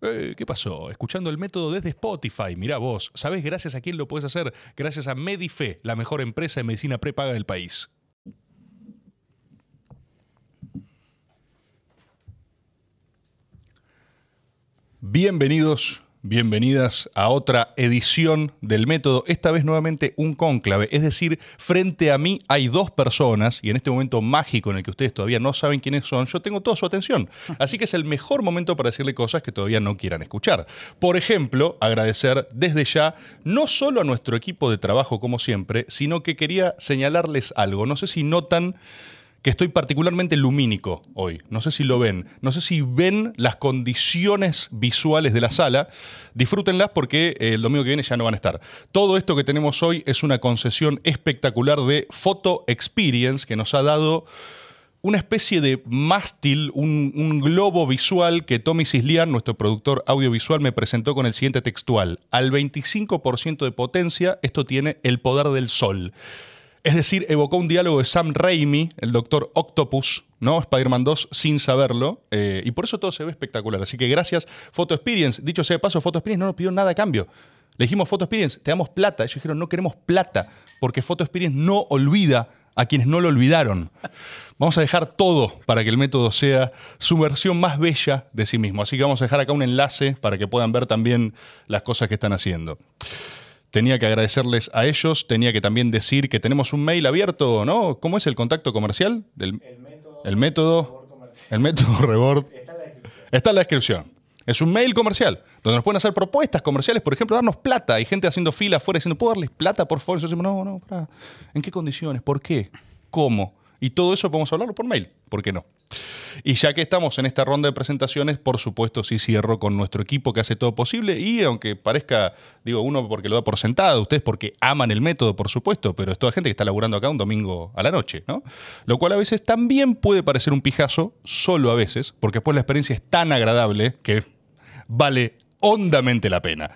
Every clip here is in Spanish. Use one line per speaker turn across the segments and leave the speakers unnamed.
Eh, ¿Qué pasó? Escuchando el método desde Spotify. Mirá vos, ¿sabés gracias a quién lo puedes hacer? Gracias a Medife, la mejor empresa de medicina prepaga del país. Bienvenidos, bienvenidas a otra edición del método, esta vez nuevamente un cónclave, es decir, frente a mí hay dos personas y en este momento mágico en el que ustedes todavía no saben quiénes son, yo tengo toda su atención, así que es el mejor momento para decirle cosas que todavía no quieran escuchar. Por ejemplo, agradecer desde ya no solo a nuestro equipo de trabajo como siempre, sino que quería señalarles algo, no sé si notan que estoy particularmente lumínico hoy. No sé si lo ven. No sé si ven las condiciones visuales de la sala. Disfrútenlas porque eh, el domingo que viene ya no van a estar. Todo esto que tenemos hoy es una concesión espectacular de Photo Experience que nos ha dado una especie de mástil, un, un globo visual que Tommy Cislian, nuestro productor audiovisual, me presentó con el siguiente textual. Al 25% de potencia, esto tiene el poder del sol. Es decir, evocó un diálogo de Sam Raimi, el Doctor Octopus, ¿no? Spider-Man 2, sin saberlo. eh, y por eso todo se ve espectacular. Así que gracias, Photo Experience. Dicho sea de paso, Photo Experience no nos pidió nada a cambio. Le dijimos Photo Experience, te damos plata. Ellos dijeron, no queremos plata, porque Photo Experience no olvida a quienes no lo olvidaron. Vamos a dejar todo para que el método sea su versión más bella de sí mismo. Así que vamos a dejar acá un enlace para que puedan ver también las cosas que están haciendo tenía que agradecerles a ellos, tenía que también decir que tenemos un mail abierto, ¿no? ¿Cómo es el contacto comercial? Del, el método. El método, Rebord. Está en la descripción. Es un mail comercial, donde nos pueden hacer propuestas comerciales, por ejemplo, darnos plata. Hay gente haciendo fila afuera diciendo, ¿puedo darles plata, por favor? Y nosotros decimos, no, no, pará. ¿En qué condiciones? ¿Por qué? ¿Cómo? Y todo eso podemos hablarlo por mail, ¿por qué no? Y ya que estamos en esta ronda de presentaciones, por supuesto sí cierro con nuestro equipo que hace todo posible y aunque parezca, digo, uno porque lo da por sentado, ustedes porque aman el método, por supuesto, pero es toda gente que está laburando acá un domingo a la noche, ¿no? Lo cual a veces también puede parecer un pijazo, solo a veces, porque después la experiencia es tan agradable que vale hondamente la pena.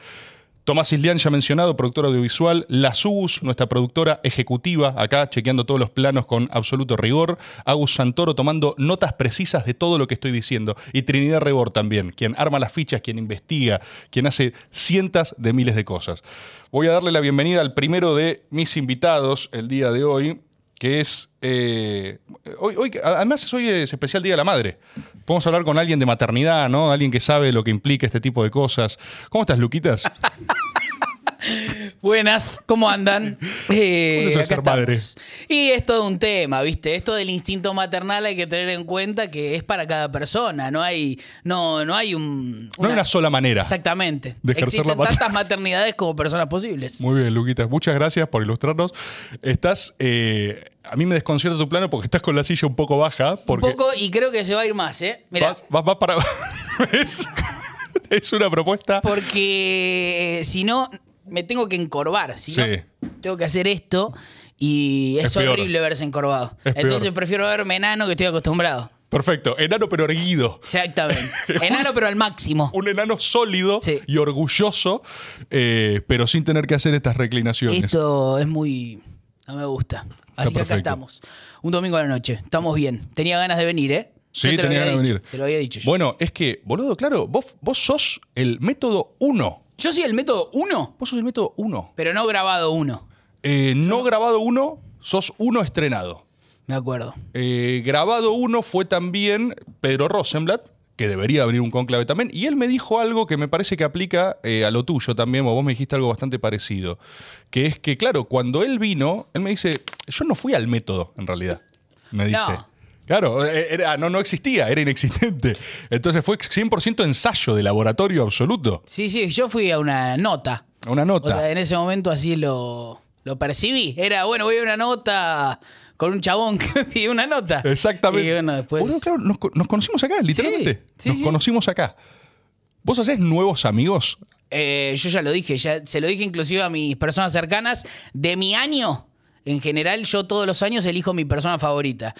Tomás Islián, ya mencionado, productor audiovisual. La SUS, nuestra productora ejecutiva, acá chequeando todos los planos con absoluto rigor. Agus Santoro tomando notas precisas de todo lo que estoy diciendo. Y Trinidad Rebor también, quien arma las fichas, quien investiga, quien hace cientos de miles de cosas. Voy a darle la bienvenida al primero de mis invitados el día de hoy, que es. eh, hoy, hoy- además, hoy es especial Día de la Madre. Podemos hablar con alguien de maternidad, ¿no? Alguien que sabe lo que implica este tipo de cosas. ¿Cómo estás, Luquitas?
Buenas, ¿cómo andan? Eh,
¿Cómo es eso de
acá
ser madre?
estamos. Y es todo un tema, ¿viste? Esto del instinto maternal hay que tener en cuenta que es para cada persona, no hay no no hay un
No hay una sola manera.
Exactamente.
de ejercer
Existen
la paternidad.
tantas maternidades como personas posibles.
Muy bien, Luquitas. Muchas gracias por ilustrarnos. Estás. eh, a mí me desconcierta tu plano porque estás con la silla un poco baja.
Un
Porque
poco y creo que se va a ir más, ¿eh? Mirá,
vas, vas- vas para. ¿Ves? es una propuesta.
porque eh, si no me tengo que encorvar, si no,
Sí.
tengo que hacer esto y es,
Es peor.
horrible verse encorvado.
Es peor.
Entonces prefiero verme enano que estoy acostumbrado.
Perfecto. Enano pero erguido.
Exactamente. Enano pero al máximo.
Un enano sólido
Sí.
y orgulloso, eh, pero sin tener que hacer estas reclinaciones.
Esto es muy. No me gusta. Así que
perfecto.
acá estamos. Un domingo a la noche. Estamos bien. Tenía ganas de venir, ¿eh?
Sí,
Yo te lo
tenía
había
ganas de
dicho,
venir.
Te lo había dicho yo.
Bueno, es que, boludo, claro, vos, vos sos el método 1.
Yo soy el método 1,
Vos sos el método 1.
pero no grabado 1.
Eh, no grabado 1, sos uno estrenado.
Me acuerdo.
Eh, grabado uno fue también Pedro Rosenblatt, que debería abrir un conclave también, y él me dijo algo que me parece que aplica eh, a lo tuyo también, o vos me dijiste algo bastante parecido, que es que, claro, cuando él vino, él me dice, yo no fui al método, en realidad, me dice. Claro, eh, era- no, no existía, era inexistente. Entonces fue 100% ensayo de laboratorio absoluto.
Sí, sí, yo fui a una nota.
Una
O
nota.
sea, en ese momento así lo, lo percibí. Era, bueno, voy a una nota con un chabón que me pidió una nota.
Exactamente.
Y bueno, después.
Boludo, claro, nos, co- nos conocimos acá, literalmente.
sí,
nos
sí. Eh, En general, yo todos los años elijo mi persona favorita.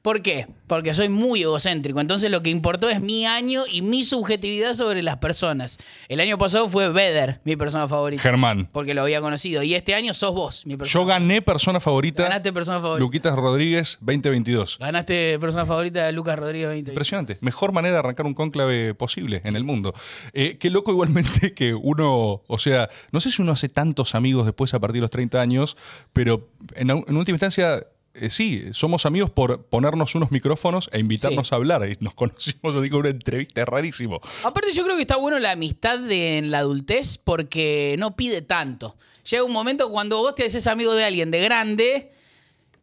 ¿Por qué? Porque soy muy egocéntrico. Entonces, lo que importó es mi año y mi subjetividad sobre las personas. El año pasado fue Beder, mi persona favorita.
Germán.
Porque lo había conocido. Y este año sos vos, mi persona
Yo gané persona favorita.
Ganaste persona favorita.
Luquitas Rodríguez 2022.
Ganaste persona favorita de Lucas Rodríguez 20.
Impresionante. Mejor manera de arrancar un cónclave posible en el mundo. Eh, qué loco igualmente que uno, o sea, no sé si uno hace tantos amigos después a partir de los 30 años, pero en, au- en última instancia... eh, sí, somos amigos por ponernos unos micrófonos e invitarnos
Sí.
a hablar. Y nos conocimos así con una entrevista, es rarísimo.
Aparte yo creo que está bueno la amistad de- en la adultez porque no pide tanto. Llega un momento cuando vos te haces amigo de alguien de grande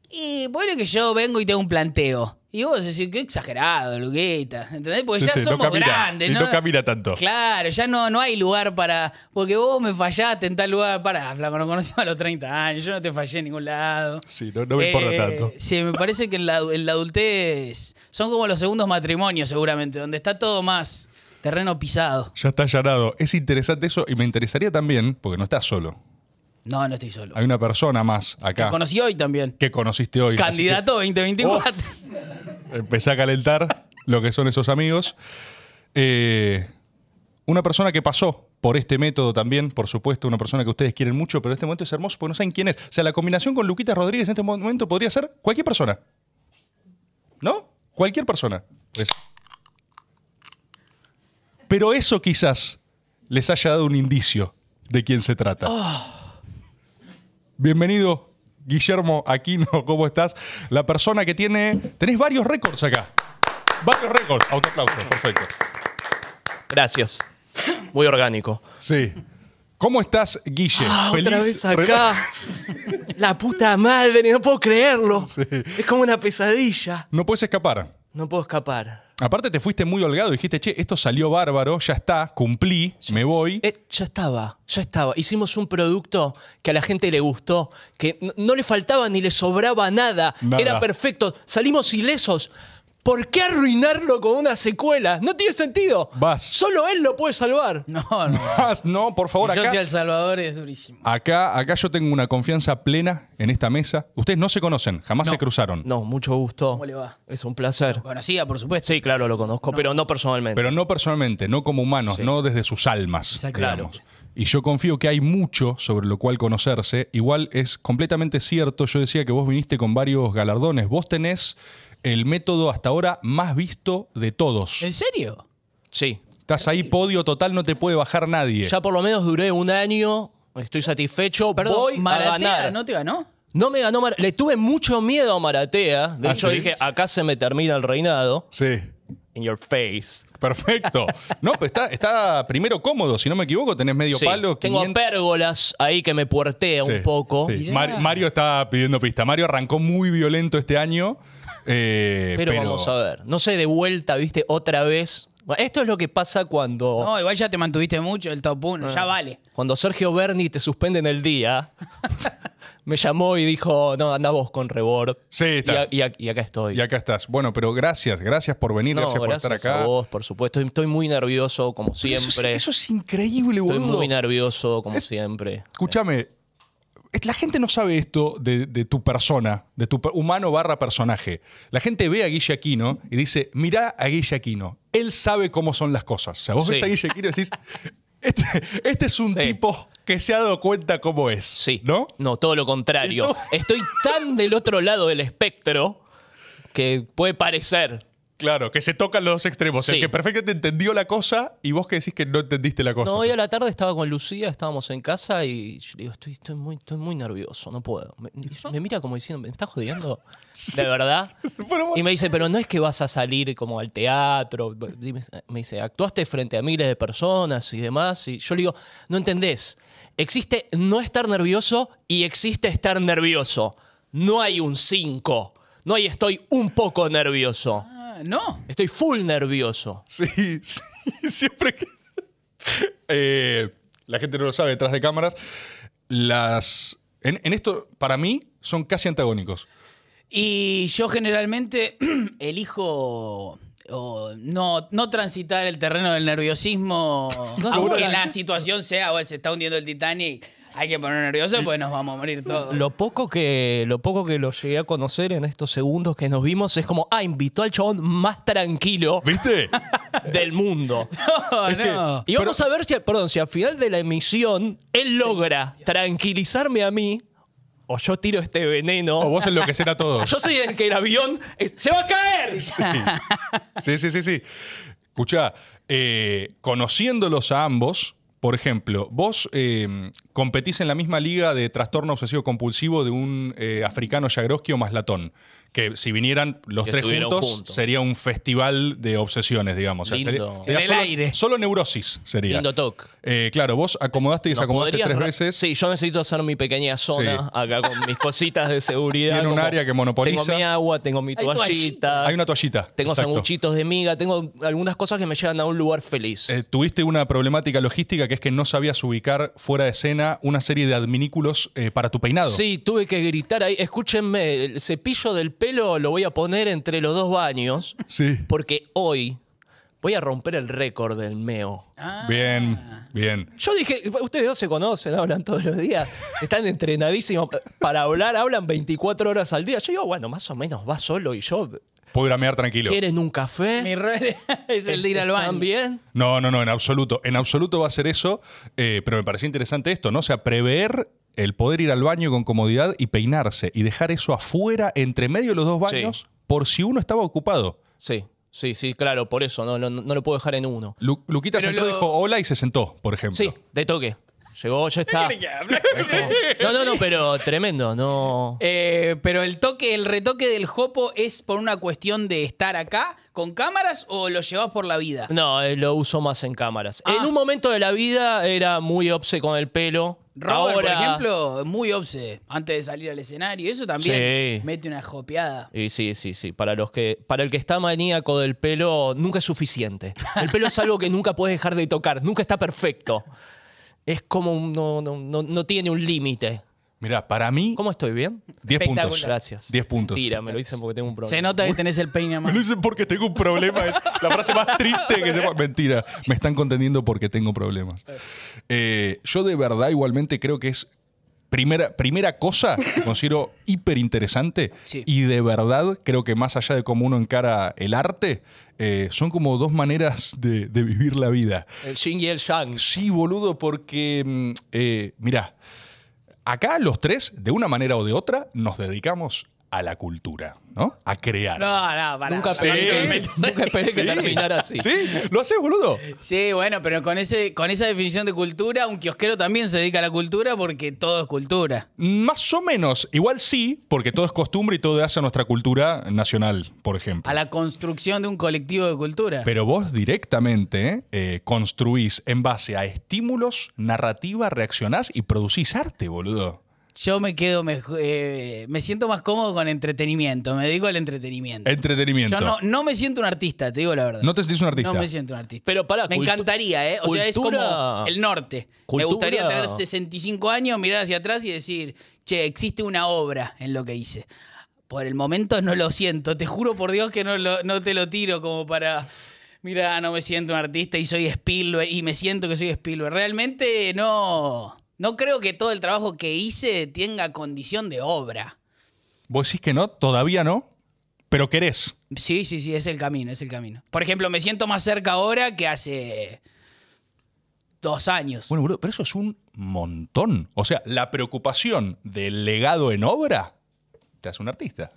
y ponele que yo vengo y te hago un planteo. Y vos decís, qué exagerado, Luquita. ¿Entendés? Porque
Sí,
Pues ya
sí, no
somos
camina,
grandes,
sí,
¿no?
no camina tanto.
Claro, ya no, no hay lugar para. Porque vos me fallaste en tal lugar. Pará, flaco, nos conocimos a los 30 años. Yo no te fallé en ningún lado.
Sí, no, no me
Eh,
importa tanto.
Sí, me parece que en la, en la adultez son como los segundos matrimonios, seguramente, donde está todo más terreno pisado.
Ya está allanado. Es interesante eso y me interesaría también, porque no estás solo.
No, no estoy solo.
Hay una persona más acá
Te conocí hoy también.
que conociste hoy. así que-
Candidato 2024.
Empecé a calentar lo que son esos amigos. Eh, una persona que pasó por este método también, por supuesto, una persona que ustedes quieren mucho, pero en este momento es hermoso porque no saben quién es. O sea, la combinación con Luquita Rodríguez en este momento podría ser cualquier persona. ¿No? Cualquier persona. Pues- Pero eso quizás les haya dado un indicio de quién se trata. Bienvenido, Guillermo Aquino, ¿cómo estás? La persona que tiene. Tenés varios récords acá. Varios récords. Autoaplauso, perfecto.
Gracias. Muy orgánico.
Sí. ¿Cómo estás, Guille?
Ah, otra
Feliz
vez
rela-
acá. La puta madre, no puedo creerlo.
Sí.
Es como una pesadilla.
No puedes escapar.
No puedo escapar.
Aparte, te fuiste muy holgado. Dijiste, che, esto salió bárbaro, ya está, cumplí, me voy.
Eh, ya estaba, ya estaba. Hicimos un producto que a la gente le gustó, que no, no le faltaba ni le sobraba nada.
Nada.
Era perfecto. Salimos ilesos. ¿Por qué arruinarlo con una secuela? No tiene sentido.
Vas.
Solo él lo puede salvar.
No, no.
Más, Ah, no, por favor,
yo
acá.
soy El Salvador es durísimo.
Acá, acá yo tengo una confianza plena en esta mesa. Ustedes no se conocen, jamás se cruzaron.
No, mucho gusto.
¿Cómo le va?
Es un placer.
Conocida, por supuesto.
Sí, claro, lo conozco, pero no personalmente.
Pero no personalmente, no como humanos, no desde sus almas.
Exacto.
digamos. Y yo confío que hay mucho sobre lo cual conocerse. Igual es completamente cierto. Yo decía que vos viniste con varios galardones. Vos tenés el método hasta ahora más visto de todos.
¿En serio?
sí.
Estás ahí, podio total, no te puede bajar nadie.
Ya por lo menos duré un año, estoy satisfecho,
Perdón,
voy
Maratea,
a ganar.
¿no
No,
te ganó?
me ganó Maratea. Le tuve mucho miedo a Maratea. De
¿Ah,
hecho,
sí?
dije, acá se me termina el reinado.
Sí.
In your face.
Perfecto. No, pero está, está primero cómodo, si no me equivoco, tenés medio
Sí.
palo.
Tengo
500.
pérgolas ahí que me puertea
Sí,
un poco.
sí.
Mirá.
Mar- Mario está pidiendo pista. Mario arrancó muy violento este año. eh,
Pero, vamos a ver. No sé, de vuelta, viste, otra vez. Bueno, Esto es lo que pasa cuando,
No, igual ya te mantuviste mucho el top 1.
Ah.
Ya vale.
cuando Sergio Berni te suspende en el día. me llamó y dijo, no, andá vos con Rebord.
Sí,
Y,
está.
a- y a- y acá estoy.
Y acá estás. Bueno, pero gracias, gracias por venir,
No,
gracias por estar acá.
a vos, por supuesto. Estoy muy nervioso, como
Pero
siempre.
Eso, es, eso es increíble,
Estoy
boludo.
muy nervioso, como siempre.
Escúchame, es- la gente no sabe esto de, de tu persona, de tu per- humano barra personaje. La gente ve a Guille Aquino y dice, mirá a Guille Aquino, él sabe cómo son las cosas. O sea, vos
Sí.
ves a Guille Aquino y decís, este, este es un
Sí.
tipo que se ha dado cuenta cómo es,
Sí.
¿no?
No, todo lo contrario.
¿Y tú?
Estoy tan del otro lado del espectro que puede parecer.
Claro, que se tocan los dos extremos. El
Sí.
que perfectamente entendió la cosa y vos que decís que no entendiste la cosa.
No, hoy a la tarde estaba con Lucía, estábamos en casa y yo le digo, estoy, estoy muy, estoy muy nervioso, no puedo. Me, me mira como diciendo, ¿me estás jodiendo? De verdad.
Pero bueno.
Y me dice, pero no es que vas a salir como al teatro. Y me- Me dice, actuaste frente a miles de personas y demás. Y yo le digo, no entendés. Existe no estar nervioso y existe estar nervioso. No hay un 5. No hay estoy un poco nervioso.
Ah, no.
Estoy full nervioso.
Sí, sí, siempre que... Eh, la gente no lo sabe detrás de cámaras. Las... En, en esto, para mí, son casi antagónicos.
Y yo generalmente elijo o no, no transitar el terreno del nerviosismo,
No,
aunque
no, no.
la situación sea, o se está hundiendo el Titanic. Hay que poner nervioso pues nos vamos a morir todos.
Lo poco, que, lo poco que lo llegué a conocer en estos segundos que nos vimos es como, ah, invitó al chabón más tranquilo
¿Viste?
del mundo.
No,
Es que-
no.
Y vamos a ver si, perdón, si al final de la emisión él logra tranquilizarme a mí o yo tiro este veneno.
O vos enloquecer a todos.
Yo soy el que el avión eh, se va a caer.
Sí, sí, sí, sí. Escuchá, eh, conociéndolos a ambos, por ejemplo, vos eh, competís en la misma liga de trastorno obsesivo compulsivo de un eh, africano Yagroski o Maslatón. Que si vinieran los
Que
tres
estuvieran
juntos,
juntos.
sería un festival de obsesiones, digamos. O sea,
Lindo.
sería- sería
En el
solo,
aire.
solo neurosis sería.
Lindo toque.
Eh, claro, vos acomodaste y
¿Nos
desacomodaste
podrías
tres
ra-
veces.
Sí, yo necesito hacer mi pequeña zona
Sí.
acá con mis cositas de seguridad.
Tiene un
como
área que monopoliza.
Tengo mi agua, tengo mi
Hay toallitas.
toallita,
Hay una toallita.
tengo
exacto.
sanguchitos de miga, tengo algunas cosas que me llevan a un lugar feliz.
Eh, tuviste una problemática logística que es que no sabías ubicar fuera de escena una serie de adminículos eh, para tu peinado.
Sí, tuve que gritar ahí. Escúchenme, el cepillo del pelo lo voy a poner entre los dos baños
Sí.
porque hoy voy a romper el récord del meo.
Ah.
Bien, bien.
Yo dije, ustedes dos se conocen, hablan todos los días, están entrenadísimos para hablar, hablan 24 horas al día. Yo digo, bueno, más o menos va solo y yo.
Puedo ir a mear tranquilo.
¿Quieren un café?
Mi rol es el de ir al baño.
También.
No, no, no, en absoluto. En absoluto va a ser eso, eh, pero me pareció interesante esto, ¿no? O sea, prever el poder ir al baño con comodidad y peinarse y dejar eso afuera, entre medio de los dos
Sí.
baños, por si uno estaba ocupado.
Sí, sí, sí, claro, por eso, no, no, no lo puedo dejar en uno.
Lu- Luquita
Pero
sentó,
lo-
dijo hola y se sentó, por ejemplo.
Sí, de toque. Llegó, ya está. No, no, no, pero tremendo, no.
Eh, pero el toque, el retoque del jopo es por una cuestión de estar acá con cámaras o lo llevas por la vida.
No, eh, lo uso más en cámaras.
Ah.
En un momento de la vida era muy obse con el pelo.
Robert, por
Ahora-
ejemplo, muy obse antes de salir al escenario. Eso también
Sí.
mete una jopeada.
Y sí, sí, sí. Para, los que, para el que está maníaco del pelo, nunca es suficiente. El pelo es algo que nunca puedes dejar de tocar, nunca está perfecto. Es como un- no, no, no, no tiene un límite.
Mirá, para mí,
¿Cómo estoy? ¿Bien?
10 puntos.
Espectacular.
Gracias.
10 puntos.
Tira, me lo dicen porque tengo un problema.
Se nota que tenés el peine a
Me lo
mano.
dicen porque tengo un problema. Es la frase más triste que se puede- Mentira. Me están contendiendo porque tengo problemas. Eh, yo de verdad igualmente creo que es primera, primera cosa que considero hiper interesante.
Sí.
Y de verdad creo que más allá de cómo uno encara el arte, eh, son como dos maneras de, de vivir la vida.
El yin y el yang.
Sí, boludo, porque, mm, eh, mirá, acá los tres, de una manera o de otra, nos dedicamos a la cultura, ¿no? A crear.
No, no, para.
Nunca esperé, que, nunca esperé que
Sí.
terminara así.
Sí, lo haces, boludo.
Sí, bueno, pero con, ese, con esa definición de cultura, un kiosquero también se dedica a la cultura porque todo es cultura.
Más o menos, igual sí, porque todo es costumbre y todo hace a nuestra cultura nacional, por ejemplo.
A la construcción de un colectivo de cultura.
Pero vos directamente eh, construís en base a estímulos, narrativa, reaccionás y producís arte, boludo.
Yo me quedo, mej- eh, me siento más cómodo con entretenimiento, me dedico al entretenimiento.
Entretenimiento.
Yo no, no me siento un artista, te digo la verdad.
No te sentís un artista.
No me siento un artista.
Pero pará,
me
cultu-
encantaría, ¿eh? O sea, es
cultura-
como el norte. Me
cultura-
gustaría tener 65 años, mirar hacia atrás y decir, che, existe una obra en lo que hice. Por el momento no lo siento, te juro por Dios que no, lo- no te lo tiro como para... Mira, no me siento un artista y soy Spielberg y me siento que soy Spielberg. Realmente no, no creo que todo el trabajo que hice tenga condición de obra.
Vos decís que no, todavía no, pero querés.
Sí, sí, sí, es el camino, es el camino. Por ejemplo, me siento más cerca ahora que hace dos años.
Bueno, boludo, pero eso es un montón. O sea, la preocupación del legado en obra te hace un artista.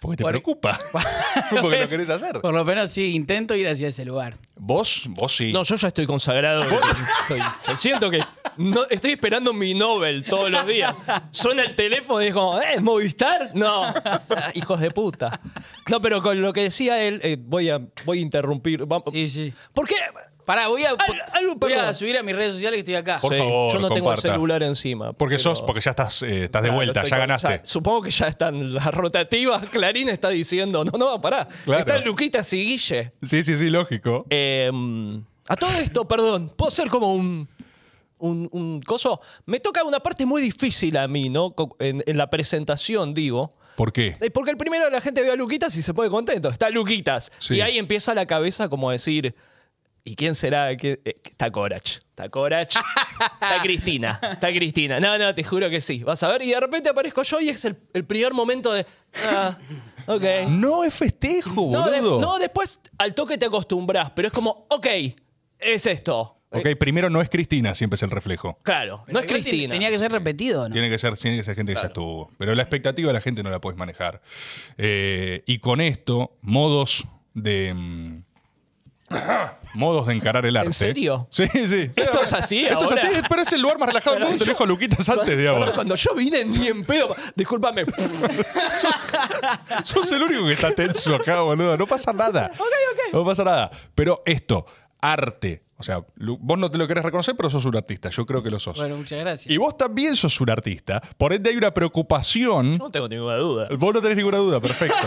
Porque te
Por-
preocupa. porque lo querés hacer.
Por lo menos sí, intento ir hacia ese lugar.
Vos, vos sí.
No, yo ya estoy consagrado. Estoy- yo siento que no- estoy esperando mi Nobel todos los días. Suena el teléfono y es como, ¿eh? ¿Movistar? No. Ah, hijos de puta. No, pero con lo que decía él, eh, voy, a, voy a interrumpir. Va-
Sí, sí.
¿Por qué?
Pará, voy a,
Al- algo,
voy a
perdón.
subir a mis redes sociales que estoy acá.
Por favor,
yo no tengo el
comparta.
celular encima.
Porque
pero-
sos, porque ya estás, eh, estás de
Claro,
vuelta,
estoy
ya
con-
ganaste.
ya- supongo que ya están las rotativas. Clarín está diciendo, no, no, pará.
Claro.
Están Luquitas y Guille.
Sí, sí, sí, lógico.
Eh, a todo esto, perdón, puedo ser como un, un, un coso. Me toca una parte muy difícil a mí, ¿no? Co- En, en la presentación, digo.
¿Por qué?
Eh, Porque el primero la gente ve a Luquitas y se pone contento. Está Luquitas.
Sí.
Y ahí empieza la cabeza como a decir, ¿Y quién será? ¿Quién- eh, Está Corach. Está Corach. Está Cristina. Está Cristina. No, no, te juro que sí. Vas a ver. Y de repente aparezco yo y es el, el primer momento de. Ah, ok.
No es festejo,
No,
boludo.
de- no, después al toque te acostumbras, pero es como, ok, es esto.
Ok, primero no es Cristina, siempre es el reflejo.
Claro,
Pero
no es
igual te-
Cristina.
Tenía que ser repetido, ¿no?
Tiene que ser, tiene que ser gente que ya estuvo. Pero la expectativa de la gente no la puedes manejar. Eh, y con esto, modos de. mm, modos de encarar el arte.
serio?
Sí, sí.
Esto es así
Esto es
ahora.
así, pero es el lugar más relajado del mundo. Te lo dijo Luquitas antes de ahora.
Cuando yo vine ni en pedo. Discúlpame.
Sos el único que está tenso acá, boludo. No pasa nada. No pasa nada. Pero esto, arte. O sea, Lu- vos no te lo querés reconocer, pero sos un artista. Yo creo que lo sos.
Bueno, muchas gracias.
Y vos también sos un artista. Por ende, hay una preocupación.
No tengo ninguna duda.
Vos no tenés ninguna duda, perfecto.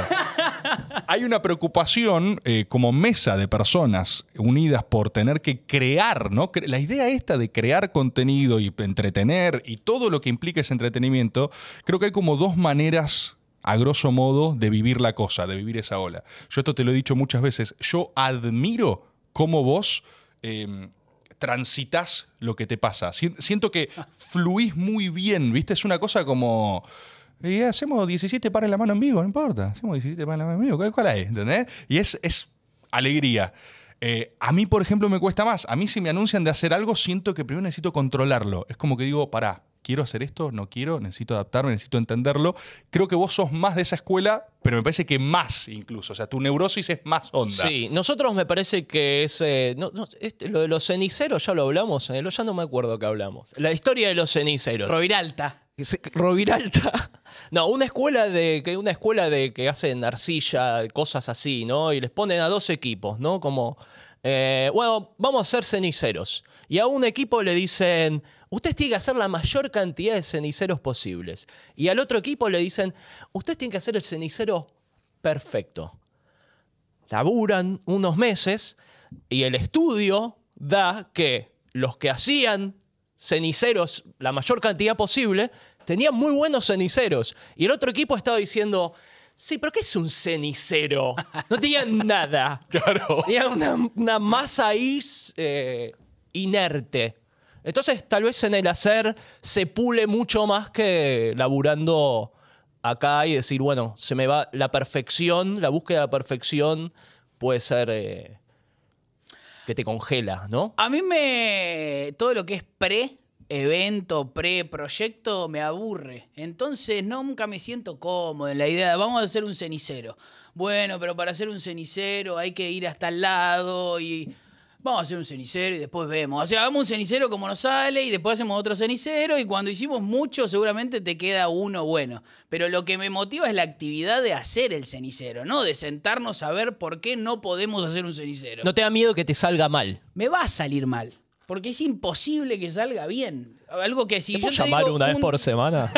Hay una preocupación eh, como mesa de personas unidas por tener que crear, ¿no? Cre- La idea esta de crear contenido y entretener y todo lo que implica ese entretenimiento, creo que hay como dos maneras a grosso modo de vivir la cosa, de vivir esa ola. Yo esto te lo he dicho muchas veces, yo admiro cómo vos eh, transitas lo que te pasa. Sien- Siento que fluís muy bien, ¿viste? Es una cosa como... Y hacemos 17 pares de la mano en vivo, no importa. Hacemos 17 pares de la mano en vivo, ¿cuál, cuál es? ¿Entendés? Y es, es alegría. Eh, a mí, por ejemplo, me cuesta más. A mí, si me anuncian de hacer algo, siento que primero necesito controlarlo. Es como que digo, pará, quiero hacer esto, no quiero, necesito adaptarme, necesito entenderlo. Creo que vos sos más de esa escuela, pero me parece que más incluso. O sea, tu neurosis es más onda.
Sí, nosotros me parece que es. eh, no, no, este, lo de los ceniceros ya lo hablamos, en el- ya no me acuerdo que hablamos. La historia de los ceniceros.
Roviralta.
Se- Roviralta. No, una escuela de que una escuela de que hacen arcilla, cosas así, ¿no? Y les ponen a dos equipos, ¿no? Como eh, bueno, vamos a ser ceniceros. Y a un equipo le dicen, ustedes tienen que hacer la mayor cantidad de ceniceros posibles. Y al otro equipo le dicen, ustedes tienen que hacer el cenicero perfecto laburan unos meses y el estudio da que los que hacían ceniceros la mayor cantidad posible tenían muy buenos ceniceros. Y el otro equipo estaba diciendo, sí, pero ¿qué es un cenicero? No tenían nada.
Claro.
Tenían una, una masa ahí eh, inerte. Entonces, tal vez en el hacer se pule mucho más que laburando acá y decir, bueno, se me va la perfección, la búsqueda de la perfección puede ser eh, que te congela, ¿no?
A mí me. Todo lo que es pre. Evento, pre, proyecto, me aburre. Entonces nunca me siento cómodo en la idea de vamos a hacer un cenicero. Bueno, pero para hacer un cenicero hay que ir hasta el lado y vamos a hacer un cenicero y después vemos. O sea, hagamos un cenicero como nos sale y después hacemos otro cenicero y cuando hicimos mucho seguramente te queda uno bueno. Pero lo que me motiva es la actividad de hacer el cenicero, ¿no? De sentarnos a ver por qué no podemos hacer un cenicero
No te da miedo que te salga mal.
me va a salir mal. Porque es imposible que salga bien. Algo que si
¿Te
yo
puedo
te
llamar
digo
una vez
un-
por semana?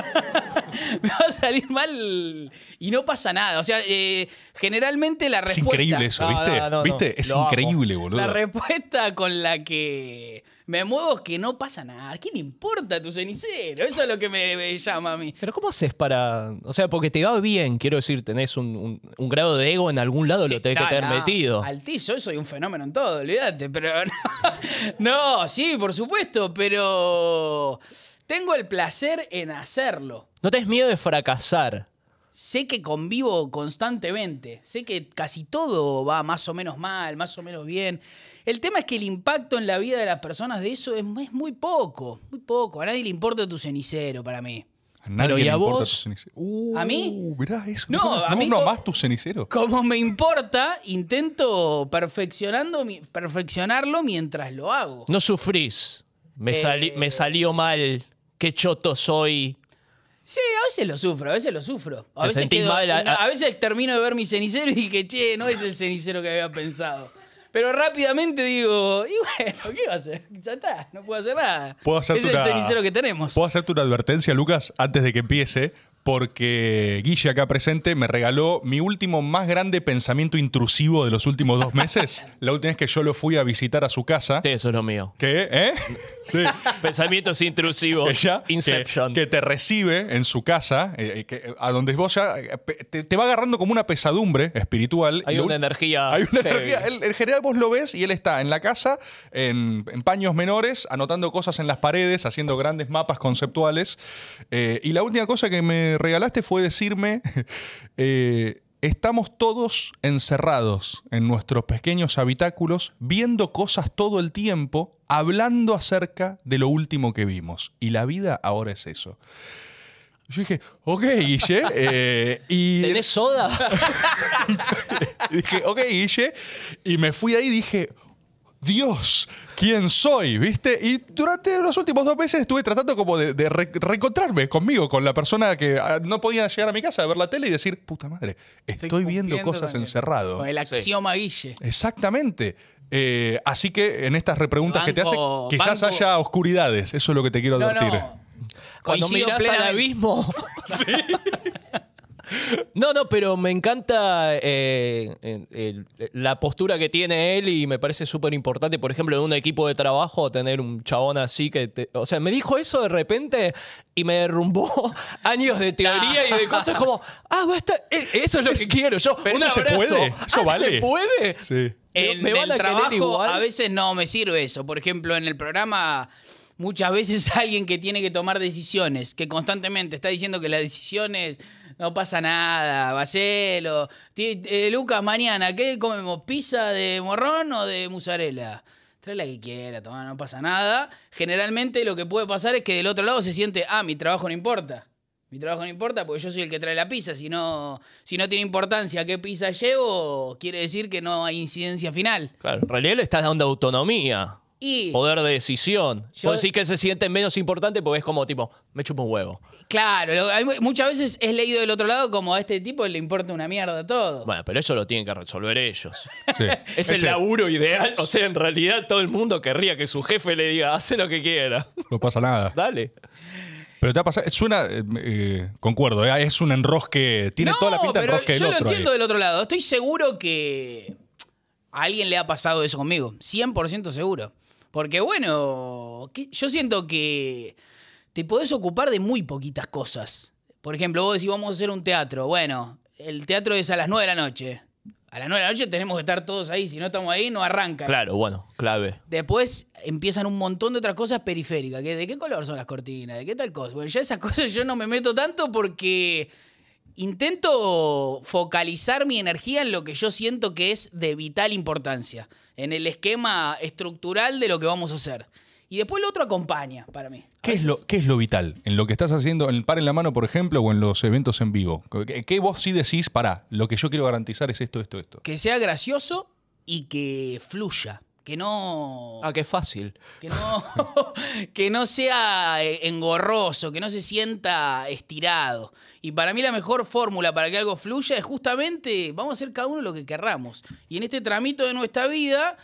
me va a salir mal y no pasa nada. O sea, eh, generalmente la
Es
respuesta...
increíble eso,
No,
¿viste?
no, no,
¿Viste?
no.
Es
Lo amo.
increíble, boludo.
La respuesta con la que me muevo es que no pasa nada. ¿A quién le importa tu cenicero? Eso es lo que me, me llama a mí.
Pero ¿cómo haces para...? O sea, porque te va bien, quiero decir, tenés un, un- un grado de ego en algún lado, lo tenés
Sí,
que tener
no, no.
metido.
Altizo, yo soy un fenómeno en todo, olvídate, pero no. No, sí, por supuesto, pero tengo el placer en hacerlo.
No tenés miedo de fracasar.
sé que convivo constantemente, sé que casi todo va más o menos mal, más o menos bien. El tema es que el impacto en la vida de las personas de eso es, es muy poco, muy poco. A nadie le importa tu cenicero para mí.
A nadie
Pero, ¿y
le
a
importa
vos?
tu cenicero. Uh,
¿A mí?
mirá eso.
No,
Nicolás,
a
no,
mí
no
no.
más tu cenicero.
Como me importa, intento perfeccionando, mi- perfeccionarlo mientras lo hago.
No sufrís. Me,
Eh.
sali- me salió mal. Qué choto soy.
Sí, a veces lo sufro, a veces lo sufro. A,
Te
veces,
sentís mal, a-
no, a veces termino de ver mi cenicero y dije, che, no es el cenicero que había pensado. Pero rápidamente digo, y bueno, ¿qué va a hacer? Ya está, no puedo hacer nada.
Puedo hacerte
es el
una-
cenicero que tenemos.
¿Puedo hacerte una advertencia, Lucas, antes de que empiece? porque Guille acá presente me regaló mi último más grande pensamiento intrusivo de los últimos dos meses. La última vez que yo lo fui a visitar a su casa.
Sí, eso es lo mío.
¿Qué? ¿Eh? Sí.
Pensamientos intrusivos.
Ella, que-
Inception.
Que, te recibe en su casa, eh, eh, que- a donde vos ya eh, pe- te, te va agarrando como una pesadumbre espiritual.
Hay
Y lo
una
ul-
energía
Hay una
heavy.
energía. Él- en general vos lo ves y él está en la casa, en, en paños menores, anotando cosas en las paredes, haciendo grandes mapas conceptuales. Eh, y la última cosa que me regalaste fue decirme... eh, Estamos todos encerrados en nuestros pequeños habitáculos, viendo cosas todo el tiempo, hablando acerca de lo último que vimos. Y la vida ahora es eso. Yo dije, ok, Guille. eh, y
¿Tenés soda?
y dije, ok, Guille. Y me fui ahí y dije, Dios, ¿quién soy? ¿Viste? Y durante los últimos dos meses estuve tratando como de, de re- reencontrarme conmigo, con la persona que ah, no podía llegar a mi casa a ver la tele y decir, puta madre, estoy, viendo
cumpliendo
cosas
con el-
encerrado.
Con el axioma Guille.
Exactamente. Eh, así que en estas repreguntas que te hace,
Banco,
quizás
banco.
haya oscuridades. Eso es lo que te quiero
No,
advertir.
no.
Cuando
Coincido
mirás al
plenamente.
abismo. No, no, pero me encanta eh, eh, el- la postura que tiene él y me parece súper importante, por ejemplo, en un equipo de trabajo, tener un chabón así que... te- o sea, me dijo eso de repente y me derrumbó años de teoría y de cosas como, ah, basta, eh, eso es lo que quiero yo.
pero
un
eso se
abrazo.
puede, eso
Ah, ¿se
vale.
puede?
Sí.
En
¿Me van
el
a querer
trabajo
igual?
a veces no me sirve eso. Por ejemplo, en el programa muchas veces alguien que tiene que tomar decisiones, que constantemente está diciendo que las decisiones no pasa nada, Bacelo, ti- eh, Lucas, mañana, ¿qué comemos? ¿Pizza de morrón o de mozzarella? Trae la que quiera, toma, no pasa nada. Generalmente lo que puede pasar es que del otro lado se siente, ah, mi trabajo no importa. Mi trabajo no importa porque yo soy el que trae la pizza. Si no, si no tiene importancia qué pizza llevo, quiere decir que no hay incidencia final.
Claro, en realidad le estás dando autonomía.
Y,
Poder de decisión.
Yo-
Vos decís que se sienten menos importantes porque es como tipo, me chupo un huevo.
claro, lo- hay mu- muchas veces es leído del otro lado como a este tipo le importa una mierda todo.
Bueno, pero eso lo tienen que resolver ellos.
Sí.
Es el
Ese-
laburo ideal. O sea, en realidad todo el mundo querría que su jefe le diga, hace lo que quiera.
No pasa nada.
Dale.
Pero te ha pasado, suena, eh, eh, concuerdo, eh, es un enrosque, tiene
No,
toda la pinta de
pero
enrosque del
yo
otro.
lo
ahí.
entiendo del otro lado. Estoy seguro que a alguien le ha pasado eso conmigo. 100% seguro. Porque bueno, que- yo siento que te podés ocupar de muy poquitas cosas. Por ejemplo, vos decís, vamos a hacer un teatro. Bueno, el teatro es a las 9 de la noche. A las 9 de la noche tenemos que estar todos ahí. Si no estamos ahí, no arranca.
Claro, bueno, clave.
Después empiezan un montón de otras cosas periféricas. Que, ¿De qué color son las cortinas? ¿De qué tal cosa? Bueno, ya esas cosas yo no me meto tanto porque intento focalizar mi energía en lo que yo siento que es de vital importancia, en el esquema estructural de lo que vamos a hacer. Y después lo otro acompaña para mí.
¿Qué es, lo, ¿Qué es lo vital? En lo que estás haciendo, en el par en la mano, por ejemplo, o en los eventos en vivo. ¿Qué, qué vos sí decís, pará, lo que yo quiero garantizar es esto, esto, esto?
Que sea gracioso y que fluya. Que no.
Ah, qué fácil.
Que no, que no sea eh, engorroso, que no se sienta estirado. Y para mí la mejor fórmula para que algo fluya es justamente, vamos a hacer cada uno lo que querramos. Y en este tramito de nuestra vida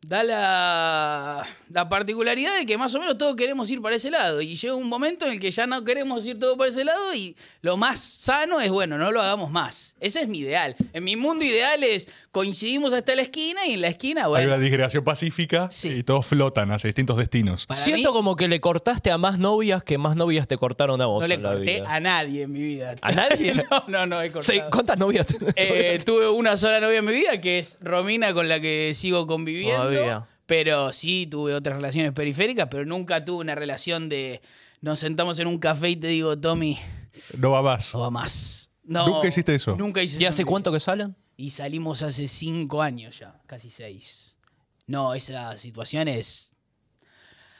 da la, la particularidad de que más o menos todos queremos ir para ese lado. Y llega un momento en el que ya no queremos ir todos para ese lado y lo más sano es, bueno, no lo hagamos más. Ese es mi ideal. En mi mundo ideal es coincidimos hasta la esquina y en la esquina,
Hay
bueno.
una disgregación pacífica
Sí.
y todos flotan hacia distintos destinos.
Para
Siento
mí-
como que le cortaste a más novias que más novias te cortaron a vos.
No le
en la
corté
vida.
a nadie en mi vida.
¿A nadie?
no, no, no, he cortado.
Sí, ¿Cuántas novias tenés?
Eh, tuve una sola novia en mi vida, que es Romina, con la que sigo conviviendo.
Todavía.
Pero sí, tuve otras relaciones periféricas, pero nunca tuve una relación de nos sentamos en un café y te digo, Tommy,
No va más.
no va más. No,
Nunca hiciste eso.
Nunca hice
¿Y
eso
hace
en mi vida.
cuánto que salen?
Y salimos hace cinco años ya, casi seis. No, esa situación es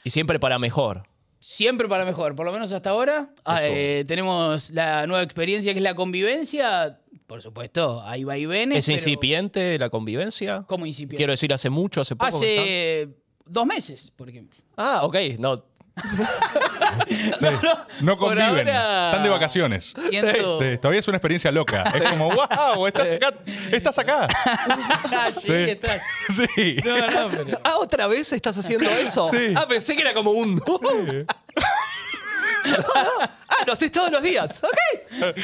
Y siempre para mejor.
Siempre para mejor, por lo menos hasta ahora. Ah,
Eso.
eh, tenemos la nueva experiencia que es la convivencia. Por supuesto, ahí va y
¿Es incipiente la convivencia?
Como incipiente.
Quiero decir, hace mucho, hace poco. que están?
Hace dos meses, por ejemplo.
Ah, ok. No,
Sí. No,
por
conviven.
ahora-
Están de vacaciones.
Siento-
Sí, todavía es una experiencia loca. Es como, wow, estás acá. Estás acá.
Allí
Sí.
estás.
Sí.
No, no, pero-
Ah, otra vez estás haciendo eso.
Sí.
Ah, pensé que era como un. ah, lo haces todos los días. Ok.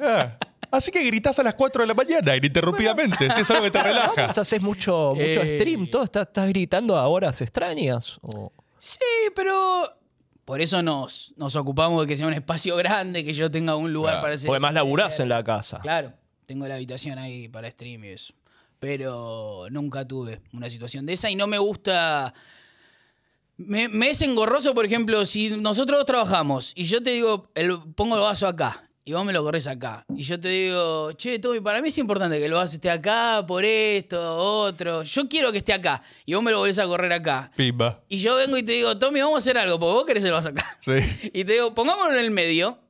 Ah, Así que gritás a las 4 de la mañana ininterrumpidamente, si es algo que te relaja.
Vos haces mucho, mucho
Eh.
stream, todo. ¿Estás, estás gritando a horas extrañas? O...
Sí, pero por eso nos, nos ocupamos de que sea un espacio grande, que yo tenga un lugar
Claro,
para hacer.
Porque más laburás en la casa.
Claro, tengo la habitación ahí para stream y eso. Pero nunca tuve una situación de esa y no me gusta. Me, me es engorroso, por ejemplo, si nosotros dos trabajamos y yo te digo, el- pongo el vaso acá y vos me lo corres acá. Y yo te digo, che, Toby, para mí es importante que el vaso esté acá por esto, otro. Yo quiero que esté acá y vos me lo volvés a correr acá.
Pimba.
Y yo vengo y te digo, Tommy, vamos a hacer algo, porque vos querés el vaso acá.
Sí.
Y te digo, pongámoslo en el medio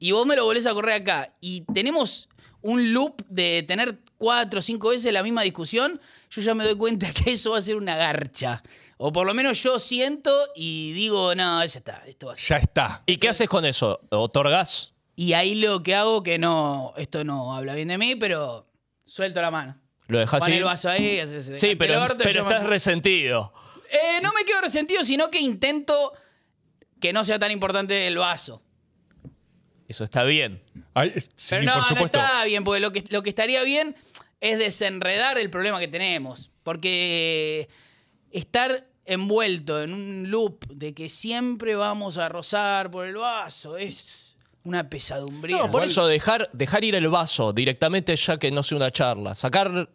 y vos me lo volvés a correr acá. Y tenemos un loop de tener cuatro o cinco veces la misma discusión. Yo ya me doy cuenta que eso va a ser una garcha. O por lo menos yo siento y digo, no, ya está, esto va a ser.
Ya está.
¿Y qué haces con eso? ¿Otorgás?
Y ahí lo que hago, que no, esto no habla bien de mí, pero suelto la mano.
¿Lo dejas
Pon
ir?
el vaso ahí. haces- ante
Ah, Sí,
el
pero,
orto,
pero
yo me-
estás resentido.
Eh, no me quedo resentido, sino que intento que no sea tan importante el vaso.
Eso está bien.
Ay, es- sí,
Pero no,
por supuesto.
no está bien, porque lo que, lo que estaría bien es desenredar el problema que tenemos. Porque estar envuelto en un loop de que siempre vamos a rozar por el vaso es una pesadumbría.
No, por eso dejar, dejar ir el vaso directamente ya que no sea una charla. Sacar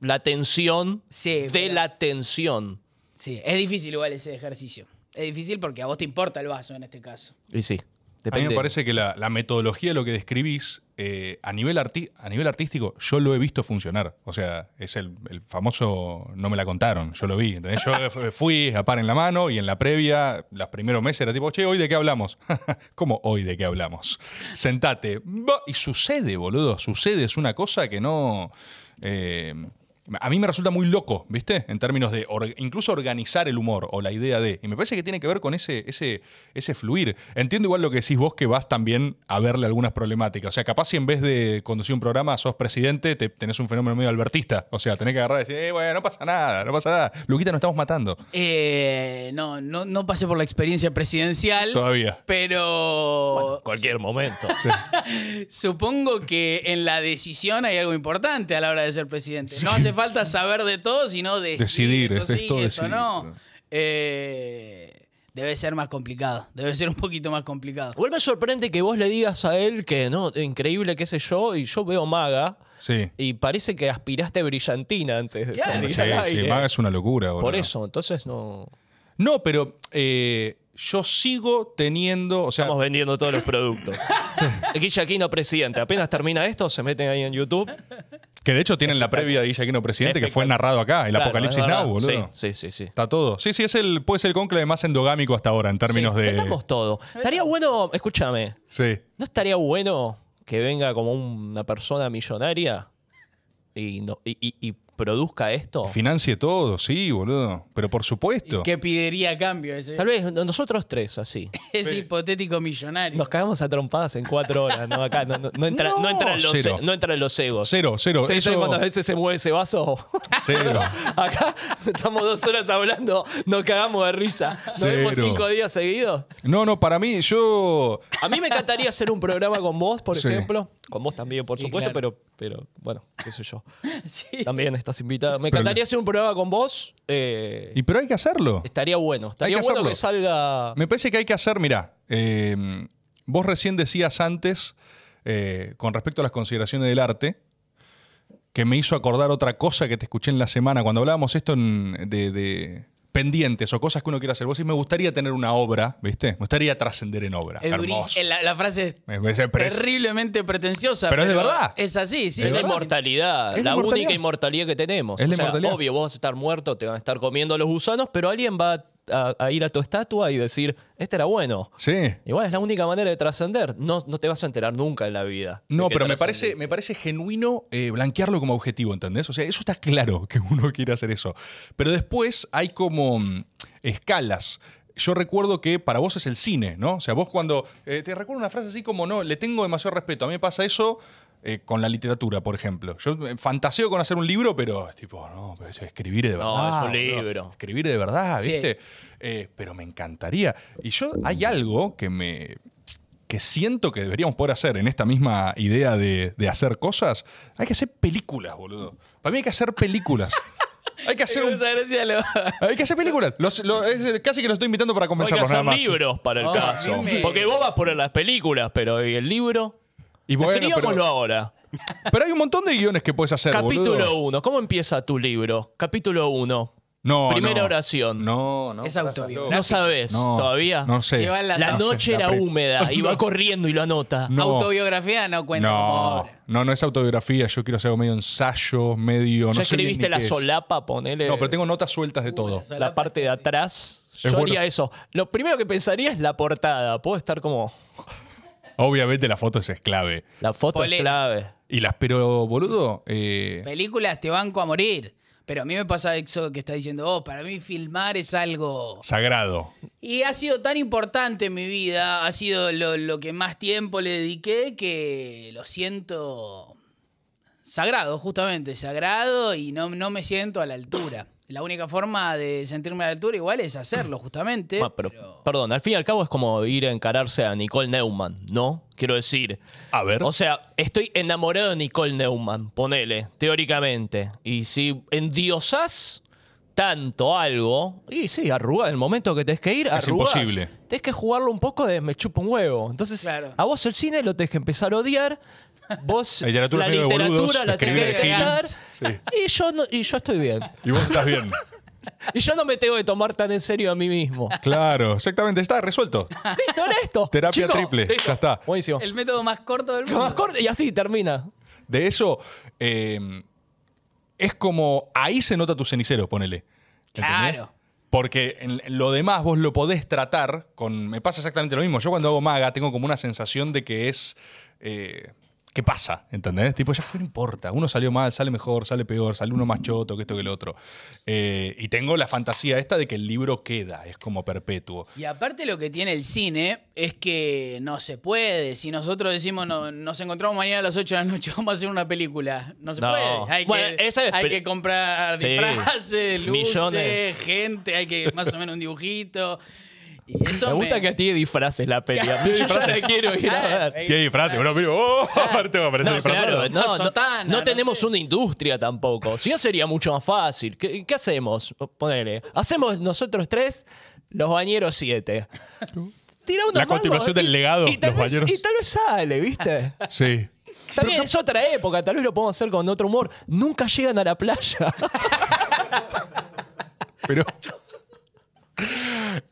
la tensión
Sí,
de
pero-
la tensión.
Sí, es difícil igual ese ejercicio. Es difícil porque a vos te importa el vaso en este caso.
Y sí,
A mí
depende.
me parece que la, la metodología de lo que describís, eh, a, nivel arti- a nivel artístico, yo lo he visto funcionar. O sea, es el, el famoso no me la contaron, yo lo vi. ¿entendés? Yo f- fui a par en la mano y en la previa, los primeros meses era tipo, che, ¿hoy de qué hablamos? ¿Cómo hoy de qué hablamos? Sentate. Bah, Y sucede, boludo, sucede. Es una cosa que no... eh, a mí me resulta muy loco, ¿viste? En términos de or- incluso organizar el humor o la idea de. Y me parece que tiene que ver con ese, ese, ese fluir. Entiendo igual lo que decís vos, que vas también a verle algunas problemáticas. O sea, capaz si en vez de conducir un programa sos presidente, te, tenés un fenómeno medio albertista. O sea, tenés que agarrar y decir, eh, bueno, no pasa nada, no pasa nada. Luquita, nos estamos matando
Eh, no, no, no pasé por la experiencia presidencial,
todavía.
pero...
Cualquier momento.
Supongo que en la decisión hay algo importante a la hora de ser presidente. No hace falta saber de todo, sino decidir.
Decidir,
esto
es
sí,
todo
esto
decidir,
no.
claro.
Eh, debe ser más complicado. Debe ser un poquito más complicado.
Igual me sorprende que vos le digas a él que no, increíble, qué sé yo, y yo veo maga.
Sí.
Y parece que aspiraste brillantina antes de
Claro.
salir
Sí,
al
sí,
aire.
Maga es una locura, boludo.
Por eso, entonces no.
No, pero eh, yo sigo teniendo. O sea,
Estamos vendiendo todos los productos. Guilla Aquino, presidente. Apenas termina esto, se meten ahí en YouTube.
que de hecho tienen la previa de Guillaquino Presidente, que fue
Espectacular.
narrado acá, el
Claro,
Apocalipsis
es verdad.
Now, boludo.
Sí, sí, sí. sí.
Está todo. Sí, sí, es el, puede ser el conclave más endogámico hasta ahora en términos
Sí,
de.
vendamos todo. Estaría bueno, escúchame,
Sí.
¿no estaría bueno que venga como una persona millonaria y, no- y- y- y produzca esto?
Financie todo, sí, boludo. Pero por supuesto.
¿Qué pediría a cambio? Ese,
Tal vez nosotros tres, así.
ese hipotético millonario.
Nos cagamos a trompadas en cuatro horas, ¿no? Acá no, no- no entra-
No,
no entran, los,
cero.
e- no entran los egos.
Cero, cero.
¿Sabés
eso-
cuántas veces se mueve ese vaso?
Cero.
Acá estamos dos horas hablando, nos cagamos de risa. Nos vemos
Cero.
cinco días seguidos.
No, no, para mí, yo.
A mí me encantaría hacer un programa con vos, por
Sí.
ejemplo. Con vos también, por
Sí,
supuesto,
claro.
pero, pero bueno, qué sé yo.
Sí.
También estás invitada. Me
Pero
encantaría
le-
hacer un programa con vos. eh,
Y pero hay que hacerlo.
estaría bueno. Estaría
que
bueno
hacerlo.
que salga.
Me parece que hay que hacer, mirá, eh, vos recién decías antes, eh, con respecto a las consideraciones del arte, que me hizo acordar otra cosa que te escuché en la semana, cuando hablábamos esto en- de, de pendientes o cosas que uno quiere hacer. Vos decís, me gustaría tener una obra, ¿viste? Me gustaría trascender en obra.
Es
Hermoso.
durísimo. la, la frase es
Me parece pres-
terriblemente pretenciosa.
Pero es de verdad.
Es así, sí.
Es la
verdad.
inmortalidad,
Es la
la
inmortalidad.
única inmortalidad que tenemos.
Es
o
la
sea,
inmortalidad.
obvio, vos vas a estar muerto, te van a estar comiendo los gusanos, pero alguien va a, a ir a tu estatua y decir, este era bueno.
Sí.
Igual es la única manera de trascender. No, no te vas a enterar nunca en la vida. de
No,
que
pero me parece,
trascendiste.
me parece genuino eh, blanquearlo como objetivo, ¿entendés? O sea, eso está claro que uno quiere hacer eso. Pero después hay como mm, escalas. Yo recuerdo que para vos es el cine, ¿no? O sea, vos cuando. eh, te recuerdo una frase así como, no, le tengo demasiado respeto. A mí me pasa eso. eh, con la literatura, por ejemplo. Yo eh, fantaseo con hacer un libro, pero es tipo, no, pero es escribir de
No,
verdad.
es un
boludo.
libro.
Escribir de verdad,
Sí.
¿viste? Eh, pero me encantaría. Y yo, hay algo que me, que que siento que deberíamos poder hacer en esta misma idea de, de hacer cosas, hay que hacer películas, boludo. Para mí hay que hacer películas. Hay que hacer, un-
Muchas gracias, Leo.
hay que hacer películas. Los- lo- es- casi que los estoy invitando para
Hay que
convencerlos nada
hacer
más.
libros para el
Oh,
caso.
dime.
Porque vos vas por las películas, pero ¿y el libro?
Y bueno,
Escribámoslo
pero,
ahora.
pero hay un montón de guiones que puedes hacer,
Capítulo
boludo.
1. ¿Cómo empieza tu libro? Capítulo 1.
No,
Primera
no.
oración.
No, no.
Es
pará,
autobiográfico.
loco.
No sabes
No,
todavía.
No sé.
Que va en la-
La
No
sé,
noche
la
era
pre-
húmeda y va corriendo y lo anota.
No.
Autobiografía no cuenta como
No,
obra.
no, no es autobiografía. Yo quiero hacer algo medio ensayo, medio.
ya
no sé bien
escribiste
ni
la
qué es.
solapa, ponele
No, pero tengo notas sueltas de
Uh,
todo.
la parte de atrás.
Es
Yo haría
bueno.
eso. Lo primero que pensaría es la portada. Puedo estar como.
Obviamente la foto esa es clave.
La foto
Polera.
es clave.
Y las, pero boludo, eh,
Películas te banco a morir. Pero a mí me pasa eso que está diciendo, oh, para mí filmar es algo...
sagrado.
Y ha sido tan importante en mi vida, ha sido lo, lo que más tiempo le dediqué que lo siento sagrado, justamente, sagrado y no, no me siento a la altura. La única forma de sentirme a la altura igual es hacerlo, justamente.
Ma, pero, Perdón, al fin y al cabo es como ir a encararse a Nicole Neumann, ¿no? Quiero decir.
A ver.
O sea, estoy enamorado de Nicole Neumann, ponele, teóricamente. Y si endiosas tanto algo, y sí, arrugas el momento que tenés que ir,
Es
arrugás.
imposible.
Tenés que jugarlo un poco de me chupa un huevo. Entonces,
Claro.
a vos el cine lo tenés que empezar a odiar. Vos
La literatura es medio de
literatura
boludos,
la tenés que
escribir de
detestar.
Gil.
Y yo no- y yo estoy bien.
y vos estás bien.
Y yo no me tengo que tomar tan en serio a mí mismo.
Claro, exactamente. Está resuelto.
Listo, era esto.
Terapia
Chico,
triple, ya está.
Buenísimo.
el método más corto del mundo.
Más corto y así termina.
De eso, eh, es como ahí se nota tu cenicero, ponele. ¿Entendés?
Claro.
Porque en en lo demás vos lo podés tratar con. Me pasa exactamente lo mismo. Yo cuando hago maga tengo como una sensación de que es. eh, ¿Qué pasa? ¿Entendés? Tipo, ya fue, no importa. Uno salió mal, sale mejor, sale peor, sale uno más choto que esto que el otro. Eh, y tengo la fantasía esta de que el libro queda, es como perpetuo.
Y aparte lo que tiene el cine es que no se puede. Si nosotros decimos no, nos encontramos mañana a las 8 de la noche, vamos a hacer una película. No se
No.
puede. Hay,
Bueno,
que,
esa es
hay
pe-
que comprar
Sí.
disfraces, luces,
Millones.
gente, hay que más o menos un dibujito. Y eso
Me gusta que a ti disfraces la peli. A mí yo ya la quiero ir a ver.
¿Qué disfraces? Bueno, mira, ¡oh! Aparte va a aparecer
No,
disfrazado.
claro,
Una
no, no,
sotana,
no
no
tenemos
sé.
una industria tampoco. Si no sería mucho más fácil. ¿Qué, qué hacemos? Ponele. Hacemos nosotros tres, los bañeros siete. Tira unos
La
mangos
continuación del
y-
legado,
y tal
los
vez-
bañeros.
Y tal vez sale, ¿viste?
Sí.
También es otra época, tal vez lo podemos hacer con otro humor. Nunca llegan a la playa.
Pero.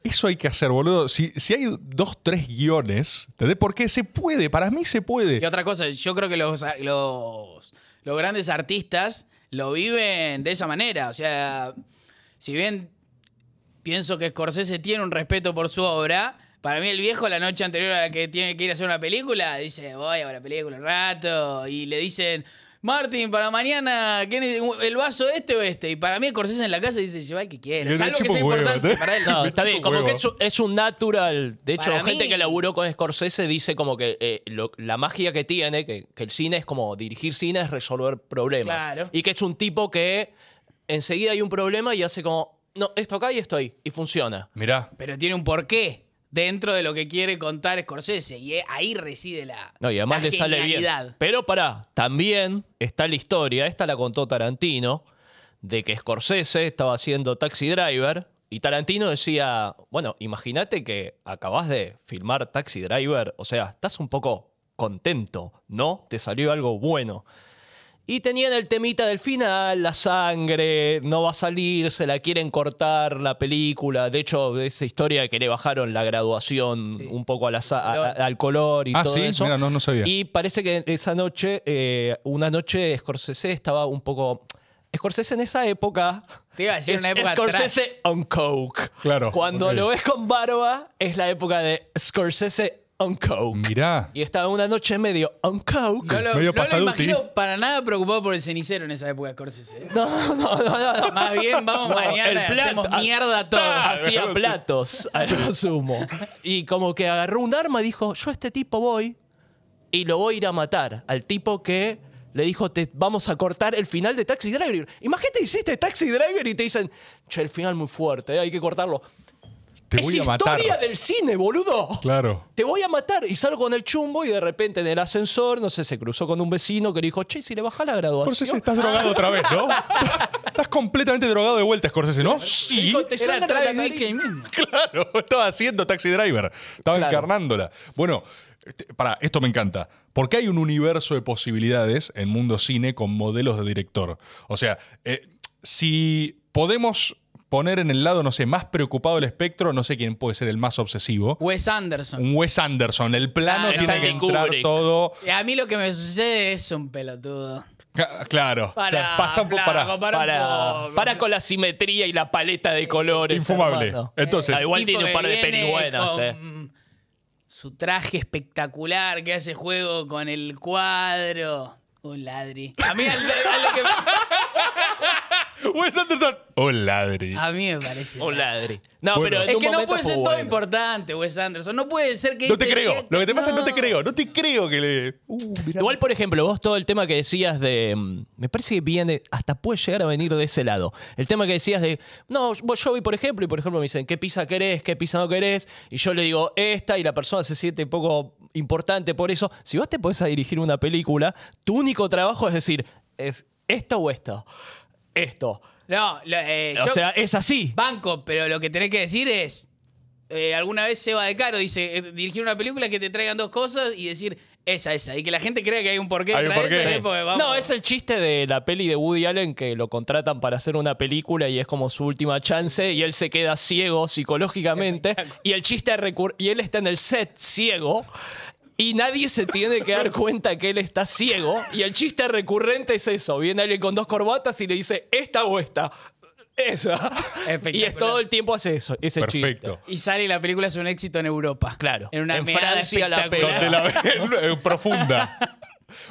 Eso hay que hacer, boludo. Si, si hay dos, tres guiones, ¿entendés? Porque se puede, para mí se
Y
puede.
otra cosa, yo creo que los, los, los grandes artistas lo viven de esa manera. O sea, si bien pienso que Scorsese tiene un respeto por su obra, para mí el viejo la noche anterior a la que tiene que ir a hacer una película, dice, voy a ver la película un rato, y le dicen... Martín, para mañana, ¿qué ne- ¿el vaso este o este? Y para mí Scorsese en la casa dice, lleva el que quiera.
Yo le
Salvo que
chupo
sea
huevo,
importante
¿eh?
para él.
No,
Me
está bien,
chupa
como
huevo.
que es un, es un natural. De hecho,
Para
gente
mí-
que laburó con Scorsese dice como que eh, lo- la magia que tiene, que, que el cine es como dirigir cine, es resolver problemas.
Claro.
Y que es un tipo que enseguida hay un problema y hace como, no, esto acá y esto ahí, y funciona.
Mirá.
pero tiene un porqué dentro de lo que quiere contar Scorsese y eh, ahí reside la
No, y además
la
le sale bien.
genialidad.
Pero pará, también está la historia, esta la contó Tarantino, de que Scorsese estaba haciendo Taxi Driver y Tarantino decía, bueno, imagínate que acabás de filmar Taxi Driver, o sea, estás un poco contento, ¿no? Te salió algo bueno. Y tenían el temita del final, la sangre, no va a salir, se la quieren cortar la película. De hecho, esa historia que le bajaron la graduación
Sí.
un poco a la sa- a- a- al color y
Ah,
todo
sí,
eso.
mira, no, no sabía.
Y parece que esa noche, eh, una noche, Scorsese estaba un poco. Scorsese en esa época.
Te iba a decir
es
una época
Scorsese on coke.
Claro,
Cuando
ok.
lo ves con barba, es la época de Scorsese on coke.
Mirá.
Y estaba una noche medio on coke.
No
Medio
lo, no lo
pasaduti.
imagino para nada preocupado por el cenicero en esa época de Scorsese. ¿eh?
No, no, no, no. no.
Más bien, vamos
No,
mañana y
plato-
hacemos mierda todo.
Ah, Hacía platos, a lo sumo. Y como que agarró un arma y dijo, yo a este tipo voy y lo voy a ir a matar. Al tipo que le dijo, te vamos a cortar el final de Taxi Driver. Imagínate, hiciste Taxi Driver y te dicen, che, el final muy fuerte, ¿eh? hay que cortarlo.
Te
es
voy a matar.
historia del cine, boludo.
Claro.
Te voy a matar. Y salgo con el chumbo y de repente en el ascensor, no sé, se cruzó con un vecino que le dijo, che, si le bajás la graduación.
Scorsese, estás drogado otra vez, ¿no? estás completamente drogado de vuelta, Scorsese, ¿no? Sí.
Digo, te
Era
sangra la
Travis
nariz.
Bickle mismo.
Claro, estaba haciendo Taxi Driver. Estaba
Claro.
encarnándola. Bueno, para, esto me encanta. Porque hay un universo de posibilidades en mundo cine con modelos de director. O sea, eh, si podemos poner en el lado, no sé, más preocupado el espectro, no sé quién puede ser el más obsesivo.
Wes Anderson.
Un Wes Anderson. El plano
Ah,
tiene que
Stanley
entrar
Kubrick.
todo.
Y a mí lo que me sucede es un pelotudo.
Ca- Claro.
Pará,
O sea, pasa un po-
flaco,
pará.
pará un
Para,
poco.
para con la simetría y la paleta de colores.
Infumable.
hermano.
Entonces,
Ah, igual
Tipo
tiene un
que
par de
viene
pelis buenas,
con
eh.
Su traje espectacular que hace juego con el cuadro. Un ladri. A mí, al- a lo que me-
Wes Anderson. Oh, ladri.
a mí me parece.
Un ladri. No,
Bueno.
pero en
Es
un
que no
momento
puede ser
estuvo
todo
bueno.
importante, Wes Anderson. No puede ser que.
No te creo. Lo que te pasa es que no te creo. No te creo que le. Uh, mirá.
Igual, por ejemplo, vos todo el tema que decías de. mm, Me parece que viene. Hasta puede llegar a venir de ese lado. El tema que decías de. No, vos yo vi, por ejemplo, y por ejemplo me dicen, ¿qué pizza querés? ¿Qué pizza no querés? Y yo le digo, esta, y la persona se siente un poco importante por eso. Si vos te podés a dirigir una película, tu único trabajo es decir, ¿es esto o esto? Esto.
No, lo- eh,
o
yo
sea, es así.
banco, pero lo que tenés que decir es. eh, alguna vez Seba de Caro dice eh, dirigir una película que te traigan dos cosas y decir esa, esa. Y que la gente crea que hay un porqué
Hay un
detrás
porqué.
de eso,
Sí.
¿eh? Porque vamos-
No, es el chiste de la peli de Woody Allen que lo contratan para hacer una película y es como su última chance y él se queda ciego psicológicamente y el chiste recur- y él está en el set ciego y nadie se tiene que dar cuenta que él está ciego y el chiste recurrente es eso, viene alguien con dos corbatas y le dice esta o esta. Esa. Y es
Espectacular.
todo el tiempo hace eso, ese
Perfecto.
chiste.
Y sale y la película es un éxito en Europa.
Claro.
En una
En
meada
Francia la
espectacular.
Donde la ven, eh, profunda.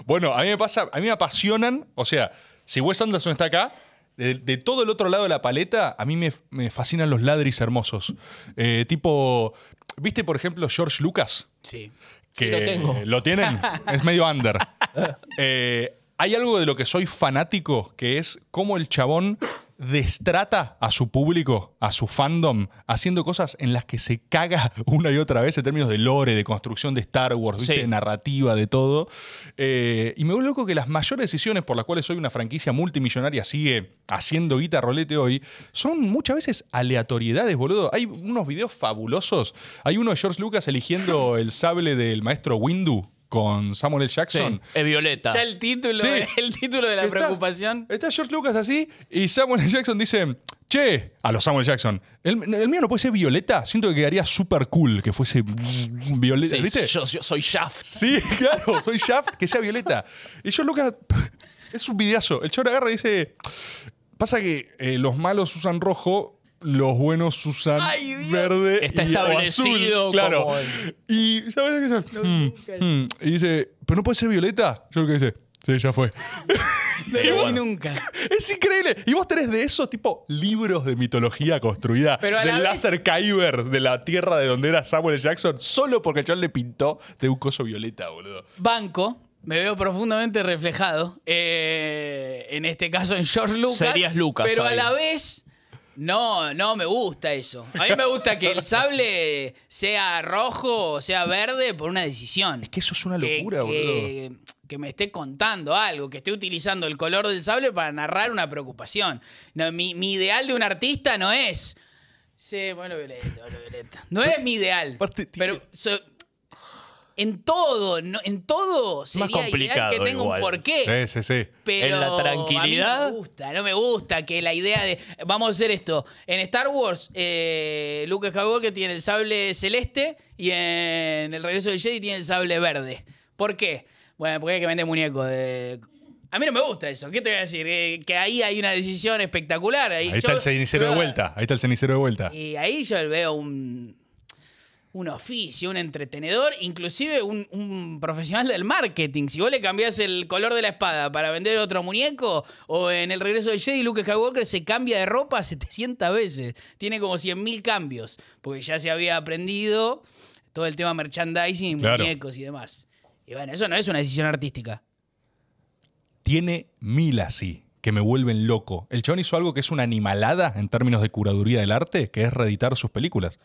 Bueno, a mí me pasa, a mí me apasionan, o sea, si Wes Anderson está acá, de, de todo el otro lado de la paleta, a mí me, me fascinan los ladris hermosos. Eh, tipo, ¿viste por ejemplo George Lucas?
Sí.
que
lo tengo.
eh, lo tienen, es medio under. Eh, hay algo de lo que soy fanático, que es cómo el chabón destrata a su público, a su fandom, haciendo cosas en las que se caga una y otra vez en términos de lore, de construcción de Star Wars, ¿viste?
Sí.
de narrativa, de todo. Eh, y me vuelvo loco que las mayores decisiones por las cuales hoy una franquicia multimillonaria sigue haciendo guita rolete hoy son muchas veces aleatoriedades, boludo. Hay unos videos fabulosos. Hay uno de George Lucas eligiendo el sable del maestro Windu con Samuel L.
Sí,
Jackson.
es Violeta.
Ya el título,
Sí.
de- el título de la
Está-
preocupación.
Está George Lucas así y Samuel L. Jackson dice, che, a los Samuel Jackson, el, el mío no puede ser violeta, siento que quedaría súper cool que fuese violeta,
Sí,
¿viste?
yo- yo soy Shaft.
Sí, claro, soy Shaft, que sea Violeta. Y yo, Lucas, es un videazo. El chorro agarra y dice: Pasa que eh, los malos usan rojo, los buenos usan
Ay, Dios.
verde.
Está
y- o
establecido
azul, claro.
como el-
Y, ¿sabes qué es eso? Hmm,
nunca.
hmm. Y dice: ¿Pero no puede ser Violeta? Yo lo que dice: Sí, ya fue.
Pero
bueno.
nunca.
Es increíble. Y vos tenés de esos tipo libros de mitología construida
Pero a la
del
vez-
láser Kyber de la tierra de donde era Samuel L. Jackson, solo porque el chabón le pintó de un coso violeta, boludo.
Banco, me veo profundamente reflejado. eh, en este caso en George Lucas.
Serías Lucas
Pero
ahí.
a la vez. No, no me gusta eso. A mí me gusta que el sable sea rojo o sea verde por una decisión.
Que eso es una
que-
locura, boludo.
que, que me esté contando algo, que esté utilizando el color del sable para narrar una preocupación. No, mi, mi ideal de un artista no es. Sí, bueno, violeta, bueno, violeta. No es mi ideal.
Aparte, tiene-
Pero so- en todo, no- en todo sería ideal
complicado
que tenga
igual.
un porqué.
Sí, sí, sí.
Pero
En la
A
tranquilidad.
mí no me gusta, no me gusta que la idea de. Vamos a hacer esto. En Star Wars, eh, Luke Skywalker tiene el sable celeste y en El Regreso del Jedi tiene el sable verde. ¿Por qué? Bueno, porque hay que vender muñecos. de- A mí no me gusta eso. ¿Qué te voy a decir? Eh, que ahí hay una decisión espectacular. Ahí,
Ahí
yo-
está el cenicero de
yo-
vuelta. Ahí está el cenicero de vuelta.
y ahí yo veo un, un oficio, un entretenedor, inclusive un, un profesional del marketing. Si vos le cambiás el color de la espada para vender otro muñeco, o en el regreso de Jedi, Luke Skywalker se cambia de ropa 700 veces. Tiene como 100.000 cambios, porque ya se había aprendido todo el tema merchandising,
Claro.
muñecos y demás. Y bueno, eso no es una decisión artística.
Tiene mil así que me vuelven loco. El chabón hizo algo que es una animalada en términos de curaduría del arte, que es reeditar sus películas.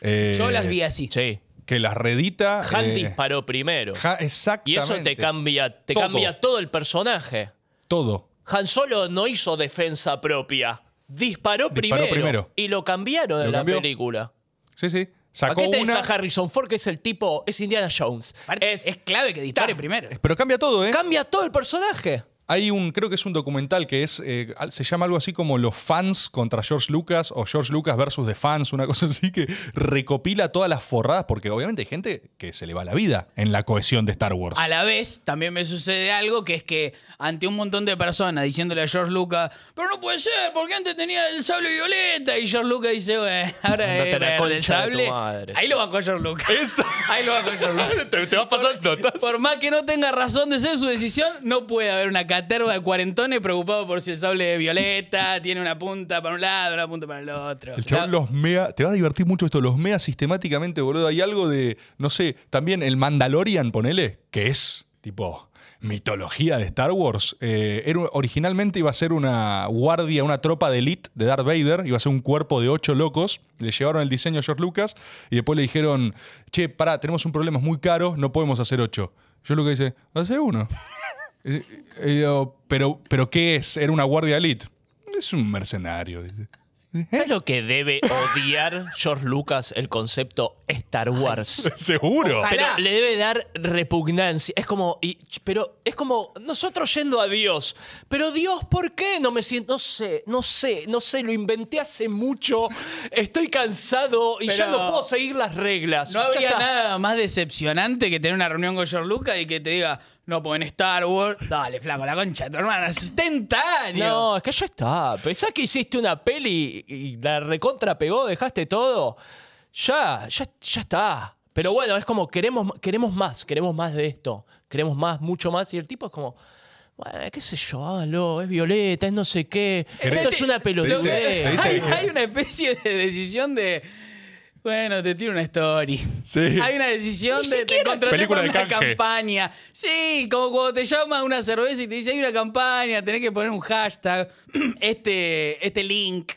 eh,
Yo las vi así.
Sí.
Que las redita.
Han
eh,
disparó primero.
Ja- exactamente.
y eso te cambia, te
Todo.
cambia todo el personaje.
Todo.
Han Solo no hizo defensa propia. Disparó,
Disparó
primero,
primero.
Y lo cambiaron en
Lo
la
cambió.
película.
Sí, sí.
Aquí
Sacó
tenés
una.
a Harrison Ford, que es el tipo. Es Indiana Jones.
Aparte,
Es-
Es, clave que dispare
Ta.
primero.
Pero cambia todo, ¿eh?
Cambia todo el personaje.
Hay un, creo que es un documental que es, eh, al- se llama algo así como Los fans contra George Lucas o George Lucas versus The fans, una cosa así que recopila todas las forradas, porque obviamente hay gente que se le va la vida en la cohesión de Star Wars.
A la vez, también me sucede algo que es que ante un montón de personas diciéndole a George Lucas, pero no puede ser, porque antes tenía el sable violeta. Y George Lucas dice, bueno, ahora
Andate
es
a la
verde
concha de
el
tu
sable.
madre.
Ahí lo bancó George Lucas. Ahí lo bancó George Lucas.
te, te va pasando. estás-
Por más que no tenga razón de ser su decisión, no puede haber una caterva de cuarentones preocupado por si el sable es violeta, tiene una punta para un lado, una punta para el otro.
El chabón
La-
los mea, te va a divertir mucho esto, los mea sistemáticamente, boludo. Hay algo de, no sé, también el Mandalorian, ponele, que es tipo mitología de Star Wars. Eh, era- originalmente iba a ser una guardia, una tropa de elite de Darth Vader, iba a ser un cuerpo de ocho locos. Le llevaron el diseño a George Lucas y después le dijeron, che, pará, tenemos un problema, es muy caro, no podemos hacer ocho. Yo lo que dice, hace uno. Eh, eh, yo, pero, pero ¿qué es? Era una guardia elite. Es un mercenario, dice.
¿Sabes lo que debe odiar George Lucas el concepto Star Wars?
Seguro.
Ojalá.
Pero le debe dar repugnancia. Es como, y- pero es como nosotros yendo a Dios. Pero Dios, ¿por qué no me siento? No sé, no sé, no sé. Lo inventé hace mucho. Estoy cansado y ya
Pero-
no puedo seguir las reglas.
No
Ya
habría
está.
nada más decepcionante que tener una reunión con George Lucas y que te diga, no, pues en Star Wars, dale, flaco, la concha de tu hermana, 70 años.
No, es que ya está. Pensás que hiciste una peli y- y la recontra pegó, dejaste todo. Ya, ya, ya está. Pero bueno, es como queremos, queremos más, queremos más de esto. Queremos más, mucho más. Y el tipo es como, bueno, qué sé yo, háganlo, es violeta, es no sé qué. Esto es una
Lo que-
pelotudez.
dice
Este hay,
que-
hay una especie de decisión de. Bueno, te tiro una story.
Sí.
Hay una decisión
Ni
de te
siquiera-
contraté
Película
por
de
una
canje.
campaña. Sí, como cuando te llama una cerveza y te dice hay una campaña, tenés que poner un hashtag, este, este link.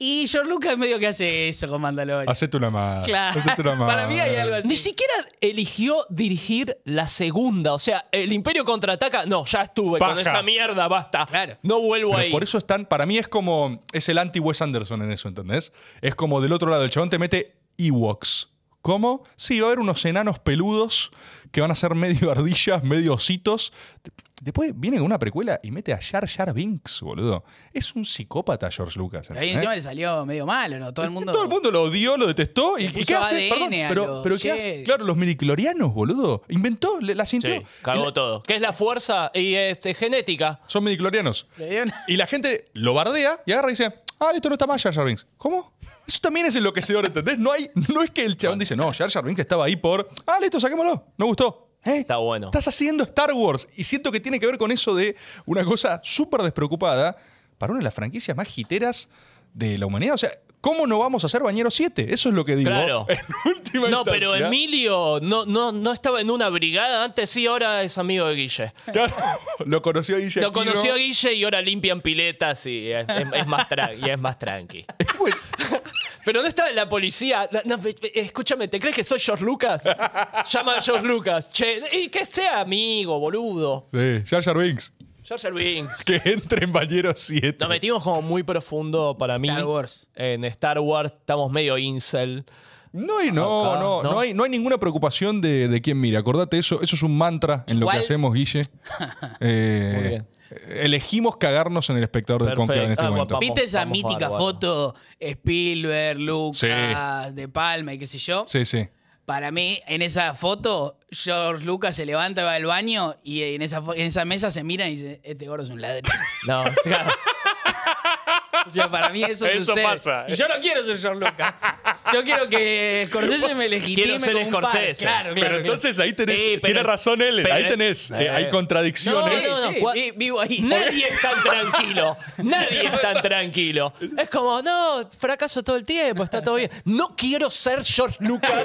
Y George Lucas medio que hace eso con Mandalorian.
Hacete una más.
Claro.
Hacete una más.
Para mí hay algo así.
Ni siquiera eligió dirigir la segunda. O sea, el Imperio contraataca. No, ya estuve con
Paja.
esa mierda, basta.
Claro.
No vuelvo
Pero
ahí.
por eso están, para mí es como, es el anti-Wes Anderson en eso, ¿entendés? Es como del otro lado, el chabón te mete Ewoks. ¿Cómo? Sí, va a haber unos enanos peludos que van a ser medio ardillas, medio ositos. De- Después viene con una precuela y mete a Jar Jar Binks, boludo. Es un psicópata George Lucas.
Pero ahí
¿entendés?
encima le salió medio malo, ¿no? Todo el mundo.
¿eh? Todo el mundo lo odió, lo detestó. ¿Y,
Le
y
puso
qué hace?
ADN
Perdón,
a
pero,
los
pero ¿qué hace?
Jedi.
Claro, los miniclorianos, boludo. Inventó, le- la sintió.
Sí, cagó
Y la-
todo. ¿Qué es la fuerza y este, genética?
son miniclorianos.
Le dio una-
Y la gente lo bardea y agarra y dice, ah, esto no está mal, Jar Jar Binks. ¿Cómo? Eso también es enloquecedor, ¿entendés? No, hay, no es que el chabón dice, no, Jar Jar Binks estaba ahí por, ah, listo, saquémoslo, no gustó. Eh,
Está bueno.
Estás haciendo Star Wars y siento que tiene que ver con eso de una cosa súper despreocupada para una de las franquicias más jiteras de la humanidad. O sea, ¿cómo no vamos a hacer Bañero 7? Eso es lo que digo.
Claro.
En última
No, pero
instancia.
Emilio no, no, no estaba en una brigada antes, sí, ahora es amigo de Guille.
Claro, lo conoció Guille.
Lo
Aquino.
conoció Guille y ahora limpian piletas y es, es- es más, tra- y es más tranqui.
Bueno,
Pero no estaba en la policía. No, no, escúchame, ¿te crees que soy George Lucas? Llama a George Lucas. Che, y que sea amigo, boludo.
Sí, Jar Jar Binks.
George Binks.
Que entre en Bañero 7.
Nos metimos como muy profundo para mí.
Star Wars.
En Star Wars estamos medio incel.
No, y no,
Acá,
no,
¿no?
no hay, no hay ninguna preocupación de, de quién mira. Acordate eso, eso es un mantra en lo
Igual-
que hacemos, Guille. Eh,
Muy bien.
elegimos cagarnos en el espectador del
Perfecto.
conclave en este
Ah,
momento.
guapa.
¿Viste esa
vamos
mítica
bárbaro.
foto Spielberg, Lucas,
Sí.
De Palma y qué sé yo?
Sí, sí.
Para mí, en esa foto, George Lucas se levanta, va al baño y en esa, fo- en esa mesa se miran y dicen, este gordo es un ladrón.
No, o sea,
O sea, para mí eso,
Eso
sucede.
pasa.
Y yo no quiero ser George Lucas. Yo quiero que Scorsese me legitime
Quiero ser
como un
Scorsese.
par. Claro, claro.
pero
claro.
entonces ahí tenés,
Sí, pero-
tiene razón él,
pero-
ahí tenés, eh,
Eh.
hay
No,
contradicciones.
no, no,
Sí,
cua-
sí.
vivo ahí.
Nadie es tan tranquilo. Nadie es tan tranquilo. Es como, no, fracaso todo el tiempo, está todo bien. No quiero ser George Lucas.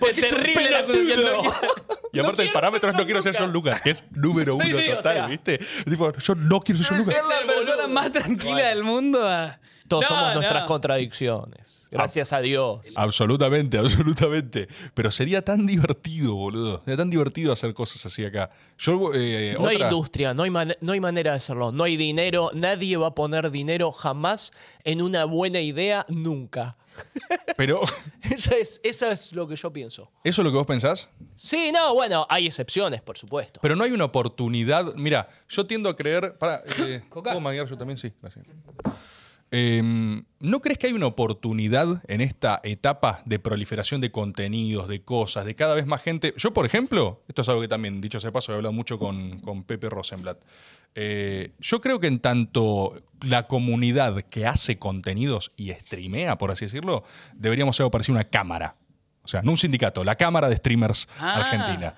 Porque es un
terrible la
pelotudo.
acusación,
Y aparte el parámetro es no quiero ser John Lucas, que es número uno
Sí, sí, o
total,
sea.
¿viste? Tipo, yo no quiero ser John Lucas.
Ser la persona más tranquila del mundo. ah. a-
Todos
No,
somos
no.
nuestras contradicciones. Gracias a Dios.
Eh, Absolutamente, absolutamente. Pero sería tan divertido, boludo. Sería tan divertido hacer cosas así acá. Yo, eh,
No hay
otra-
industria, no hay, man- no hay manera de hacerlo, no hay dinero, nadie va a poner dinero jamás en una buena idea, nunca.
Pero,
Eso es, eso es lo que yo pienso.
¿eso es lo que vos pensás?
Sí, no, bueno, hay excepciones, por supuesto.
Pero no hay una oportunidad. Mira, yo tiendo a creer. Para,
Coca.
¿Puedo manguear yo también? Sí, gracias. Em, ¿No crees que hay una oportunidad en esta etapa de proliferación de contenidos, de cosas, de cada vez más gente? Yo, por ejemplo, esto es algo que también, dicho sea de paso, he hablado mucho con, con Pepe Rosenblatt. Eh, yo creo que en tanto la comunidad que hace contenidos y streamea, por así decirlo, deberíamos ser algo parecido a una cámara. O sea, no un sindicato, la Cámara de Streamers
Ah.
Argentina.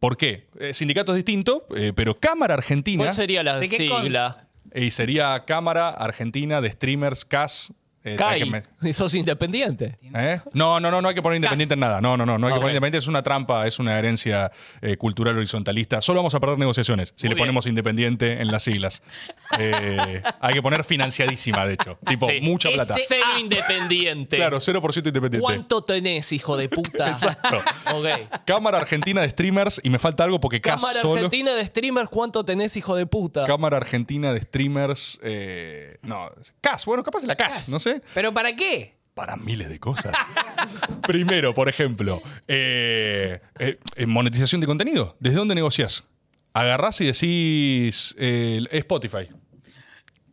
¿Por qué? Eh, sindicato es distinto, eh, pero Cámara Argentina.
¿Cuál sería la
¿De qué
sigla?
Y sería Cámara Argentina de Streamers CAS. eh, hay que
CAI.
me-
Sos independiente.
¿Eh? No, no, no, no hay que poner independiente en nada. No, no, no, no hay que
Ok.
poner independiente. Es una trampa, es una herencia eh, cultural horizontalista. Solo vamos a perder negociaciones si
Muy
le ponemos independiente en las siglas. Eh, hay que poner financiadísima, de hecho. Tipo,
Ah, Sí.
mucha plata.
Ese-
Cero independiente.
Claro, 0% independiente.
¿Cuánto tenés, hijo de puta?
Exacto.
Ok.
Cámara Argentina de Streamers y me falta algo porque CAS
Cámara
solo.
Argentina de streamers, ¿cuánto tenés, hijo de puta?
Cámara Argentina de Streamers. eh, no, CAS, bueno, capaz es la CAS, no sé.
¿Pero para qué?
Para miles de cosas. Primero, por ejemplo, eh, eh, eh, monetización de contenido. ¿Desde dónde negocias? Agarrás y decís eh, Spotify.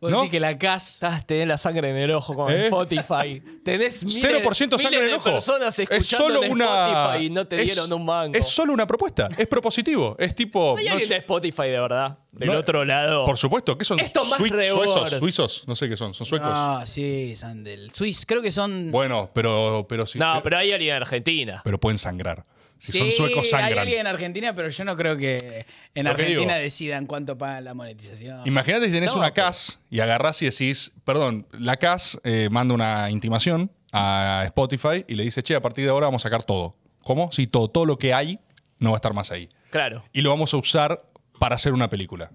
Vos
No.
decís que la casa.
Estás, tenés eh, la sangre en el ojo con
¿Eh?
Spotify. Tenés miles,
0%
miles
sangre en el
de
ojo.
personas escuchando
es solo
en
una.
Spotify y no te
es-
dieron un mango.
Es solo una propuesta. Es propositivo. Es tipo.
¿Hay
no
alguien
es-
de Spotify de verdad? Del
No,
otro lado.
por supuesto, ¿qué son?
Esto más reward.
suizos, suizos, no sé qué son, son suecos.
No, Ah, sí, Sandel. Swiss, creo que son.
Bueno, pero, pero si-
no, pero hay alguien en Argentina.
pero pueden sangrar. Si
sí,
son suecos,
Hay
sangran.
alguien en Argentina, pero yo no creo que en
Lo que
Argentina
digo.
decidan cuánto pagan la monetización.
Imagínate si tenés
No, pues.
una
pero-
CAS y agarrás y decís, perdón, la CAS eh, manda una intimación a Spotify y le dice, che, a partir de ahora vamos a sacar todo. ¿Cómo? Si todo, todo lo que hay no va a estar más ahí.
Claro.
Y lo vamos a usar para hacer una película.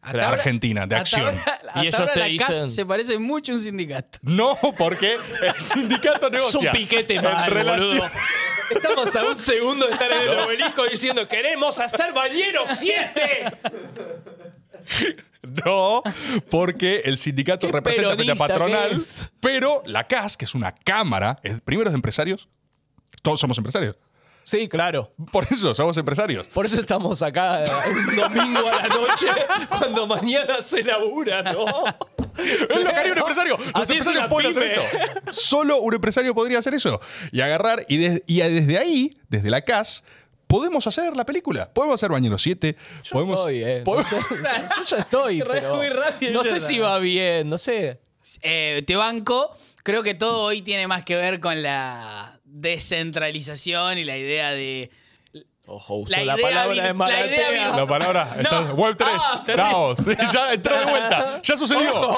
Hasta
Argentina, de
hasta
acción.
ahora- hasta
ellos
ahora
te
la casa
dicen-
se parece mucho a un sindicato.
No, porque el sindicato
Es
negocia.
un piquete
En
mal,
relación-
boludo. Estamos a un segundo de estar en el obelisco diciendo ¡Queremos hacer Bañero 7!
No, porque el sindicato
Qué
representa frente a
peronista que
patronal.
es.
Pero la CAS, que es una cámara, es- primero es de empresarios. Todos somos empresarios.
Sí, claro.
Por eso somos empresarios.
Por eso estamos acá eh, un domingo a la noche cuando mañana se labura, ¿no?
Es lo que haría un empresario. Los
Así es
empresarios
una
pueden hacer
pyme.
esto. Solo un empresario podría hacer eso. Y agarrar, y, des- y desde ahí, desde la CAS, podemos hacer la película. Podemos hacer Bañero 7. podemos,
Estoy, eh. No
podemos-
sé. Yo ya estoy,
Re-
pero
muy rápido
no
ya
sé
la-
si va bien, no sé.
Eh, te banco. Creo que todo hoy tiene más que ver con la descentralización y la idea de.
Ojo, uso
La
la,
idea vir-
palabra
la
de Maratea.
idea vir-
La palabra. está- Web 3.
Ah,
Davos. ya entró de vuelta. Ya sucedió.
Oh.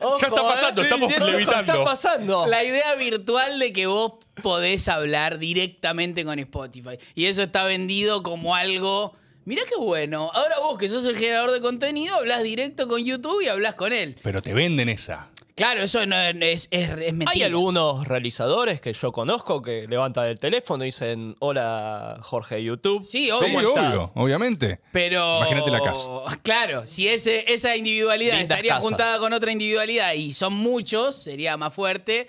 Ojo,
Ya está pasando,
eh,
estamos
diciendo, ojo,
levitando.
Está pasando.
La idea virtual de que vos podés hablar directamente con Spotify. Y eso está vendido como algo. Mirá qué bueno. Ahora vos, que sos el generador de contenido, hablas directo con YouTube y hablas con él.
Pero te venden esa.
Claro, eso no es, es, es mentira.
Hay algunos realizadores que yo conozco que levantan el teléfono y dicen, hola Jorge de YouTube.
Sí,
Sí,
obvio.
¿Cómo estás?
obvio, obviamente.
Pero.
Imagínate la casa.
Claro, si ese, esa individualidad
Lindas
estaría
casas.
juntada con otra individualidad y son muchos, sería más fuerte.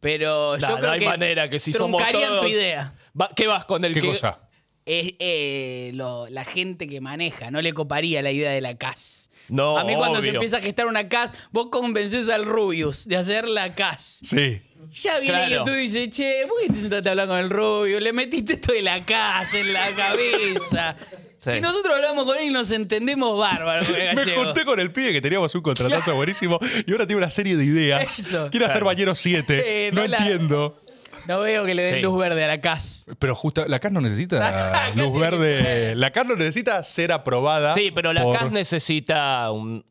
Pero
Nah,
yo
no
creo
hay
que.
manera que si somos
truncarían
todos-
tu idea.
Va- ¿Qué vas con el
¿Qué
que-
cosa?
Es eh, lo- la gente que maneja, no le coparía la idea de la CAS.
No,
A mí cuando se
obvio.
empieza a gestar una CAS, vos convences al Rubius de hacer la CAS.
Sí.
Ya viene
Claro.
YouTube y dice, che, ¿por qué te sentaste a hablar con el Rubius? Le metiste esto de la CAS en la cabeza.
Sí.
Si nosotros hablamos con él y nos entendemos bárbaro con
Me
el gallego.
junté con el pibe que teníamos un contratazo buenísimo y ahora tiene una serie de ideas.
Eso.
Quiere hacer
Claro.
Bañero 7.
Eh,
no
no la-
entiendo.
No veo que le den
Sí.
luz verde a la CAS.
Pero justo, la CAS no necesita
La CAS
luz
tiene
verde. La CAS no necesita ser aprobada.
Sí, pero la
Ah, por-
CAS necesita un,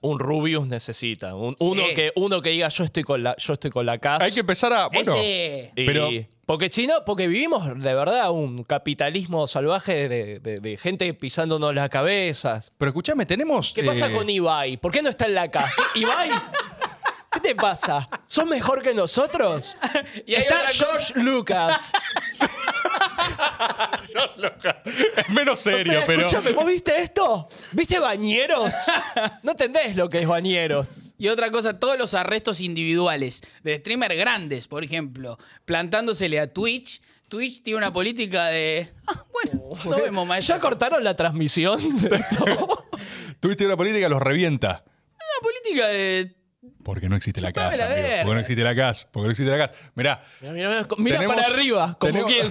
un Rubius necesita. un- uno, que, uno que diga yo estoy con la, yo estoy con la CAS.
Hay que empezar a. Bueno,
Ese...
Y-
Pero-
porque si no, porque vivimos de verdad un capitalismo salvaje de, de- de gente pisándonos las cabezas.
pero escúchame, tenemos.
¿Qué pasa
eh,
con Ibai? ¿Por qué no está en la CAS? ¿Qué- ¿Ibai? te pasa? ¿Son mejor que nosotros?
Y hay
Está
otra cosa-
George Lucas.
Es menos serio,
O sea,
pero.
Escúchame, ¿vos viste esto? ¿Viste bañeros? No entendés lo que es bañeros.
Y otra cosa, todos los arrestos individuales de streamers grandes, por ejemplo, plantándosele a Twitch. Twitch tiene una política de. "Ah, bueno, no vemos más.
¿Ya cortaron la transmisión?
Tuviste una política, los revienta.
Una política de.
Porque no existe la
Chupame
casa,
la
amigo.
verga.
Porque no existe la casa. Porque no existe la casa. Mirá,
Mira, mira, mira
Tenemos-
para arriba, como
tenemos-
quien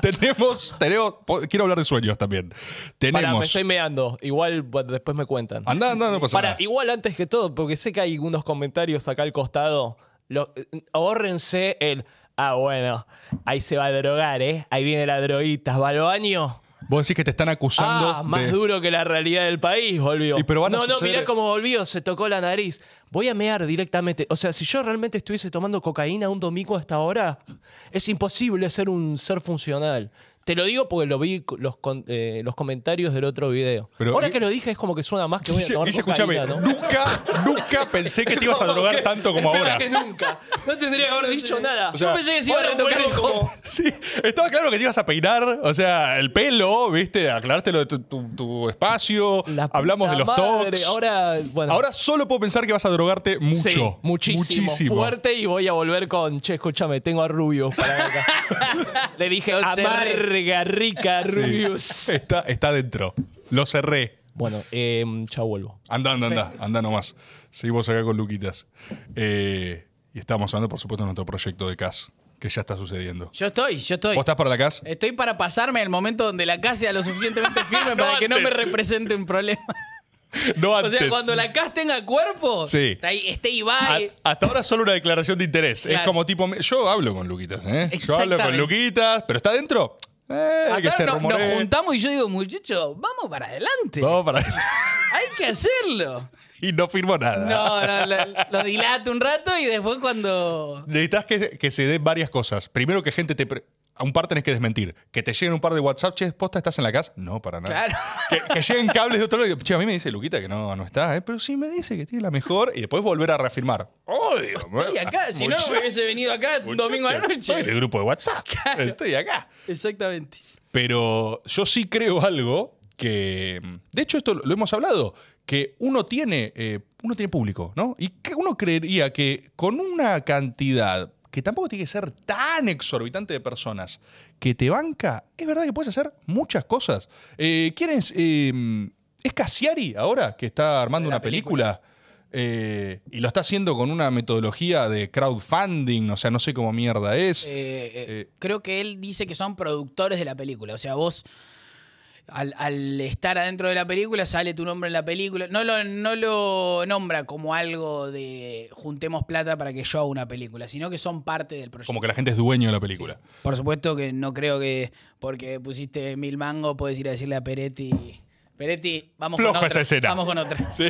tenemos, tenemos. po- Quiero hablar de sueños también.
Pará, me
Tenemos.
estoy meando. Igual bueno, después me cuentan.
Andá, andá, no pasa
Para,
nada.
igual antes que todo, porque sé que hay unos comentarios acá al costado. Lo, ahórrense el. Ah, bueno, ahí se va a drogar, ¿eh? Ahí viene la droguita. ¿Va al baño?
Vos decís que te están acusando.
Ah, más
de-
duro que la realidad del país, volvió.
Y pero van a
no, no,
suceder-
mirá cómo volvió, se tocó la nariz. Voy a mear directamente. O sea, si yo realmente estuviese tomando cocaína un domingo hasta ahora, es imposible ser un ser funcional. Te lo digo porque lo vi co- los, con- eh, los comentarios del otro video.
Pero-
ahora
y-
que lo dije es como que suena más que voy a
Guille,
tomar
Guille, escúchame.
cocaína, ¿no?
Nunca, nunca pensé que te ibas a drogar tanto como
Espera
ahora.
que nunca. No tendría que haber dicho nada.
O sea,
Yo pensé que se iba a
ahora
retocar el
vuelvo
como.
Sí, estaba claro que te ibas a peinar, o sea, el pelo, viste, aclarártelo de tu, tu- tu espacio.
La puta
Hablamos de los
madre,
tocs.
Ahora, bueno.
Ahora solo puedo pensar que vas a drogarte mucho.
Sí, muchísimo,
Muchísimo.
Fuerte y voy a volver con, che, escúchame, tengo a Rubius para acá. Le dije,
Lo cerré.
amarga, rica,
Sí.
Rubius.
Está, está dentro. Lo cerré.
Bueno, eh, ya vuelvo.
Anda, anda, anda, anda nomás. Seguimos acá con Luquitas. Eh, y estamos hablando, por supuesto, de nuestro proyecto de CAS, que ya está sucediendo.
Yo estoy, yo estoy.
¿Vos estás para la CAS?
Estoy para pasarme el momento donde la casa sea lo suficientemente firme para que no me
antes.
represente un problema.
No
O
antes.
sea, cuando la casa tenga cuerpo,
Sí.
está ahí, esté
A-
Ibai.
hasta ahora solo una declaración de interés. Es
Claro.
como tipo, me- yo hablo con Luquitas, ¿eh? Yo hablo con
Exactamente.
Luquitas, pero está dentro. Eh, que
Acá
se
no- nos
rumoree.
juntamos y yo digo, muchachos, vamos para adelante.
Vamos para
Hay que hacerlo.
y no firmó nada.
No, no, lo, lo dilato un rato y después cuando.
Necesitas que, que se den varias cosas. Primero que gente te... pre- A un par tenés que desmentir. Que te lleguen un par de WhatsApp, che, posta, ¿estás en la casa? No, para nada.
Claro.
Que, que lleguen cables de otro lado. Che, a mí me dice Luquita que no, no está, ¿eh? pero sí me dice que tiene la mejor. Y después volver a reafirmar. ¡Odio!
Y acá, si no,
muchacho,
no hubiese venido acá un domingo a la
muchacho, Soy
noche.
del grupo de WhatsApp. Estoy acá.
Exactamente.
Pero yo sí creo algo que. De hecho, esto lo hemos hablado, que uno tiene, eh, uno tiene público, ¿no? Y que uno creería que con una cantidad que tampoco tiene que ser tan exorbitante de personas que te banca, es verdad que puedes hacer muchas cosas. Eh, ¿Quieres. eh, es Cassiari ahora que está armando
La
una película. eh, y lo está haciendo con una metodología de crowdfunding, o sea, no sé cómo mierda es.
Eh, eh,
Eh.
creo que él dice que son productores de la película. O sea, vos, al, al estar adentro de la película, sale tu nombre en la película. No lo, no lo nombra como algo de juntemos plata para que yo haga una película, sino que son parte del proyecto.
como que la gente es dueño de la película.
Por supuesto que no creo que porque pusiste mil mangos puedes ir a decirle a Peretti. Peretti, vamos
Floja
con
esa
otra.
escena.
Vamos con otra.
Sí.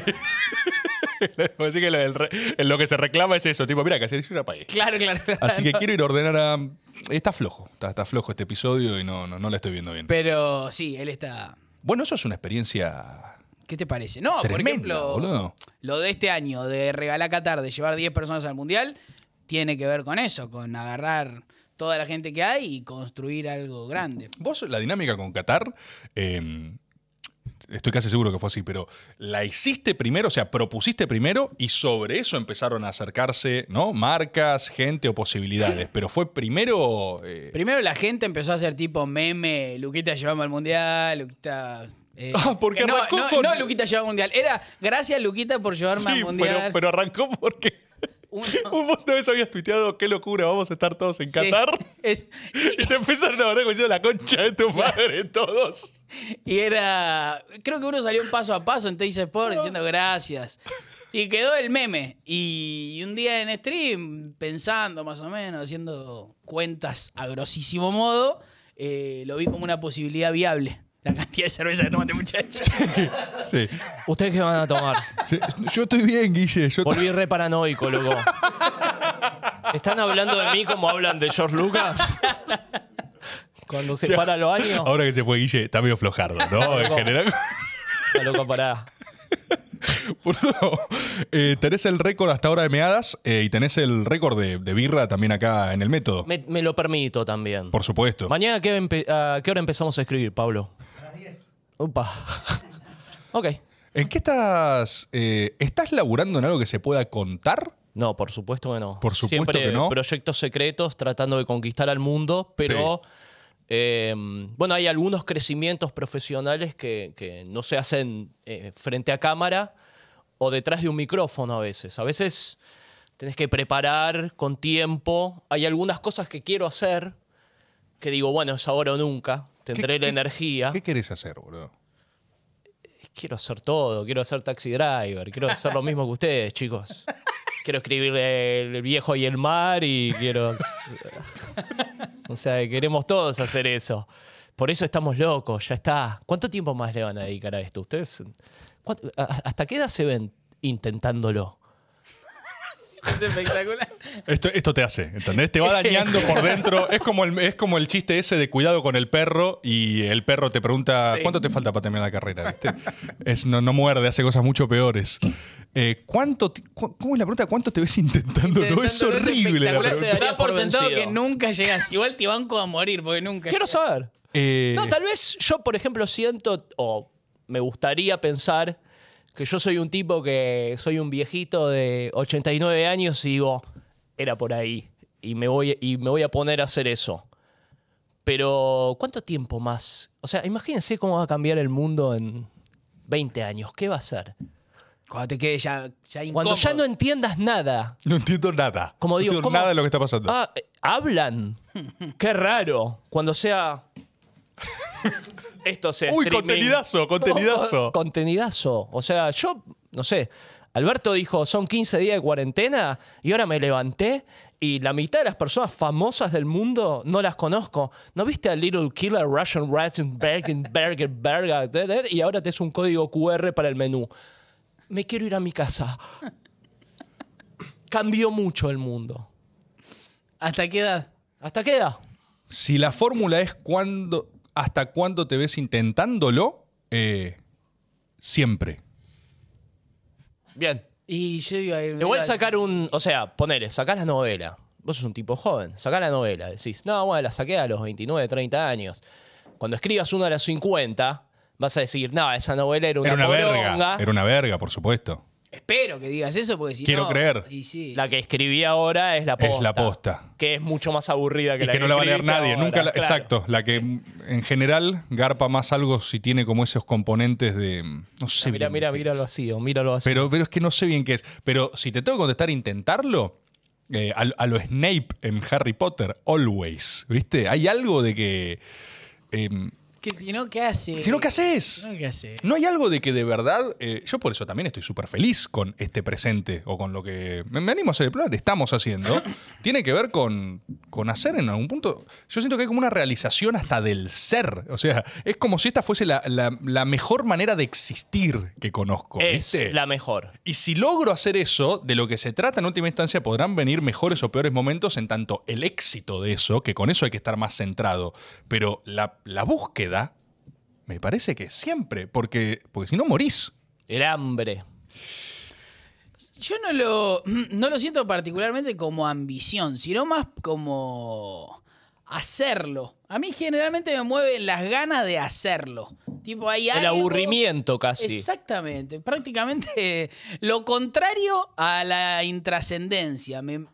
Así que lo, del re- en lo que se reclama es eso, tipo, mira, que yo una pagué.
Claro, claro, claro.
Así que quiero ir a ordenar a... Está flojo, está, está flojo este episodio y no, no, no la estoy viendo bien.
Pero sí, él está.
Bueno, eso es una experiencia
¿Qué te parece? No, Ah, por
tremenda,
ejemplo,
boludo.
lo de este año de regalar Qatar, de llevar 10 personas al mundial, tiene que ver con eso, con agarrar toda la gente que hay y construir algo grande.
Vos, la dinámica con Qatar, eh, estoy casi seguro que fue así, pero la hiciste primero, o sea, propusiste primero y sobre eso empezaron a acercarse, ¿no? Marcas, gente o posibilidades, pero fue primero... eh,
Primero la gente empezó a hacer tipo meme, Luquita llevamos al mundial, Luquita. eh,
Ah, porque
que no,
arrancó
no,
con-
no, Luquita llevaba al mundial. Era gracias Luquita por llevarme al
sí,
mundial.
pero, pero arrancó porque...
Uno-
Un Vos una vez habías tuiteado, qué locura, vamos a estar todos en
Sí.
Qatar.
Es-
Y te empezaron a hablar diciendo la concha de tu madre, todos.
y era. Creo que uno salió un paso a paso en Teis Sport diciendo gracias. Y quedó el meme. Y un día en stream, pensando más o menos, haciendo cuentas a grosísimo modo, eh, lo vi como una posibilidad viable. La cantidad de cerveza que este tomaste, muchachos.
Sí.
¿Ustedes qué van a tomar?
Yo estoy bien, Guille. Yo
Volví re paranoico, loco. ¿Están hablando de mí como hablan de George Lucas? Cuando se para los años.
Ahora que se fue Guille, está medio flojardo, ¿no? en general.
Ah, loco, pará.
Boludo, Eh, tenés el récord hasta ahora de meadas eh, y tenés el récord de, de birra también acá en el método.
Me, me lo permito también.
Por supuesto.
Mañana, ¿qué, empe- a qué hora empezamos a escribir, Pablo? A las 10. Opa. ok.
¿En qué estás? eh, ¿Estás laburando en algo que se pueda contar?
No, por supuesto que no.
Por supuesto
Siempre
que no.
proyectos secretos tratando de conquistar al mundo, pero eh, bueno, hay algunos crecimientos profesionales que, que no se hacen eh, frente a cámara o detrás de un micrófono a veces. A veces tenés que preparar con tiempo. Hay algunas cosas que quiero hacer que digo, bueno, es ahora o nunca. Tendré la
qué-
energía.
¿Qué querés hacer, boludo?
Quiero hacer todo, quiero hacer taxi driver, quiero hacer lo mismo que ustedes, chicos. Quiero escribir el viejo y el mar y quiero... O sea, queremos todos hacer eso. Por eso estamos locos, ya está. ¿Cuánto tiempo más le van a dedicar a esto? ¿Ustedes? cuánto- a- ¿Hasta qué edad se ven intentándolo?
Es espectacular.
Esto, esto te hace, ¿entendés? Te va dañando por dentro. Es como, el, es como el chiste ese de cuidado con el perro y el perro te pregunta
Sí.
¿cuánto te falta para terminar la carrera? ¿Viste? Es, no, no muerde, hace cosas mucho peores. Eh, ¿cuánto te- cu- ¿Cómo es la pregunta? ¿Cuánto te ves intentando? No, es
Intentando,
horrible la
espectacular,
pregunta.
Te da por
Por
sentado
vencido.
que nunca llegas. Igual te banco a morir porque nunca.
Quiero
llegas.
saber.
Eh,
No, tal vez yo, por ejemplo, siento o me gustaría pensar que yo soy un tipo que soy un viejito de 89 años y digo, era por ahí y me voy, y me voy a poner a hacer eso. Pero, ¿cuánto tiempo más? O sea, imagínense cómo va a cambiar el mundo en 20 años. ¿Qué va a ser?
Cuando te quedes ya, ya
Cuando ya no
incómodo.
entiendas nada.
no entiendo nada.
Como
no
digo,
entiendo
¿cómo-
nada de lo que está pasando.
Ah, eh, hablan. Qué raro. Cuando sea. Esto sea.
Uy,
streaming.
contenidazo, contenidazo.
contenidazo. O sea, yo, no sé. Alberto dijo, son 15 días de cuarentena y ahora me levanté y la mitad de las personas famosas del mundo no las conozco. ¿No viste a Little Killer Russian Russian Bergen Berger Berger? de- de- Y ahora te es un código QR para el menú. Me quiero ir a mi casa. Cambió mucho el mundo.
¿Hasta qué edad?
¿Hasta qué edad?
Si la fórmula es cuándo, hasta cuándo te ves intentándolo, eh, siempre.
Bien.
Y yo iba a ir.
Igual
mira,
sacar un. O sea, ponele, sacás la novela. Vos sos un tipo joven, sacás la novela. Decís, no, bueno, la saqué a los 29, 30 años. Cuando escribas una a los 50, vas a decir, no, esa novela era una,
Era una verga.
poronga.
Era una verga, por supuesto.
Espero que digas eso porque si
Quiero
no-
creer.
Y sí.
La que escribí ahora es la
Es
posta.
la posta.
Que es mucho más aburrida que
Y
la
que no la va a leer
escribiste
nadie.
ahora,
Nunca la-
claro.
Exacto. La que en general garpa más algo si tiene como esos componentes de. No sé.
Mira,
bien
mira,
qué
mira
es.
lo vacío, mira lo vacío.
Pero, pero es que no sé bien qué es. Pero si te tengo que contestar intentarlo, eh, a, a lo Snape en Harry Potter, always. ¿Viste? Hay algo de que. em,
Que si no, ¿qué hace?
si no, ¿qué haces?
Si no, ¿qué hace?
No hay algo de que de verdad, eh, yo por eso también estoy súper feliz con este presente o con lo que me, me animo a celebrar, estamos haciendo, tiene que ver con, con hacer en algún punto, yo siento que hay como una realización hasta del ser, o sea, es como si esta fuese la, la- la mejor manera de existir que conozco.
es
¿viste?
la mejor.
Y si logro hacer eso, de lo que se trata en última instancia, podrán venir mejores o peores momentos en tanto el éxito de eso, que con eso hay que estar más centrado. Pero la, la búsqueda, me parece que siempre, porque, porque si no morís.
El hambre.
Yo no lo, no lo siento particularmente como ambición, sino más como hacerlo. A mí generalmente me mueven las ganas de hacerlo. Tipo, hay
El
algo-
aburrimiento casi.
Exactamente, prácticamente eh, lo contrario a la intrascendencia. Me,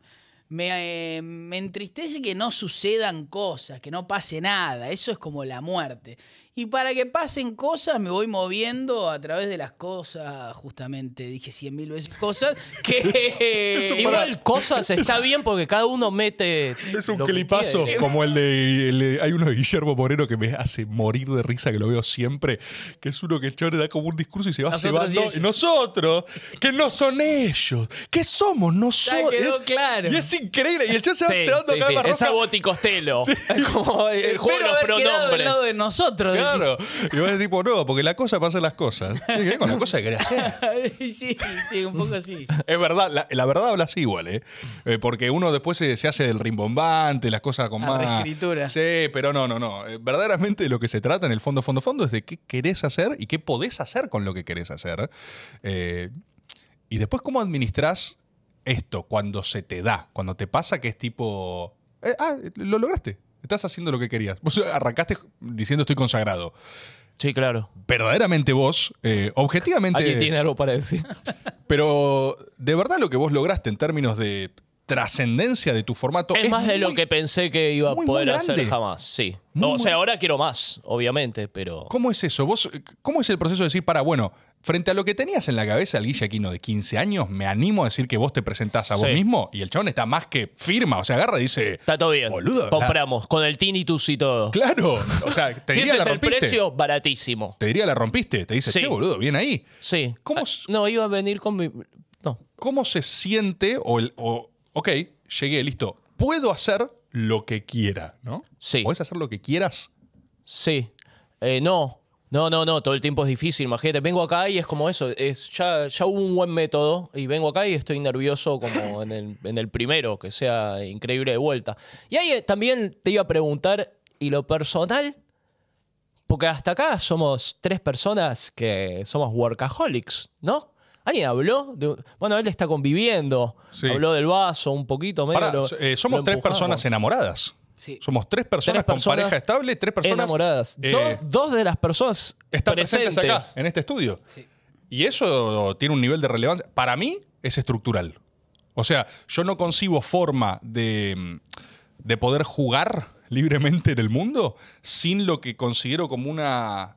me, eh, me entristece que no sucedan cosas, que no pase nada. Eso es como la muerte. Y para que pasen cosas me voy moviendo a través de las cosas, justamente, dije cien mil veces cosas, que...
eso
Igual-
Igual cosas está bien porque cada uno mete.
Es un
lo que
clipazo,
quiere.
como el de, el de- Hay uno de Guillermo Moreno que me hace morir de risa, que lo veo siempre, que es uno que chore da como un discurso y se va
Nosotros y
cebando.
ellos.
Y, nosotros, que no son ellos, que somos nosotros.
quedó
Es-
claro.
Oh, Y es increíble. Y el chavo se va
Sí,
cebando
sí,
cada
sí.
vez más
Es
roja.
Abbott y Costello. Es como el juego
Espero
de los
haber quedado del
pronombres.
lado de nosotros. decís.
Claro. Y vos decís, tipo, no, porque la cosa pasa en las cosas. Tiene que ver con la cosa que querés hacer.
sí, sí, un poco así.
Es verdad, la, la verdad hablas igual, ¿eh? Eh, Porque uno después se, se hace el rimbombante, las cosas con
La
más.
reescritura.
Sí, pero no, no, no. Eh, Verdaderamente lo que se trata en el fondo, fondo, fondo es de qué querés hacer y qué podés hacer con lo que querés hacer. Eh, Y después, ¿cómo administras esto cuando se te da? Cuando te pasa que es tipo. eh, ah, lo lograste. Estás haciendo lo que querías. Vos arrancaste diciendo estoy consagrado.
Sí, claro.
Verdaderamente vos, eh, objetivamente.
Alguien tiene algo para decir.
Pero de verdad lo que vos lograste en términos de trascendencia de tu formato
es más de lo
muy-
que pensé que iba a
muy, muy
poder hacer
grande.
jamás, sí.
Muy,
o
muy-
sea, ahora quiero más, obviamente, pero...
¿Cómo es eso? ¿Vos, eh, ¿Cómo es el proceso de decir, para, bueno, frente a lo que tenías en la cabeza el Guille Aquino de 15 años, me animo a decir que vos te presentás a vos
Sí.
mismo y el chabón está más que firma, o sea, agarra y dice,
Está todo bien.
Boludo, la-
Compramos con el tinnitus y todo.
claro, o sea, te
si
diría
ese
la
es el
rompiste.
precio, baratísimo.
Te diría la rompiste, te dice,
Sí.
che, boludo, bien ahí.
Sí.
¿Cómo
Ah,
s-
No, iba a venir con mi... No.
¿Cómo se siente o, el, o ok, llegué, listo, puedo hacer lo que quiera, ¿no?
Sí.
Podés hacer lo que quieras.
Sí. Eh, no. No, no, no. Todo el tiempo es difícil, imagínate. Vengo acá y es como eso. Es, ya, ya hubo un buen método y vengo acá y estoy nervioso como en el, en el primero, que sea increíble de vuelta. Y ahí eh, también te iba a preguntar, ¿y lo personal? Porque hasta acá somos tres personas que somos workaholics, ¿no? ¿Alguien habló? de- bueno, él está conviviendo.
Sí.
Habló del vaso un poquito. medio
Pará,
lo-
eh, somos
lo
tres
empujamos.
personas enamoradas.
Sí.
Somos tres personas, con
personas
pareja estable, tres personas
enamoradas.
eh,
dos, dos de las personas
están presentes.
presentes.
acá, en este estudio. Y eso tiene un nivel de relevancia. Para mí es estructural. O sea, yo no concibo forma de, de poder jugar libremente en el mundo sin lo que considero como una,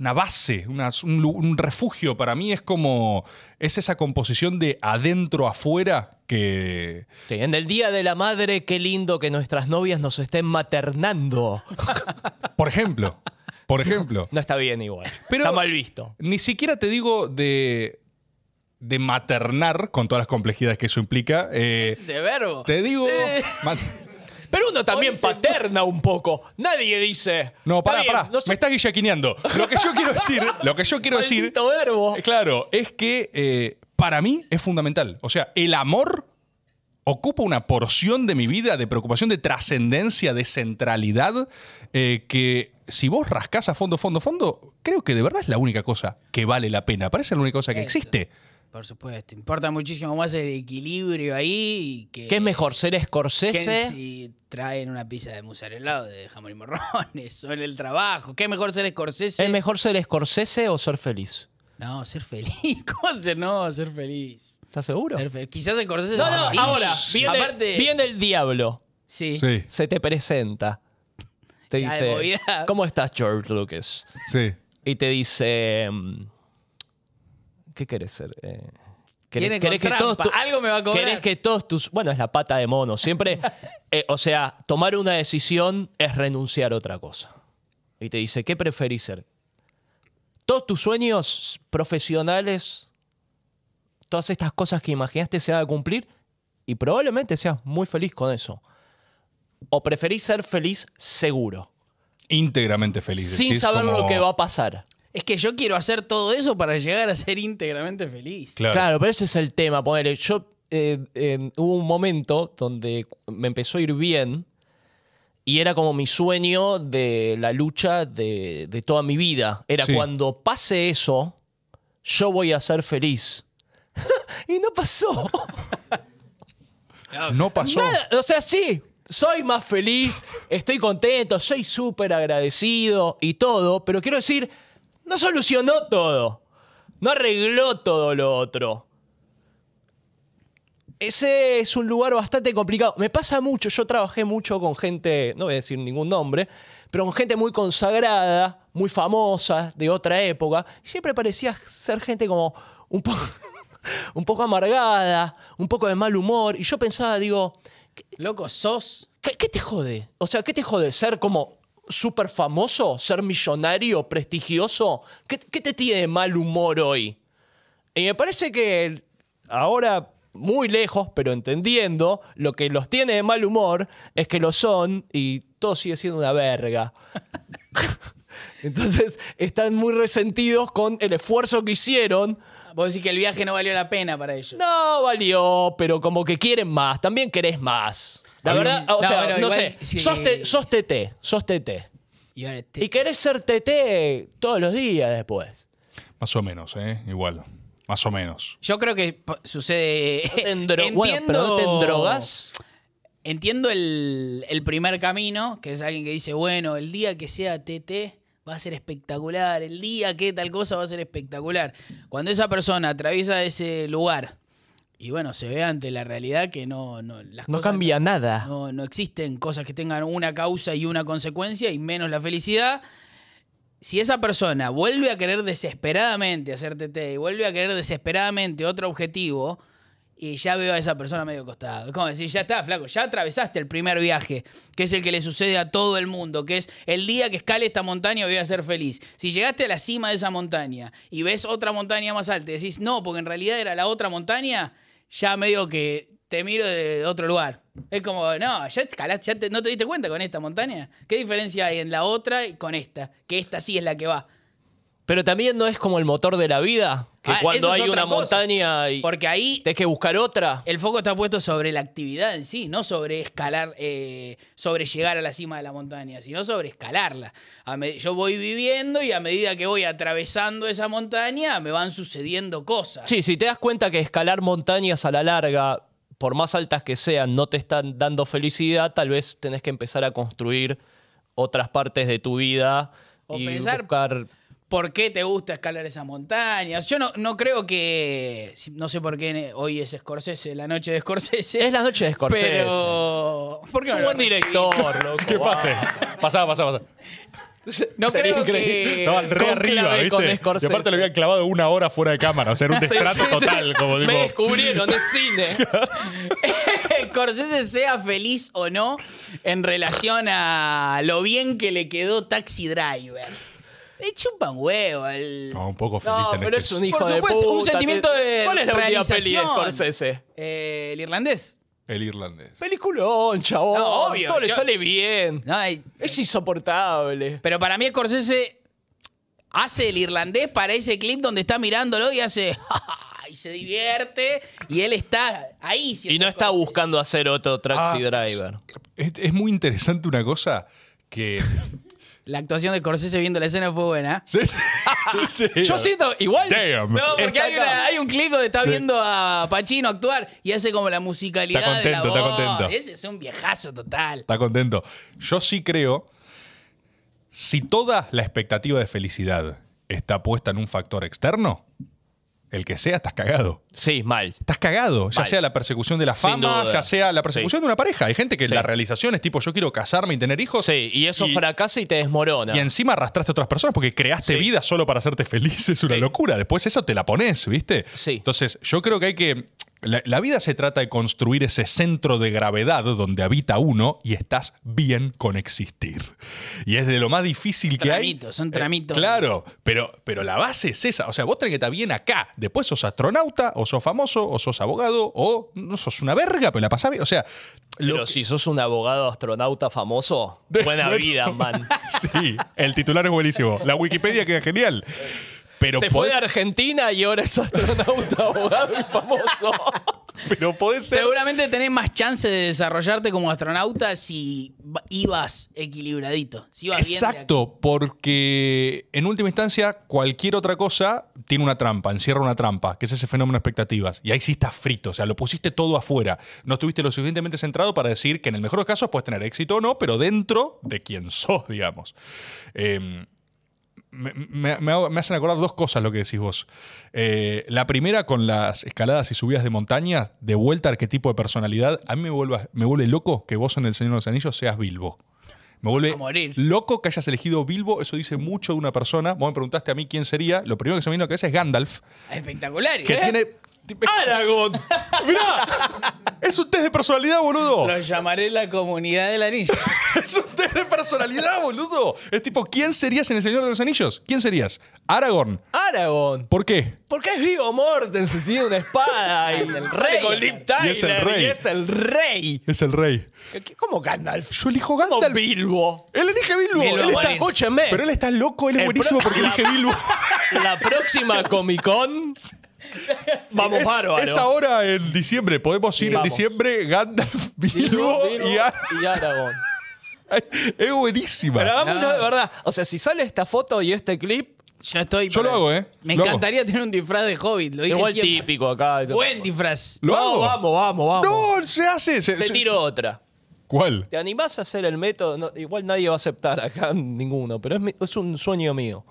una base, una- un, lu- un refugio. Para mí es como, es esa composición de adentro afuera que,
Sí, en el Día de la Madre, qué lindo que nuestras novias nos estén maternando.
por ejemplo, por ejemplo.
No está bien igual.
Pero-
está mal visto.
Ni siquiera te digo de, de maternar, con todas las complejidades que eso implica. eh,
Ese verbo.
te digo... mat-
Pero uno también
Hoy se-
paterna un poco. Nadie dice.
No,
"Está
pará,
bien,
pará.
no sé-
Me estás guillaquineando. Lo que yo quiero decir, lo que yo quiero decir,
maldito verbo.
eh, claro, es que eh, para mí es fundamental. O sea, el amor ocupa una porción de mi vida de preocupación, de trascendencia, de centralidad, eh, que si vos rascás a fondo, fondo, fondo, creo que de verdad es la única cosa que vale la pena. Parece la única cosa que
Esto.
existe.
Por supuesto. Importa muchísimo más el equilibrio ahí y que.
¿Qué es mejor, ser
que
Scorsese?
si traen una pizza de mozzarella o de jamón y morrones o en el trabajo. ¿Qué es mejor ser Scorsese?
¿Es mejor ser Scorsese o ser feliz?
No, ser feliz. ¿Cómo ser? No, ser feliz.
¿Estás seguro?
Ser fe- Quizás Scorsese.
No,
sea
no,
feliz.
ahora. Viene,
Aparte,
viene el diablo.
Sí.
Se te presenta. Te
Ya de
dice,
movida.
¿cómo estás, George Lucas?
sí.
y te dice, mm, ¿qué querés ser? Eh,
Viene con trampa, algo me va a cobrar.
querés que todos tus... Bueno, es la pata de mono. Siempre, eh, o sea, tomar una decisión es renunciar a otra cosa. Y te dice, ¿qué preferís ser? Todos tus sueños profesionales, todas estas cosas que imaginaste se van a cumplir y probablemente seas muy feliz con eso. ¿O preferís ser feliz seguro?
íntegramente feliz.
sin
decís,
saber lo
como-
que va a pasar.
Es que yo quiero hacer todo eso para llegar a ser íntegramente feliz.
Claro.
Claro, pero ese es el tema. Ponele, yo eh, eh, hubo un momento donde me empezó a ir bien y era como mi sueño de la lucha de, de toda mi vida. Era
Sí.
cuando pase eso, yo voy a ser feliz. y no pasó.
No pasó.
Nada, o sea, sí, soy más feliz, estoy contento, soy súper agradecido y todo, pero quiero decir, no solucionó todo, no arregló todo lo otro. Ese es un lugar bastante complicado. Me pasa mucho, yo trabajé mucho con gente, no voy a decir ningún nombre, pero con gente muy consagrada, muy famosa, de otra época. Siempre parecía ser gente como un poco, un poco amargada, un poco de mal humor. Y yo pensaba, digo,
Loco, sos.
¿Qué, qué te jode? O sea, ¿qué te jode? ¿Ser como súper famoso? ¿Ser millonario? ¿Prestigioso? ¿Qué, qué te tiene de mal humor hoy? Y me parece que el- ahora, muy lejos, pero entendiendo, lo que los tiene de mal humor es que lo son y todo sigue siendo una verga. Entonces, están muy resentidos con el esfuerzo que hicieron
Vos decís que el viaje no valió la pena para ellos.
no valió, pero como que quieren más. También querés más. La
Había
verdad,
un-
o
No,
sea,
bueno,
no
igual
sé.
sí.
Sos, te- sos TT, sos TT.
Y ahora te-
Y querés ser TT todos los días después.
Más o menos, ¿eh? Igual. más o menos.
Yo creo que p- sucede.
En dro- bueno, pero no te drogas.
Entiendo el, el primer camino, que es alguien que dice, bueno, el día que sea TT va a ser espectacular, el día que tal cosa va a ser espectacular. Cuando esa persona atraviesa ese lugar y bueno, se ve ante la realidad que no, no las
No
cosas
cambia nada.
No, no existen cosas que tengan una causa y una consecuencia y menos la felicidad. Si esa persona vuelve a querer desesperadamente hacer TT y vuelve a querer desesperadamente otro objetivo, y ya veo a esa persona medio costado. Es como decir, ya está, flaco, ya atravesaste el primer viaje, que es el que le sucede a todo el mundo, que es el día que escale esta montaña voy a ser feliz. Si llegaste a la cima de esa montaña y ves otra montaña más alta y decís, no, porque en realidad era la otra montaña, ya medio que te miro de otro lugar. Es como, no, ya escalaste, ya te- no te diste cuenta con esta montaña. ¿Qué diferencia hay en la otra y con esta? Que esta sí es la que va.
Pero también no es como el motor de la vida, que
Ah,
cuando
eso es
hay
otra
una
cosa.
montaña y
Porque ahí
tenés que buscar otra.
El foco está puesto sobre la actividad en sí, no sobre escalar, eh, sobre llegar a la cima de la montaña, sino sobre escalarla. A me- yo voy viviendo y a medida que voy atravesando esa montaña me van sucediendo cosas.
Sí, si te das cuenta que escalar montañas a la larga, por más altas que sean, no te están dando felicidad, tal vez tenés que empezar a construir otras partes de tu vida
O
y
pensar-
buscar
¿Por qué te gusta escalar esas montañas? Yo no, no creo que. si- No sé por qué hoy es Scorsese, la noche de Scorsese.
Es la noche de Scorsese.
Pero. ¿Por qué
Es
no
un
lo
buen
recibí?
director, loco.
¿Qué pase? Pasá, pasá, pasá.
No
Sería
creo
increíble.
que.
Estaban re
Cónclave
arriba,
con
¿viste?
Scorsese.
Y aparte le habían clavado una hora fuera de cámara. O sea, era un destrato total. Como
Me
digo,
descubrieron, es cine.
Scorsese sea feliz o no en relación a lo bien que le quedó Taxi Driver. Le chupa un huevo. El...
No, un poco feliz
No,
tenés
pero
que
es
ser.
un hijo
Por
de
supuesto, un
puta,
sentimiento
te-
de
¿Cuál es la última peli de
realización?
Scorsese?
Eh, el irlandés.
El irlandés.
Peliculón, chabón.
No, obvio,
Todo le
yo-
sale bien.
No, hay-
Es insoportable.
Pero para mí Scorsese hace el irlandés para ese clip donde está mirándolo y hace... y se divierte y él está ahí.
Y
siendo
no está
Scorsese.
buscando hacer otro Taxi
Ah,
Driver.
Es, es muy interesante una cosa que.
La actuación de Scorsese viendo la escena fue buena.
Sí, sí, sí, sí.
Yo siento igual.
Damn.
No, porque
Está
hay,
acá.
una- hay un clip donde está viendo a Pacino actuar y hace como la musicalidad
Está
de
contento,
la
está
voz.
contento.
Ese es un viejazo total.
Está contento. Yo sí creo. Si toda la expectativa de felicidad está puesta en un factor externo, el que sea, estás cagado.
Sí, mal.
Estás cagado. Ya
Mal.
sea la persecución de la
Sin
fama,
duda.
ya sea la persecución
Sí.
de una pareja. Hay gente que
Sí.
la realización es tipo, yo quiero casarme y tener hijos.
Sí, y eso
Y-
fracasa y te desmorona.
Y encima arrastraste a otras personas porque creaste
Sí.
vida solo para hacerte feliz. Es una
Sí.
locura. Después eso te la pones, ¿viste?
Sí.
Entonces, yo creo que hay que. La, la vida se trata de construir ese centro de gravedad donde habita uno y estás bien con existir. Y es de lo más difícil que hay.
Tramitos, son tramitos.
Eh, claro, pero, pero la base es esa. O sea, vos tenés que estar bien acá. Después sos astronauta, o sos famoso, o sos abogado, o no sos una verga, pero la pasás bien. O sea, lo
Pero
que-
si sos un abogado astronauta famoso, buena
Bueno.
vida, man.
Sí, el titular es buenísimo. La Wikipedia queda genial. Pero
Se fue
podés,
de Argentina y ahora es astronauta, abogado y famoso.
pero podés ser.
Seguramente tenés más chance de desarrollarte como astronauta si va- ibas equilibradito. Si ibas bien de
Exacto, porque en última instancia cualquier otra cosa tiene una trampa, encierra una trampa, que es ese fenómeno de expectativas. Y ahí sí estás frito, o sea, lo pusiste todo afuera. No estuviste lo suficientemente centrado para decir que en el mejor de los casos puedes tener éxito o no, pero dentro de quien sos, digamos. Eh, me, me- me hago- me hacen acordar dos cosas lo que decís vos. Eh, la primera, con las escaladas y subidas de montaña, de vuelta a arquetipo de personalidad, a mí me, vuelva- me vuelve loco que vos en El Señor de los Anillos seas Bilbo. Me vuelve
A morir.
loco que hayas elegido Bilbo, eso dice mucho de una persona. Vos me preguntaste a mí quién sería, lo primero que se me vino a la cabeza es Gandalf,
acá. Espectacular. ¿eh?
que tiene... ¡Aragón! ¡Mirá! Es un test de personalidad, boludo.
Ah, Lo llamaré la comunidad del anillo.
Es un test de personalidad, boludo. Es tipo, ¿quién serías en El Señor de los Anillos? ¿Quién serías? Aragorn.
Aragón.
¿Por qué?
¿Por qué es Vigo Mortensen? Tiene una espada y el rey con Liv
Y es el
Tyler
rey.
y es el rey.
Es el rey.
¿Qué- ¿Cómo Gandalf?
Yo elijo
¿Cómo
Gandalf.
Bilbo?
Él elige Bilbo.
Bilbo,
él está,
escúcheme.
Pero él está loco, él es
El
buenísimo
pro-
porque
la-
elige Bilbo.
La próxima Comic Con. Vamos,
Es,
bárbaro.
es ahora en diciembre. Podemos ir en
Vamos.
diciembre. Gandalf, Bilbo,
Bilbo,
y Ar-
y Aragón.
Es buenísima.
Pero hagámoslo de verdad. O sea, si sale esta foto y este clip,
Yo estoy.
Yo
para-
lo hago, ¿eh?
Me
Lo hago.
encantaría tener un disfraz de hobbit. Lo dije
Igual
siempre.
típico acá.
Buen disfraz.
¿Lo
Vamos,
hago?
vamos, vamos, vamos.
No, se hace. se-
Te
se-
tiro otra.
¿Cuál?
¿Te animás a hacer el método? No, igual nadie va a aceptar acá ninguno, pero es, mi- es un sueño mío.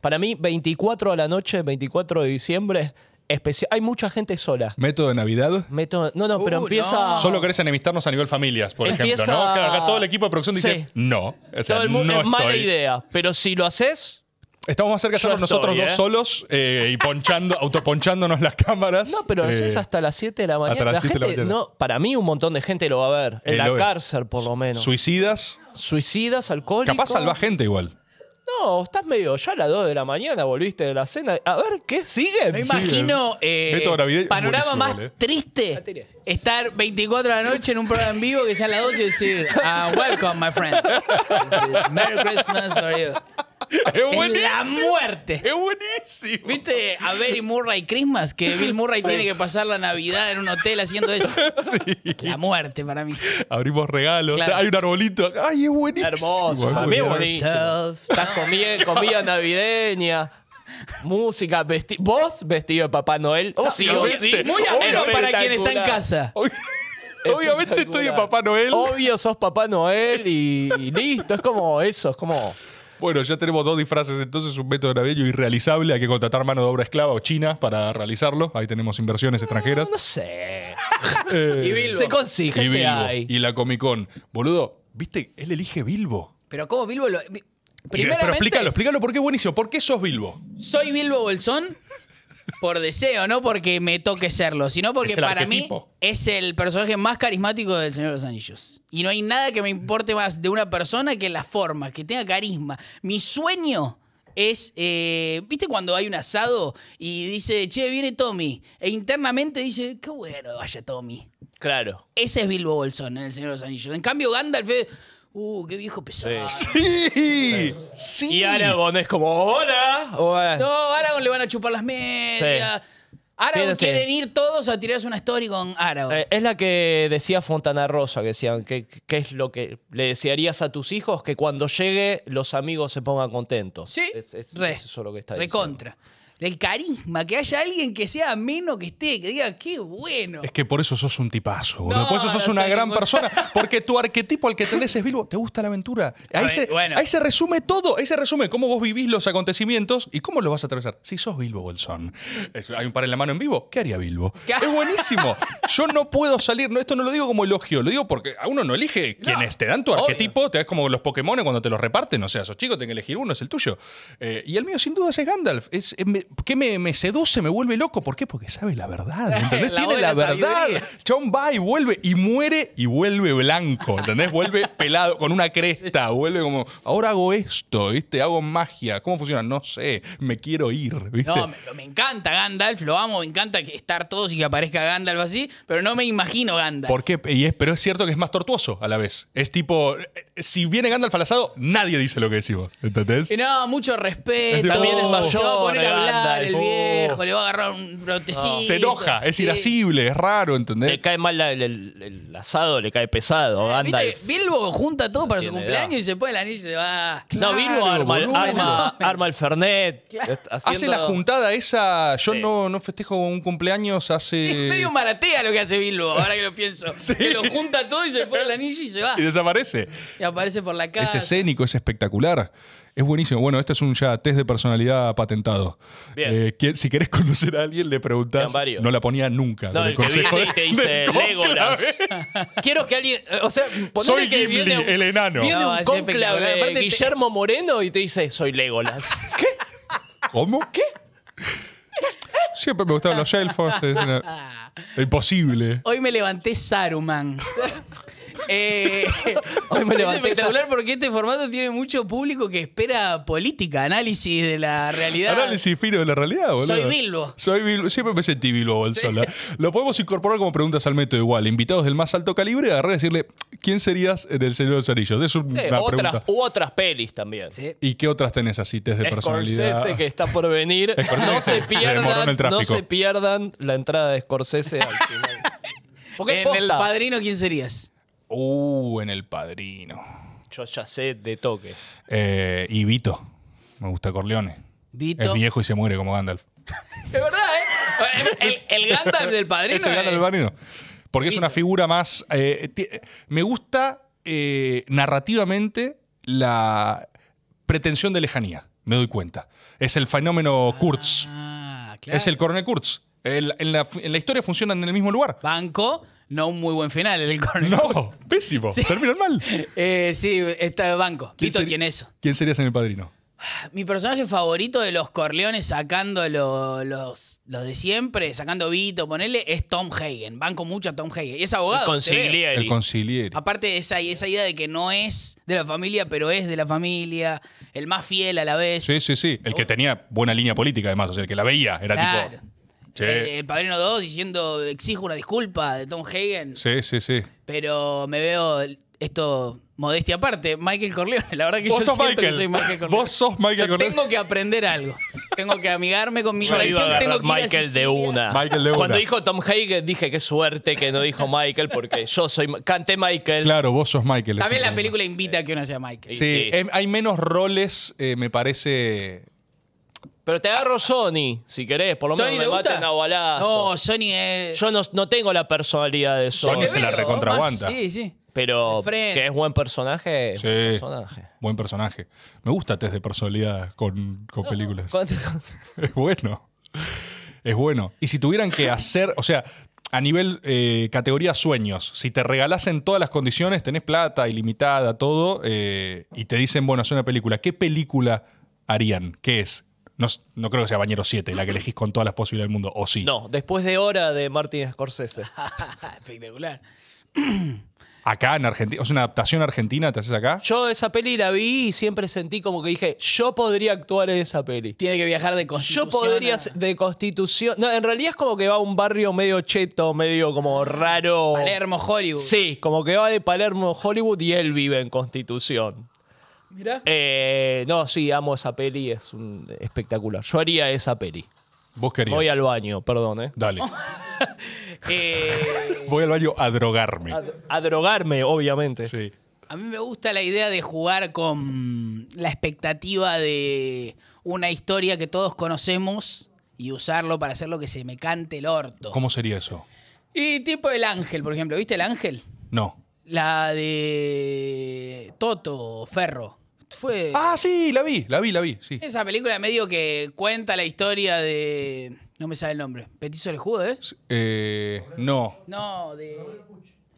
Para mí, 24 a la noche, 24 de diciembre, especi- hay mucha gente sola.
¿Método de Navidad?
Método- no, no, pero
Uh,
empieza...
no.
Solo querés enemistarnos a nivel familias, por
Empieza-
ejemplo, ¿no? Claro, acá todo el equipo de producción dice,
Sí.
no. O sea,
Todo el mundo
no
es mala
estoy.
idea, pero si lo haces...
Estamos más cerca de
Yo
hacerlo nosotros
estoy,
dos
¿eh?
solos eh, y ponchando, autoponchándonos las cámaras.
No, pero lo
Eh,
haces hasta las 7 de la mañana.
hasta las
La
7 de la
gente-
mañana.
No, para mí un montón de gente lo va a ver. En
Eh,
la
lo ves.
cárcel, por lo menos.
Suicidas.
Suicidas, alcohólicos.
Capaz salva gente igual.
No, estás medio ya a las 2 de la mañana, volviste de la cena. A ver, ¿qué siguen?
Me imagino eh,
Beto Gravide es
panorama
buenísimo, eh.
más
¿vale?
triste.
La tiré.
Estar 24 de la noche en un programa en vivo que sean las 12 y decir, ah, welcome, my friend. Merry Christmas for you.
¡Es
Es la
buenísimo!
muerte.
¡Es buenísimo!
¿Viste a Barry Murray Christmas? Que Bill Murray tiene que pasar la Navidad en un hotel haciendo eso.
Sí.
La muerte para mí.
Abrimos regalos.
Claro.
Hay un arbolito. acá. ¡Ay, es buenísimo!
Hermoso,
Es
para mí es
buenísimo.
buenísimo. Estás comiendo comida navideña, música, vesti- vos vestido de Papá Noel. sí o
Obviamente.
sí.
Muy ameno
Obviamente.
para quien está en casa.
Ob- Obviamente estoy de
Espectacular.
Papá Noel.
Obvio sos Papá Noel y, y listo. Es como eso, es como.
Bueno, ya tenemos dos disfraces, entonces un método navideño irrealizable. Hay que contratar mano de obra esclava o china para realizarlo. Ahí tenemos inversiones extranjeras.
No sé.
Eh,
Y Bilbo.
Se consigue,
y
gente
Bilbo.
hay.
Y la Comic Con. Boludo, ¿viste? Él elige Bilbo.
Pero ¿cómo Bilbo lo...?
Pero
Primeramente,
explícalo, explícalo por qué es buenísimo. ¿Por qué sos Bilbo?
soy Bilbo Bolsón por deseo, no porque me toque serlo, sino porque
Es el
para
arquetipo.
mí es el personaje más carismático del Señor de los Anillos. Y no hay nada que me importe más de una persona que la forma, que tenga carisma. Mi sueño es, eh, ¿viste cuando hay un asado y dice, che, viene Tommy? E internamente dice, qué bueno vaya Tommy.
Claro.
Ese es Bilbo Bolsón en el Señor de los Anillos. En cambio, Gandalf es, uh, qué viejo pesado.
Sí, sí.
Y Aragorn es como, hola. Bueno.
No, Aragorn le van a chupar las medias. Aragorn
Fíjate.
quieren ir todos a tirarse una story con Aragorn.
Eh, es la que decía Fontana Rosa, que decían, ¿qué, qué es lo que le desearías a tus hijos? Que cuando llegue los amigos se pongan contentos.
sí,
es, es-
re,
es eso lo que está diciendo.
recontra. El carisma, que haya alguien que sea menos que esté, que diga, qué bueno.
Es que por eso sos un tipazo, boludo.
No,
por eso sos
no
una
soy
gran
ningún-
persona. Porque tu arquetipo al que tenés es Bilbo. Te gusta la aventura. Ahí,
ver,
se,
bueno.
ahí se resume todo. Ahí se resume cómo vos vivís los acontecimientos y cómo los vas a atravesar. Si sos Bilbo Bolsón, es- hay un par en la mano en vivo. ¿Qué haría Bilbo?
¿Qué?
Es buenísimo. Yo no puedo salir. No, esto no lo digo como elogio. Lo digo porque a uno no elige quienes te dan tu
obvio.
arquetipo. Te das como los Pokémon cuando te los reparten. O sea, sos chico, tenés que elegir uno, es el tuyo. Eh, y el mío, sin duda, es Gandalf. Es, es- me- ¿Qué me, me seduce? Me vuelve loco. ¿Por qué? Porque sabe la verdad. ¿Entendés?
La voz
Tiene
de
la,
la
verdad.
sabiduría.
Chon va y vuelve y muere y vuelve blanco, ¿entendés? Vuelve pelado, con una cresta, vuelve como, ahora hago esto, ¿viste? Hago magia. ¿Cómo funciona? No sé, me quiero ir, ¿viste?
No, me, me encanta Gandalf, lo amo, me encanta que estar todos y que aparezca Gandalf así, pero no me imagino Gandalf.
¿Por qué? Y es- pero es cierto que es más tortuoso a la vez. Es tipo, eh, si viene Gandalf al asado, nadie dice lo que decimos, ¿entendés?
Y Eh, No, mucho respeto.
También es
Se va a
mayor,
poner a hablar el
Gandalf, oh.
viejo, le va a agarrar un brotecito.
Se enoja, es
Sí. Eh,
irascible, es raro, ¿entendés?
Le cae mal la- el, el- el asado, le cae pesado.
Viste
Gandalf.
que Bilbo junta todo para su
tiene
cumpleaños
edad.
y se pone el anillo y se va.
Claro,
no, vino arma,
boludo.
arma, arma el Fernet.
Hace la
junta
juntada esa, yo
Sí.
no, no festejo un cumpleaños hace...
Es medio maratea lo que hace Bilbo, ahora que lo pienso.
Sí.
Que lo junta todo y se pone el anillo y se va.
y desaparece.
Y aparece por la
Es
casa.
escénico, es espectacular. Es buenísimo. Bueno, este es un ya test de personalidad patentado.
Bien.
Eh, que- si querés conocer a alguien, le preguntás.
Eran varios.
No la ponía nunca.
No,
con
el que
consejo
viene y te
de-
dice
del cónclave.
Legolas. Quiero que alguien. eh, O sea, ponele
Soy
que
Gimli,
viene un-
el enano.
Viene
No,
un
es
cónclave
espectacular. Aparte te-
Guillermo Moreno y te dice, soy Legolas.
¿Cómo? ¿Qué? Siempre me gustaban los elfos. es una- Imposible.
Hoy me levanté Saruman. Eh,
Hoy me
es
levanté
espectacular porque este formato tiene mucho público que espera política, análisis de la realidad.
Análisis fino de la realidad, boludo.
Soy Bilbo.
Soy Bilbo. Siempre me sentí Bilbo Bolsola. Lo podemos incorporar como preguntas al método igual. Invitados del más alto calibre, agarrar y decirle, ¿quién serías en El Señor de los Anillos? Es una
Sí,
pregunta.
otras, u otras pelis también.
Sí.
¿Y qué otras tenés así, test de personalidad?
Scorsese que está por venir.
Scorsese
No se
se demoró en
pierdan,
el
no
tráfico.
se pierdan la entrada de Scorsese al final. Porque
en
posta,
el padrino, ¿quién serías?
Uh, en El Padrino.
yo ya sé de toque.
Eh, y Vito. Me gusta Corleone. Es
Vito.
viejo y se muere como Gandalf.
Es verdad, ¿eh? El, el Gandalf del padrino.
Ese Gandalf
eh,
del barrio no. Porque es
Vito.
una figura más. eh, ti- me gusta eh, narrativamente la pretensión de lejanía, me doy cuenta. Es el fenómeno Kurtz.
Ah, claro.
Es el coronel Kurtz. El- en, la, en la historia funcionan en el mismo lugar.
Banco, no un muy buen final el Cornell.
No, pésimo. Terminan mal.
Eh, sí, está de banco.
¿Quién
Vito
seri-
tiene eso.
¿Quién serías en el padrino?
Mi personaje favorito de los Corleones, sacando lo- los, los de siempre, sacando Vito, ponele, es Tom Hagen. Banco mucho a Tom Hagen. Y es abogado.
Con
te veo.
Siglieri.
El conciliere.
Aparte de esa, esa idea de que no es de la familia, pero es de la familia, el más fiel a la vez.
Sí, sí, sí. El que tenía buena línea política, además. O sea, el que la veía era
Claro.
tipo. Sí.
El, el padrino 2 diciendo, exijo una disculpa de Tom Hagen.
Sí, sí, sí.
Pero me veo esto modestia aparte. Michael Corleone, la verdad que
Vos sos
yo siento que
Michael.
soy Michael Corleone.
Vos sos Michael
Yo
Corleone.
Tengo que aprender algo. Tengo que amigarme con mi
Yo iba
tradición.
a
Tengo
agarrar
que ir a
Michael de
Sicilia.
una.
Michael de
Cuando
una.
dijo Tom Hagen, dije qué suerte que no dijo Michael, porque yo soy. Canté Michael.
Claro, vos sos Michael.
También la
efectivamente.
película invita a que uno sea Michael.
Sí,
Sí.
em, hay menos roles, eh, me parece.
Pero te agarro Sony, si querés. Por lo menos
¿Sony
me
te gusta?
maten a balazo.
No, Sony es.
yo no, no tengo la personalidad de Sony.
Sony se la
Pero,
recontraguanta.
más- Sí, sí.
Pero
De frente.
que es buen personaje. es
Sí.
Buen personaje.
Buen personaje. Me gusta test de personalidad con, con películas.
¿Cuánto-
Es bueno. Es bueno. Y si tuvieran que hacer, o sea, a nivel eh, categoría sueños, si te regalasen todas las condiciones, tenés plata ilimitada, todo, eh, y te dicen, bueno, hace una película, ¿qué película harían? ¿Qué es? No, s- no creo que sea Bañero 7, la que elegís con todas las posibilidades del mundo, o sí.
No, después de hora de Martin Scorsese.
Ah, Espectacular.
Acá en Argentina, o sea, una adaptación argentina, ¿te haces acá?
Yo esa peli la vi y siempre sentí como que dije, yo podría actuar en esa peli.
Tiene que viajar de
Yo
constitución.
podría
a-
ser- de constitución. No, en realidad es como que va a un barrio medio cheto, medio como raro.
Palermo, Hollywood.
Sí, como que va de Palermo, Hollywood y él vive en Constitución.
Mirá.
Eh, no, sí, amo esa peli, es un espectacular. Yo haría esa peli.
Vos querías.
Voy al baño, perdón, ¿eh?
Dale.
Eh,
Voy al baño a drogarme.
A, a drogarme, obviamente.
Sí.
A mí me gusta la idea de jugar con la expectativa de una historia que todos conocemos y usarlo para hacer lo que se me cante el orto.
¿Cómo sería eso?
Y tipo El Ángel, por ejemplo. ¿Viste El Ángel?
No.
La de Toto Ferro. Fue
Ah, sí, la vi, la vi, la vi, sí.
esa película medio que cuenta la historia de... No me sale el nombre. ¿Petiso Orejudo es?
Eh, no.
No, de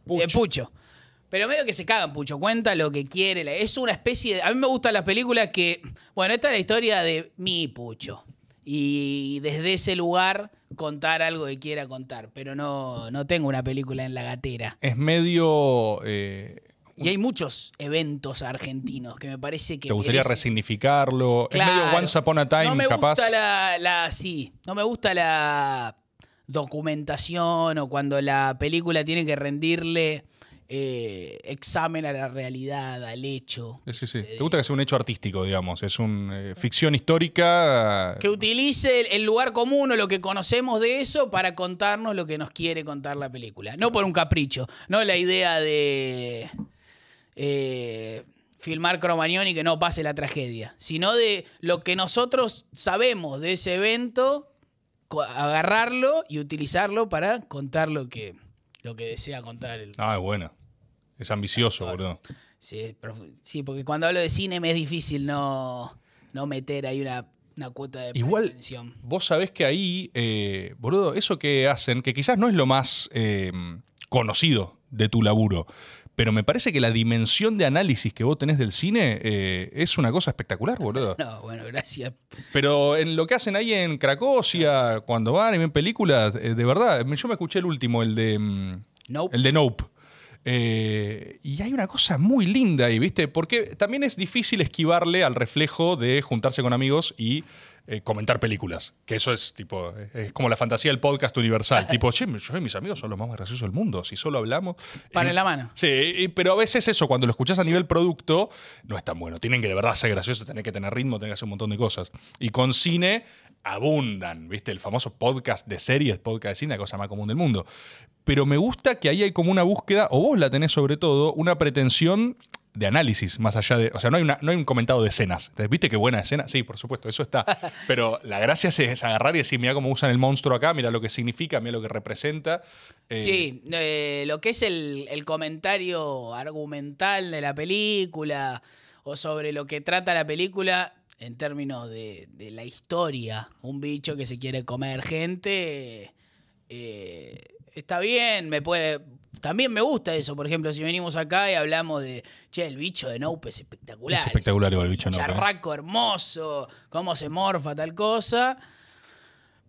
de Pucho. Pero medio que se cagan, Pucho. Cuenta lo que quiere. La- Es una especie de... A mí me gustan las películas que... Bueno, esta es la historia de mi Pucho. Y desde ese lugar contar algo que quiera contar. Pero no, no tengo una película en la gatera.
Es medio... eh,
Y hay muchos eventos argentinos que me parece que...
¿Te gustaría
merecen-
resignificarlo? Es medio
Claro.
Once Upon a Time,
no me
capaz.
Gusta la, la- sí, no me gusta la documentación o cuando la película tiene que rendirle eh, examen a la realidad, al hecho.
Eh, Sí, sí, sí. Te gusta que sea un hecho artístico, digamos. Es una ficción histórica.
Que utilice el, el lugar común o lo que conocemos de eso para contarnos lo que nos quiere contar la película. No por un capricho, no la idea de eh, filmar Cromañón y que no pase la tragedia, sino de lo que nosotros sabemos de ese evento, co- agarrarlo y utilizarlo para contar lo que, lo que desea contar el...
Ah, es buena. Es ambicioso, boludo.
Sí, profu- sí, porque cuando hablo de cine me es difícil no, no meter ahí una, una cuota de
Igual,
pretensión.
vos sabés que ahí, eh, boludo, eso que hacen, que quizás no es lo más eh, conocido de tu laburo, pero me parece que la dimensión de análisis que vos tenés del cine eh, es una cosa espectacular, boludo.
No, bueno, gracias.
Pero en lo que hacen ahí en Cracosia, cuando van y ven películas, eh, de verdad, yo me escuché el último, el de... mm,
Nope.
el de Nope. Eh, y hay una cosa muy linda ahí, ¿viste? Porque también es difícil esquivarle al reflejo de juntarse con amigos y eh, comentar películas. Que eso es tipo, eh, es como la fantasía del podcast universal. tipo, che, yo y mis amigos son los más graciosos del mundo. Si solo hablamos.
Pan
Eh,
en la mano.
Sí, y- pero a veces eso, cuando lo escuchás a nivel producto, no es tan bueno. Tienen que de verdad ser graciosos, tienen que tener ritmo, tienen que hacer un montón de cosas. Y con cine abundan, ¿viste? El famoso podcast de series, podcast de cine, la cosa más común del mundo. Pero me gusta que ahí hay como una búsqueda, o vos la tenés sobre todo, una pretensión de análisis, más allá de. O sea, no hay, una, no hay un comentado de escenas. Entonces, ¿Viste qué buena escena? Sí, por supuesto, eso está. Pero la gracia es, es agarrar y decir, mira cómo usan el monstruo acá, mira lo que significa, mira lo que representa. Eh,
Sí, eh, lo que es el, el comentario argumental de la película o sobre lo que trata la película en términos de, de la historia, un bicho que se quiere comer gente, eh, está bien, me puede... También me gusta eso, por ejemplo, si venimos acá y hablamos de, che, el bicho de Nope es espectacular.
Es espectacular igual el bicho de Nope, ¿eh?
Charraco hermoso, cómo se morfa tal cosa.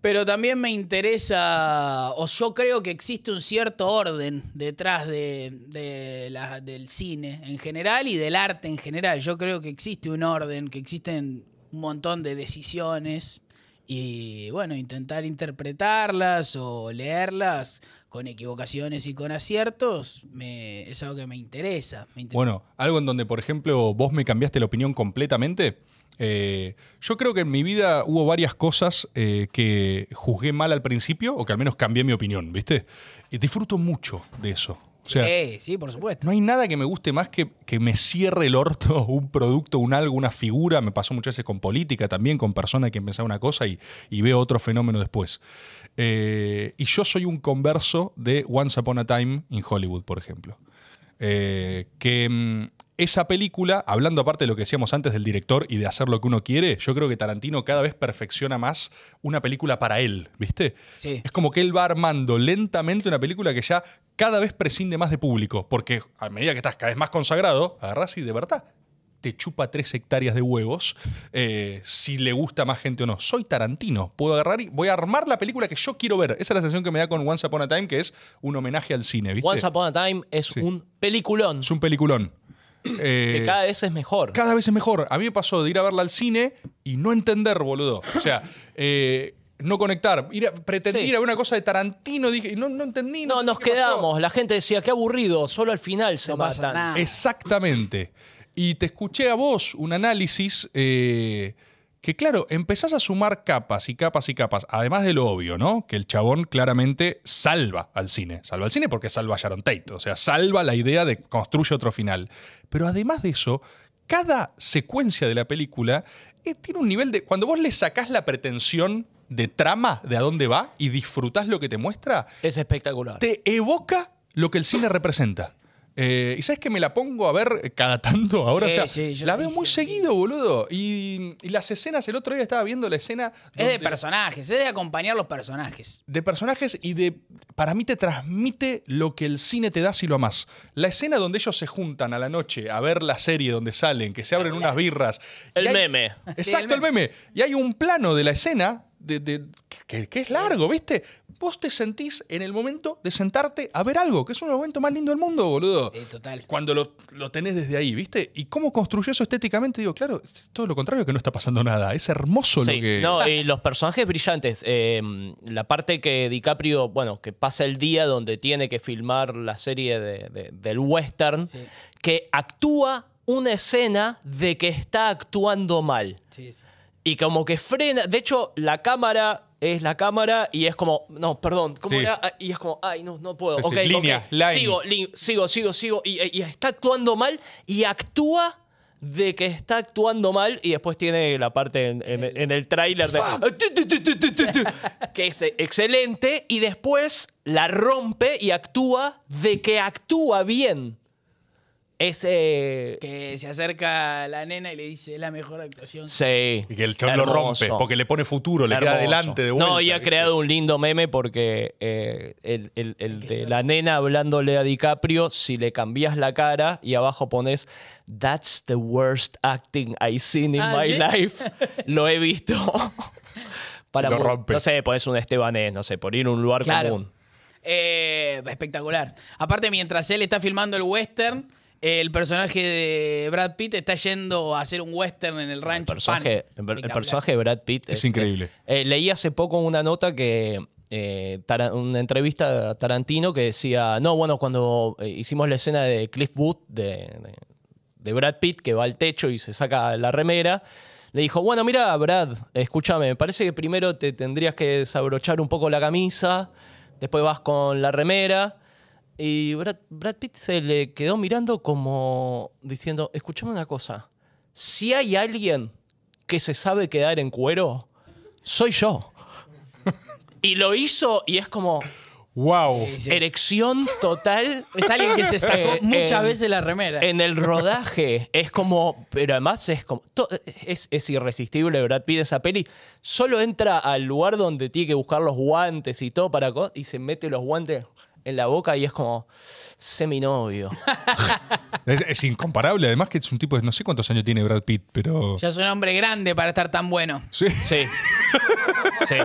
Pero también me interesa, o yo creo que existe un cierto orden detrás de, de la- del cine en general y del arte en general. Yo creo que existe un orden, que existen un montón de decisiones y bueno, intentar interpretarlas o leerlas con equivocaciones y con aciertos me- es algo que me interesa. me interesa.
Bueno, algo en donde, por ejemplo, vos me cambiaste la opinión completamente. Eh, yo creo que en mi vida hubo varias cosas eh, que juzgué mal al principio o que al menos cambié mi opinión, ¿viste? Y disfruto mucho de eso. O sea,
sí, sí, por supuesto.
no hay nada que me guste más que, que me cierre el orto un producto, un algo, una figura. Me pasó muchas veces con política también, con personas que pensaban una cosa y, y veo otro fenómeno después. Eh, y yo soy un converso de Once Upon a Time in Hollywood, por ejemplo. Eh, que mm, esa película, hablando aparte de lo que decíamos antes del director y de hacer lo que uno quiere, yo creo que Tarantino cada vez perfecciona más una película para él, ¿viste?
Sí.
Es como que él va armando lentamente una película que ya cada vez prescinde más de público, porque a medida que estás cada vez más consagrado, agarrás y de verdad te chupa tres hectáreas de huevos eh, si le gusta más gente o no. Soy Tarantino, puedo agarrar y voy a armar la película que yo quiero ver. Esa es la sensación que me da con Once Upon a Time, que es un homenaje al cine, ¿viste?
Once Upon a Time es
Sí.
un peliculón
Es un peliculón. Eh,
que cada vez es mejor.
cada vez es mejor. A mí me pasó de ir a verla al cine y no entender, boludo. O sea, eh, no conectar. Ir a- pretendí
Sí.
ir a ver una cosa de Tarantino, dije, y no, no entendí.
No,
sé
nos
qué pasó.
quedamos. La gente decía, qué aburrido, solo al final se
No pasa
matan.
nada.
Exactamente. Y te escuché a vos un análisis eh, que, claro, empezás a sumar capas y capas y capas, además de lo obvio, ¿no? Que el chabón claramente salva al cine. Salva al cine porque salva a Sharon Tate, o sea, salva la idea de construye otro final. Pero además de eso, cada secuencia de la película eh, tiene un nivel de... Cuando vos le sacás la pretensión de trama de a dónde va y disfrutás lo que te muestra,
Es espectacular.
te evoca lo que el cine representa. Eh, y sabes que me la pongo a ver cada tanto ahora.
Sí,
o sea,
sí, yo
la
lo
veo
hice.
muy seguido, boludo. Y, y las escenas, el otro día estaba viendo la escena.
Es de
donde-
personajes, es de acompañar los personajes.
de personajes y de. Para mí te transmite lo que el cine te da si lo amás. La escena donde ellos se juntan a la noche a ver la serie donde salen, que se abren unas birras.
El
y hay-
meme.
Exacto, el meme. Y hay un plano de la escena de, de- que, que es largo, ¿viste? Vos te sentís en el momento de sentarte a ver algo, que es un momento más lindo del mundo, boludo.
Sí, total.
Cuando lo, lo tenés desde ahí, ¿viste? ¿Y cómo construyó eso estéticamente? Digo, claro, es todo lo contrario que no está pasando nada. Es hermoso
Sí,
lo que...
No, y los personajes brillantes. eh, la parte que DiCaprio, bueno, que pasa el día donde tiene que filmar la serie de- de- del western,
Sí.
que actúa una escena de que está actuando mal.
Sí, sí.
Y como que frena. De hecho, la cámara es la cámara y es como. No, perdón. ¿cómo
Sí.
era? Ah, Y es como, ay, no, no puedo.
Sí, sí,
Ok,
línea,
ok.
line.
Sigo, li- sigo, sigo, sigo. Y, y está actuando mal y actúa de que está actuando mal y después tiene la parte en, en- en el tráiler de que es excelente y después la rompe y actúa de que actúa bien es eh,
Que se acerca la nena y le dice, es la mejor actuación.
sí
Y que el chabón lo
hermoso.
rompe, porque le pone futuro, le queda
Hermoso.
adelante de vuelta.
No, y ha
¿viste?
creado un lindo meme porque eh, el, el- el de la nena hablándole a DiCaprio, si le cambias la cara y abajo pones That's the worst acting I've seen in
Ah,
my
¿sí?
life, lo he visto. Para
Lo
mu-
rompe.
No sé, pones un estebanés, no sé, por ir a un lugar
Claro.
común.
Eh, espectacular. Aparte, mientras él está filmando el western, el personaje de Brad Pitt está yendo a hacer un western en el rancho.
El personaje,
Pan.
el, el
Espectacular.
personaje de Brad Pitt
Es increíble.
eh, leí hace poco una nota que. eh, Tara- una entrevista a Tarantino que decía. No, bueno, cuando eh, hicimos la escena de Cliff Booth de, de- de Brad Pitt que va al techo y se saca la remera. Le dijo, bueno, mira, Brad, escúchame, me parece que primero te tendrías que desabrochar un poco la camisa, después vas con la remera, Y Brad, Brad Pitt se le quedó mirando como diciendo, escúchame una cosa, si hay alguien que se sabe quedar en cuero, soy yo. y lo hizo y es como
¡Wow!
erección total
Es alguien que se sacó
Eh,
muchas
en-
veces la remera.
en el rodaje. Es como, pero además es como, to- es, es irresistible Brad Pitt esa peli. Solo entra al lugar donde tiene que buscar los guantes y todo para co- y se mete los guantes en la boca y es como, sé mi novio.
Es, es incomparable, además que es un tipo de no sé cuántos años tiene Brad Pitt, pero...
Ya es un hombre grande para estar tan bueno.
Sí,
Sí. Sí.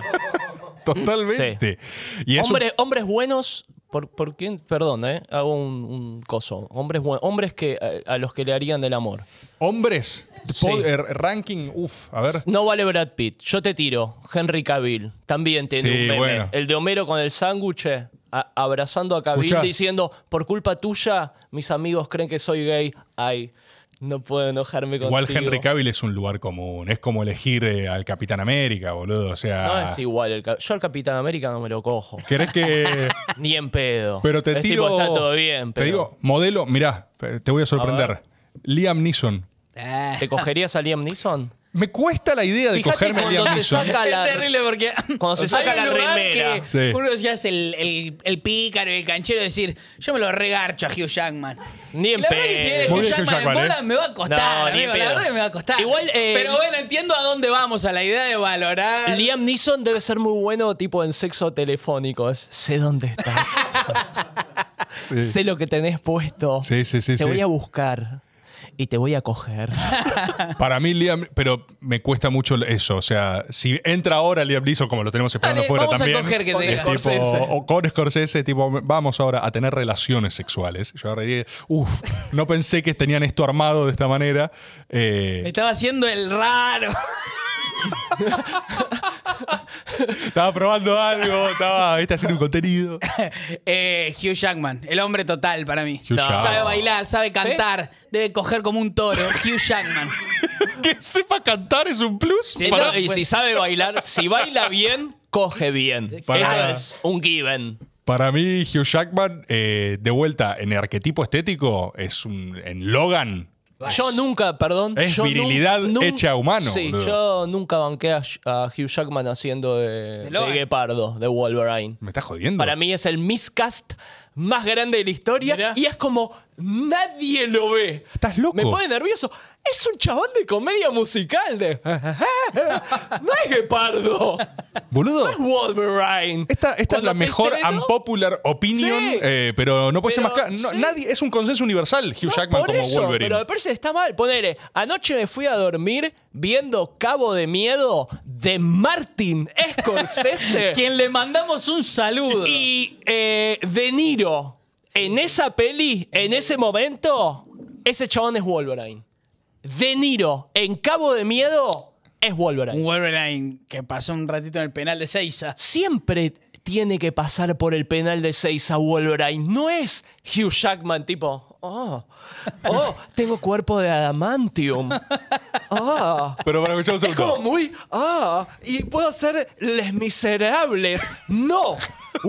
totalmente. Y es un-
Hombres, hombres buenos. ¿Por, por quién? Perdón, ¿eh? Hago un, un coso. Hombres buenos. Hombres que, a, a los que le harían del amor.
hombres.
Sí.
Pod- eh, ranking, uff, a ver.
No vale Brad Pitt. Yo te tiro. Henry Cavill. También tiene
Sí,
un meme.
bueno.
El de Homero con el sándwich eh, a- abrazando a Cavill
Escuchá.
diciendo, por culpa tuya, mis amigos creen que soy gay. Ay, no puedo enojarme contigo.
Igual Henry Cavill es un lugar común. Es como elegir eh, al Capitán América, boludo. O sea.
No es igual. el Cap- yo al Capitán América no me lo cojo.
¿Querés que.?
Ni en pedo.
Pero te
Es
tiro.
tipo, está todo bien, pero...
Te digo, modelo, mirá, te voy a sorprender. Liam Neeson.
Eh.
¿Te cogerías a Liam Neeson?
Me cuesta la idea de
Fíjate
cogerme a Liam
cuando se
Neeson.
saca
Es
la...
terrible porque.
Cuando se saca
hay
la
un lugar
remera.
que
Sí.
Uno ya es el, el, el pícaro y el canchero decir, yo me lo regarcho a Hugh Jackman.
Ni en
la verdad que si
pedo.
viene
Muy
Hugh
bien, Hugh
Jackman, en
Jackman,
bola
¿eh?
me va a costar,
No, ni
amigo,
en
la
pedo.
verdad que me va a costar.
Igual, eh,
Pero bueno, entiendo a dónde vamos, a la idea de valorar.
Liam Neeson debe ser muy bueno tipo en sexo telefónico. Es, sé dónde estás.
Sí.
sé lo que tenés puesto.
Sí, sí, sí,
Te
sí.
voy a buscar y te voy a coger.
Para mí, Liam. Pero me cuesta mucho eso. O sea, si entra ahora Liam Neeson, como lo tenemos esperando
Dale,
afuera
vamos a
también.
coger que te
es
diga.
tipo-
Scorsese.
o con Scorsese, tipo, vamos ahora a tener relaciones sexuales. Yo ahora dije, uff, no pensé que tenían esto armado de esta manera. Eh,
Estaba haciendo el raro.
Estaba probando algo, estaba ¿viste? haciendo un contenido.
Eh, Hugh Jackman, el hombre total para mí.
Hugh
No.
Jackman.
Sabe bailar, sabe cantar, debe coger como un toro. Hugh Jackman.
Que sepa cantar es un plus.
Sí,
para-
no,
y si sabe bailar, si baila bien, coge bien.
Para-
Eso es un given.
Para mí, Hugh Jackman, eh, de vuelta en arquetipo estético, es un. En Logan.
Yo nunca, perdón.
Es
yo nun-
virilidad
nun-
hecha humano,
Sí,
boludo.
yo nunca banqué a, a Hugh Jackman haciendo de,
Logan.
de Guepardo, de Wolverine.
¿Me estás jodiendo?
Para mí es el miscast más grande de la historia
Mirá.
y es como nadie lo ve.
Estás loco.
Me pone nervioso. Es un chabón de comedia musical de. no es Gepardo.
Boludo.
No es Wolverine.
Esta, esta es
Cuando
la
se
mejor
estrenó,
unpopular opinion,
Sí.
eh, pero no puede ser más
Pero,
claro. No,
sí.
Nadie, es un consenso universal Hugh
no,
Jackman
por
como
eso,
Wolverine.
Pero me parece que está mal. Ponele, anoche me fui a dormir viendo Cabo de Miedo de Martin Scorsese.
Quien le mandamos un saludo.
Y eh, De Niro, en esa peli, en ese momento, ese chabón es Wolverine. De Niro, en Cabo de Miedo, es
Un
Wolverine.
Wolverine que pasó un ratito en el penal de Seiza.
Siempre tiene que pasar por el penal de 6 a Wolverine. No es Hugh Jackman tipo, oh, oh, tengo cuerpo de adamantium. Oh.
Pero para escuchar un
Es
segundo.
como muy, ah, y puedo ser Les Miserables. No,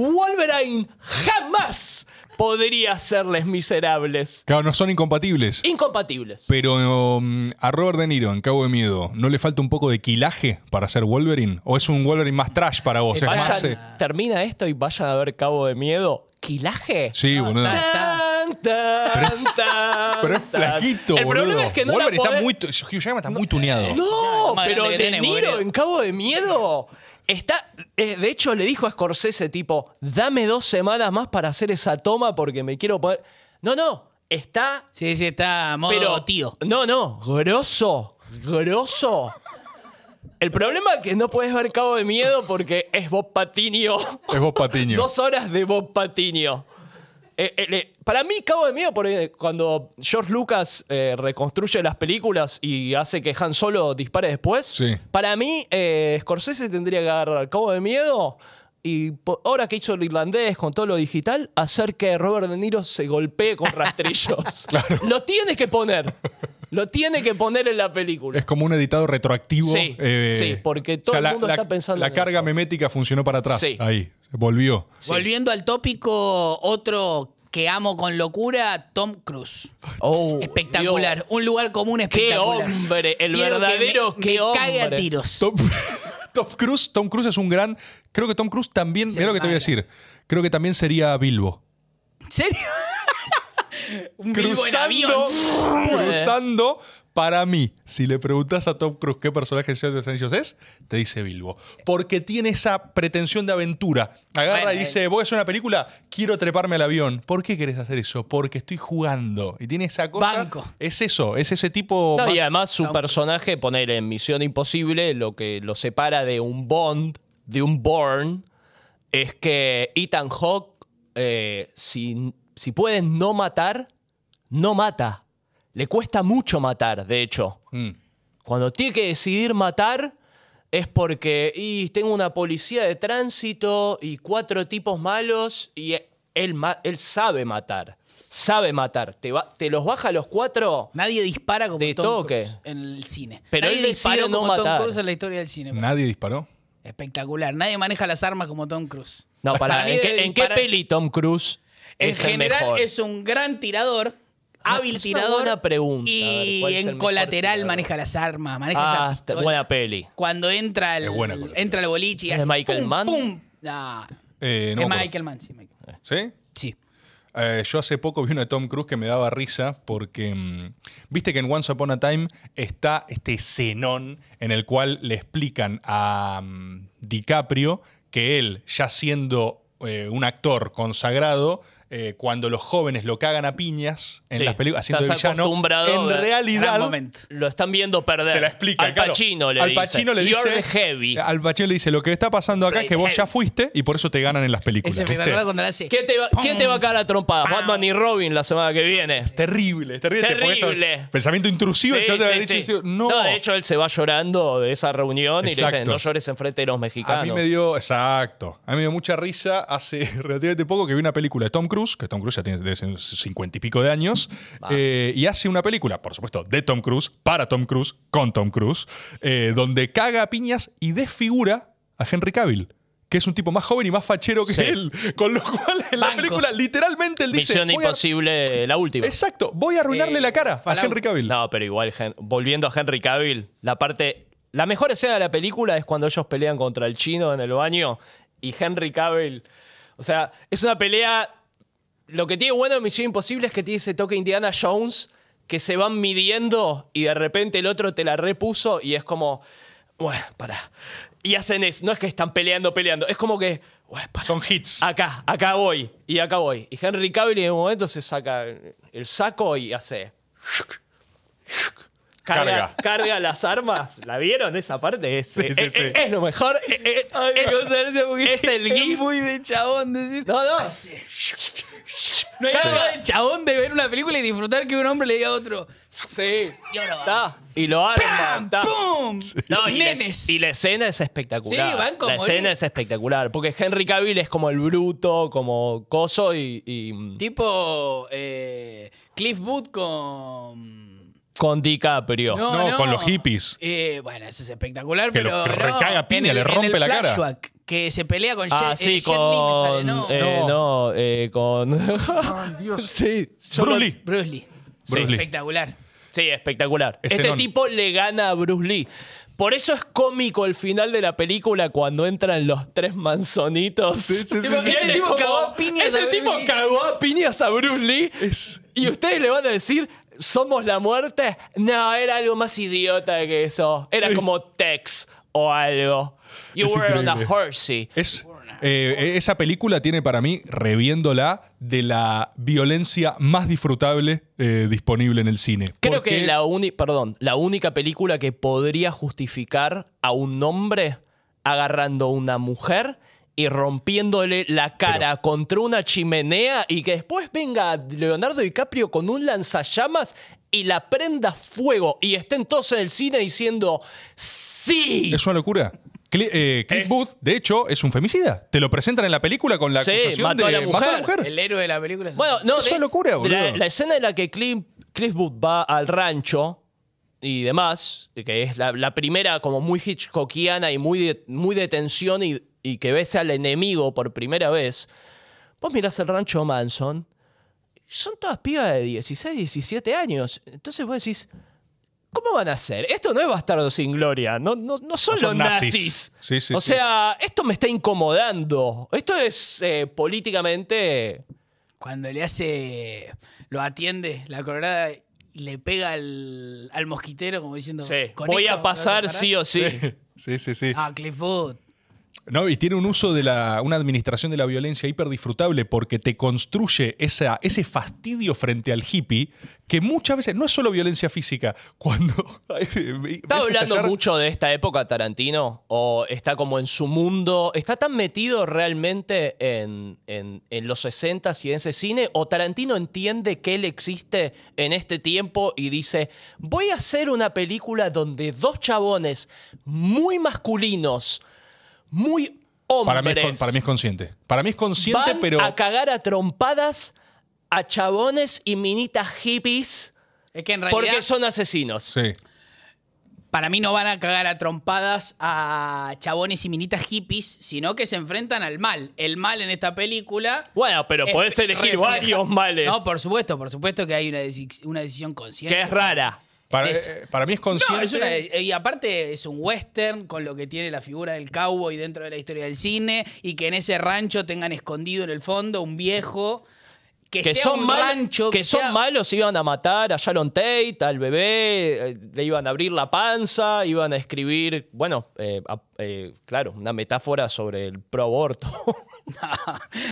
Wolverine jamás podría ser Les Miserables.
Claro, no son incompatibles.
Incompatibles.
Pero um, a Robert De Niro, en Cabo de Miedo, ¿no le falta un poco de quilaje para ser Wolverine? ¿O es un Wolverine más trash para vos? Es
Vayan-
más, eh,
Termina esto y vayan a ver Cabo de Miedo. ¿Quilaje?
sí, boludo.
está-
Tan, tan,
Pero es-
tan,
Pero es
tan.
flaquito,
El
boludo.
problema es que no la
Wolverine está
podés-
muy... tu- Hugh Jackman está muy tuneado.
No,
Es más
pero
grande
De
que tenemos,
Niro
Gabriel.
en Cabo de Miedo está. eh, de hecho, le dijo a Scorsese, tipo, dame dos semanas más para hacer esa toma porque me quiero poner. No, no, está.
Sí, sí, está a modo
pero
tío.
No, no, grosso, grosso. El problema es que no puedes ver Cabo de Miedo porque es Bob Patinio.
Es vos Patiño.
Dos horas de Bob Patiño. Eh, eh, le- para mí, Cabo de Miedo, porque cuando George Lucas eh, reconstruye las películas y hace que Han Solo dispare después,
Sí.
para mí, eh, Scorsese tendría que agarrar Cabo de Miedo y po- ahora que hizo el irlandés con todo lo digital, hacer que Robert De Niro se golpee con rastrillos. Lo tiene que poner. Lo tiene que poner en la película.
Es como un editado retroactivo.
Sí,
eh,
sí, porque todo el
la-
mundo
la,
está pensando
La
en
carga
eso.
memética funcionó para atrás.
Sí.
Ahí, volvió.
Sí.
Volviendo al tópico, otro que amo con locura, Tom Cruise.
Oh,
Espectacular.
Dios.
Un lugar común
¡Qué
espectacular.
hombre! El
Quiero que
verdadero
me-
qué
me cague a
hombre.
tiros.
Tom, Tom Cruise, Tom Cruise es un gran. Creo que Tom Cruise también. Mira lo que te voy a
mata.
decir. Creo que también sería Bilbo.
¿En serio? Un Bilbo en
Cruzando,
avión.
cruzando para mí. Si le preguntas a Tom Cruise qué personaje de Señor de los Anillos es, te dice Bilbo. Porque tiene esa pretensión de aventura. Agarra
Bueno,
y
eh.
dice, voy a hacer una película, quiero treparme al avión. ¿Por qué querés hacer eso? Porque estoy jugando. Y tiene esa cosa.
Banco.
Es eso, es ese tipo.
No,
más-
y además su personaje, poner en Misión Imposible, lo que lo separa de un Bond, de un Bourne, es que Ethan Hawke, eh, si, si puede no matar, no mata. Le cuesta mucho matar, de hecho.
Mm.
Cuando tiene que decidir matar es porque y tengo una policía de tránsito y cuatro tipos malos y él, ma- él sabe matar. Sabe matar. Te, va- te los baja a los cuatro.
Nadie dispara como
Te
Tom
toque.
Cruise en el cine.
Pero
Nadie
él decidió
disparó
no
como Tom
matar.
Cruise en la historia del cine.
Nadie disparó.
Espectacular. Nadie maneja las armas como Tom Cruise.
No, para,
mí
¿en,
debe
qué, en qué
disparar-
peli Tom Cruise
En
es el
general
mejor?
es un gran tirador, hábil
es una
tirador.
buena pregunta, a ver,
Y
¿cuál es el
en
mejor
colateral
tirador?
maneja las armas, maneja
Ah,
esas
está-
pistolas.
buena peli.
Cuando entra el,
Es buena Colateral.
entra el boliche y
¿Es
hace
de Michael
pum,
Mann?
pum. Ah,
Eh, no
es
me acuerdo.
Michael Mann, sí, Michael Mann.
¿Sí?
Sí.
Eh, yo hace poco vi una de Tom Cruise que me daba risa porque mm, viste que en Once Upon a Time está este escenón en el cual le explican a mm, DiCaprio que él, ya siendo eh, un actor consagrado, eh, cuando los jóvenes lo cagan a piñas en
Sí,
las películas, haciendo de
estás
villano,
acostumbrado
en
a-
realidad
Gran momento.
Lo están viendo perder.
se la explica.
Al
claro.
Pacino le
Al
dice.
Pacino le
You're
dice- Ah.
the heavy.
Al Pacino le dice, lo que está pasando acá es que vos ya fuiste y por eso te ganan en las películas.
Ese
¿viste?
espectacular cuando la hace.
¿Quién te, va, quién te va a caer a trompadas?
Ah.
Batman y Robin la semana que viene.
Terrible, terrible. te pones a-
Terrible.
Pensamiento intrusivo. el
Sí,
chabón te
sí,
habrá dicho,
sí.
dice, no.
de hecho él se va llorando de esa reunión y le dicen,
Exacto.
no llores enfrente de los
a
mexicanos.
mí me dio, exacto, a mí me dio mucha risa hace relativamente poco que vi una película de Tom Cruise, que Tom Cruise ya tiene debe ser unos cincuenta y pico de años, eh, y hace una película, por supuesto, de Tom Cruise, para Tom Cruise, con Tom Cruise, eh, donde caga a piñas y desfigura a Henry Cavill. Que es un tipo más joven y más fachero que
Sí.
él. Con lo cual, en la
Banco.
película, literalmente él dice.
Misión
"Voy a-
Imposible, la última.
Exacto, voy a arruinarle
Eh,
la cara a
Fallout.
Henry Cavill.
No, pero igual, Hen- volviendo a Henry Cavill, la parte. La mejor escena de la película es cuando ellos pelean contra el chino en el baño y Henry Cavill. O sea, es una pelea. Lo que tiene bueno de Misión Imposible es que tiene ese toque Indiana Jones que se van midiendo y de repente el otro te la repuso y es como. Bueno, pará. Y hacen es, no es que están peleando, peleando, es como que. "Bueno, pará".
Son hits.
Acá, acá voy, y acá voy. Y Henry Cavill en un momento se saca el saco y hace. Carga,
Carga.
carga las armas. ¿La vieron esa parte? Es,
Sí, sí,
es-
sí.
es- es lo mejor. eh, Es, es- es- es el
"Este Es
GIF.
muy de chabón decir.
No, no.
No hay
Sí.
nada de chabón de ver una película y disfrutar que un hombre le diga a otro.
Sí.
Y ahora va.
Ta, Y lo arma. ta.
¡Pum!
No, y, la,
Nenes.
y la escena es espectacular.
Sí, van como
la escena
el-
es espectacular. Porque Henry Cavill es como el bruto, como coso y, y
Tipo eh, Cliff Booth con.
con DiCaprio.
No, con los hippies.
Eh, bueno, eso es espectacular,
Que
pero.
lo- que
no,
recaga a piña,
en
le
el- en
rompe
el
la cara.
flashback, Que se pelea con
Ah,
Jet-
sí,
eh, Jet Li, me sale,
con.
no.
eh,
No.
no, eh, con. sí,
Bruce
yo lo-
Lee.
Bruce Lee.
Bruce Lee.
Espectacular.
Sí, espectacular.
Ese
este
non.
tipo le gana a Bruce Lee. Por eso es cómico el final de la película cuando entran los tres manzonitos.
Sí, sí, sí,
Tipo,
sí,
ese
sí.
tipo
Cagó
cagó
a piñas
ese
a Bruce
tipo
Lee.
cagó a piñas a Bruce Lee.
Es-
Y ustedes le van a decir, ¿somos la muerte? No, era algo más idiota que eso. Era como Tex o algo. You
Es
were on
increíble.
a horsey.
Es, eh, esa película tiene para mí, reviéndola, de la violencia más disfrutable eh, disponible en el cine.
Creo
Porque
que la, uni- perdón, la única película que podría justificar a un hombre agarrando a una mujer y rompiéndole la cara contra una chimenea y que después venga Leonardo DiCaprio con un lanzallamas y la prenda fuego y estén todos en el cine diciendo ¡Sí!
Es una locura. Cli- eh, Cliff Booth, de hecho, es un femicida. Te lo presentan en la película con la
Sí,
acusación
mató
de
a la
mató a la
mujer.
mujer.
El héroe de la película. es-
Bueno, no,
Es
de-
una locura, boludo.
La, la escena en la que Cliff, Cliff Booth va al rancho y demás, que es la, la primera como muy hitchcockiana y muy de, muy de tensión y, y que ves al enemigo por primera vez, vos mirás el rancho Manson son todas pibas de 16, 17 años. Entonces vos decís, ¿cómo van a ser? Esto no es bastardo sin gloria, no, no, no son,
No son
los
nazis.
nazis.
Sí, sí,
o
sí.
sea, esto me está incomodando. Esto es eh, políticamente...
Cuando le hace. Lo atiende la colorada y le pega al, al mosquitero, como diciendo.
Sí,
"Con
voy
esto
a
no
pasar
vas a
sí o sí.
Sí, sí, sí.
parar". Ah, Clifford.
No, y tiene un uso de la, una administración de la violencia hiperdisfrutable porque te construye esa, ese fastidio frente al hippie que muchas veces no es solo violencia física. Cuando.
¿Está
Está
hablando mucho de esta época Tarantino? ¿O está como en su mundo? ¿Está tan metido realmente en, en- en los 60s y en ese cine? ¿O Tarantino entiende que él existe en este tiempo y dice, voy a hacer una película donde dos chabones muy masculinos, muy hombres,
Para mí, es, con- para mí es consciente. Para mí es consciente,
van
pero.
a cagar a trompadas a chabones y minitas hippies
Es que en realidad.
porque son asesinos?
Sí.
Para mí no van a cagar a trompadas a chabones y minitas hippies, sino que se enfrentan al mal. El mal en esta película.
Bueno, pero
es-
podés elegir
refleja-
varios males.
No, por supuesto, por supuesto que hay una, deci- una decisión consciente.
que es rara.
Para,
Es-
eh, para mí es
No, es una- eh,
consciente.
y aparte es un western con lo que tiene la figura del cowboy dentro de la historia del cine y que en ese rancho tengan escondido en el fondo un viejo que,
Que
sea
son,
un
mal-
rancho
que
sea-
son malos, iban a matar a Sharon Tate, al bebé, eh, le iban a abrir la panza, iban a escribir, bueno, eh, a- eh, claro, una metáfora sobre el proaborto.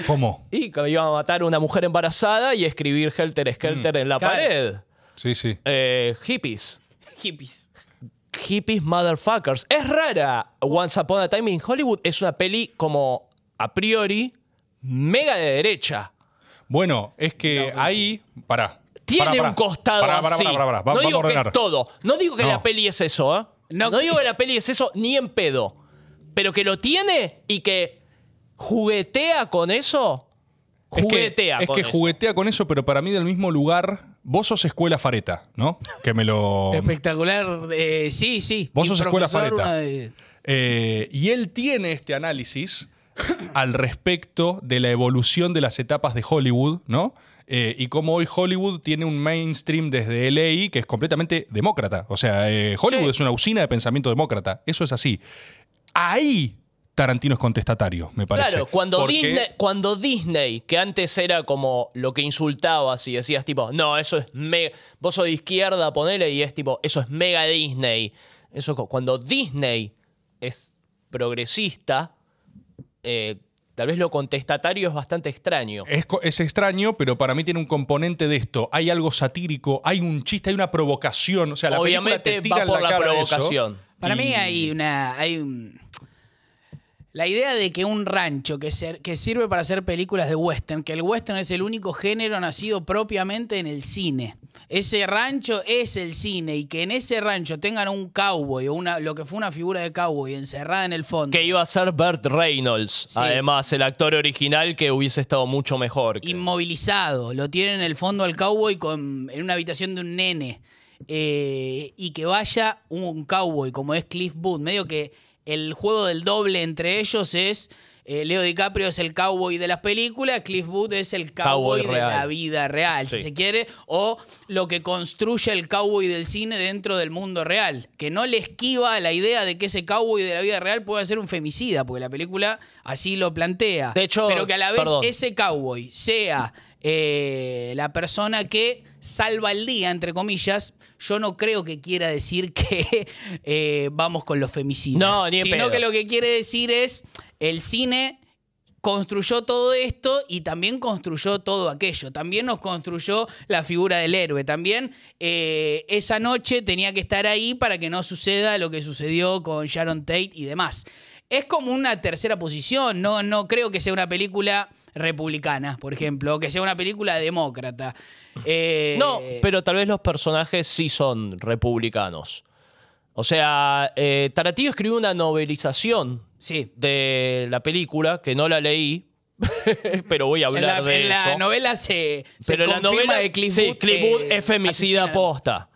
¿Cómo?
y que iban a matar a una mujer embarazada y escribir Helter Skelter en la
Mm, claro.
pared.
Sí, sí.
Eh, hippies.
hippies.
Hippies Motherfuckers. Es rara. Once Upon a Time in Hollywood es una peli como, a priori, mega de derecha.
Bueno, es que ahí. Pará.
Tiene
Pará, pará.
un costado
Pará, pará,
así.
pará, pará, pará. Va-
no
vamos a
digo que
ordenar.
es todo. No digo que
No.
la peli es eso, ¿eh?
No.
No, digo que la peli es eso ni en pedo. Pero que lo tiene y que juguetea con eso.
Es que-
Juguetea
es que,
con eso.
juguetea con eso, pero para mí del mismo lugar. Vos sos escuela fareta, ¿no? Que me lo.
Espectacular. eh, sí, sí.
Vos
Y un
sos escuela
profesor,
Fareta.
una de-
Eh, y él tiene este análisis al respecto de la evolución de las etapas de Hollywood, ¿no? Eh, y cómo hoy Hollywood tiene un mainstream desde LA que es completamente demócrata. O sea, eh, Hollywood
Sí.
es una usina de pensamiento demócrata. Eso es así. Ahí Tarantino es contestatario, me parece.
Claro, cuando
Porque-
Disney, cuando Disney, que antes era como lo que insultabas y decías tipo, no, eso es mega, vos sos de izquierda, ponele, y es tipo, eso es mega Disney. Eso es co- cuando Disney es progresista, eh, tal vez lo contestatario es bastante extraño.
Es, co- es extraño, pero para mí tiene un componente de esto. Hay algo satírico, hay un chiste, hay una provocación. O sea, la película
Obviamente
te tira
va
en
por la,
cara eso.
provocación.
Para
Y-
mí hay una. Hay un- La idea de que un rancho que, ser- que sirve para hacer películas de western, que el western es el único género nacido propiamente en el cine. Ese rancho es el cine y que en ese rancho tengan un cowboy o una, lo que fue una figura de cowboy encerrada en el fondo.
Que iba a ser Burt Reynolds, además, el actor original que hubiese estado mucho mejor. que-
inmovilizado. Lo tienen en el fondo al cowboy con, en una habitación de un nene. Eh, y que vaya un cowboy como es Cliff Booth. Medio que el juego del doble entre ellos es. eh, Leo DiCaprio es el cowboy de las películas, Cliff Booth es el cowboy,
Cowboy
de
real.
la vida real, si
Sí.
se quiere, o lo que construye el cowboy del cine dentro del mundo real, que no le esquiva la idea de que ese cowboy de la vida real pueda ser un femicida, porque la película así lo plantea.
De hecho,
pero que a la vez
perdón.
es ese cowboy sea eh, la persona que salva el día, entre comillas, yo no creo que quiera decir que eh, vamos con los femicidios.
No, ni en
Sino
pedo.
que lo que quiere decir es el cine construyó todo esto y también construyó todo aquello. También nos construyó la figura del héroe. También eh, esa noche tenía que estar ahí para que no suceda lo que sucedió con Sharon Tate y demás. Es como una tercera posición. No, no creo que sea una película republicana, por ejemplo, o que sea una película demócrata. Eh,
No, pero tal vez los personajes sí son republicanos. O sea, eh, Tarantino escribió una novelización
Sí.
de la película que no la leí, pero voy a
En
hablar
la,
de
en la
eso.
novela se, se
pero la
confirma
novela
de Cliff
sí,
Booth,
Cliff Booth
eh,
es femicida
asesina.
posta.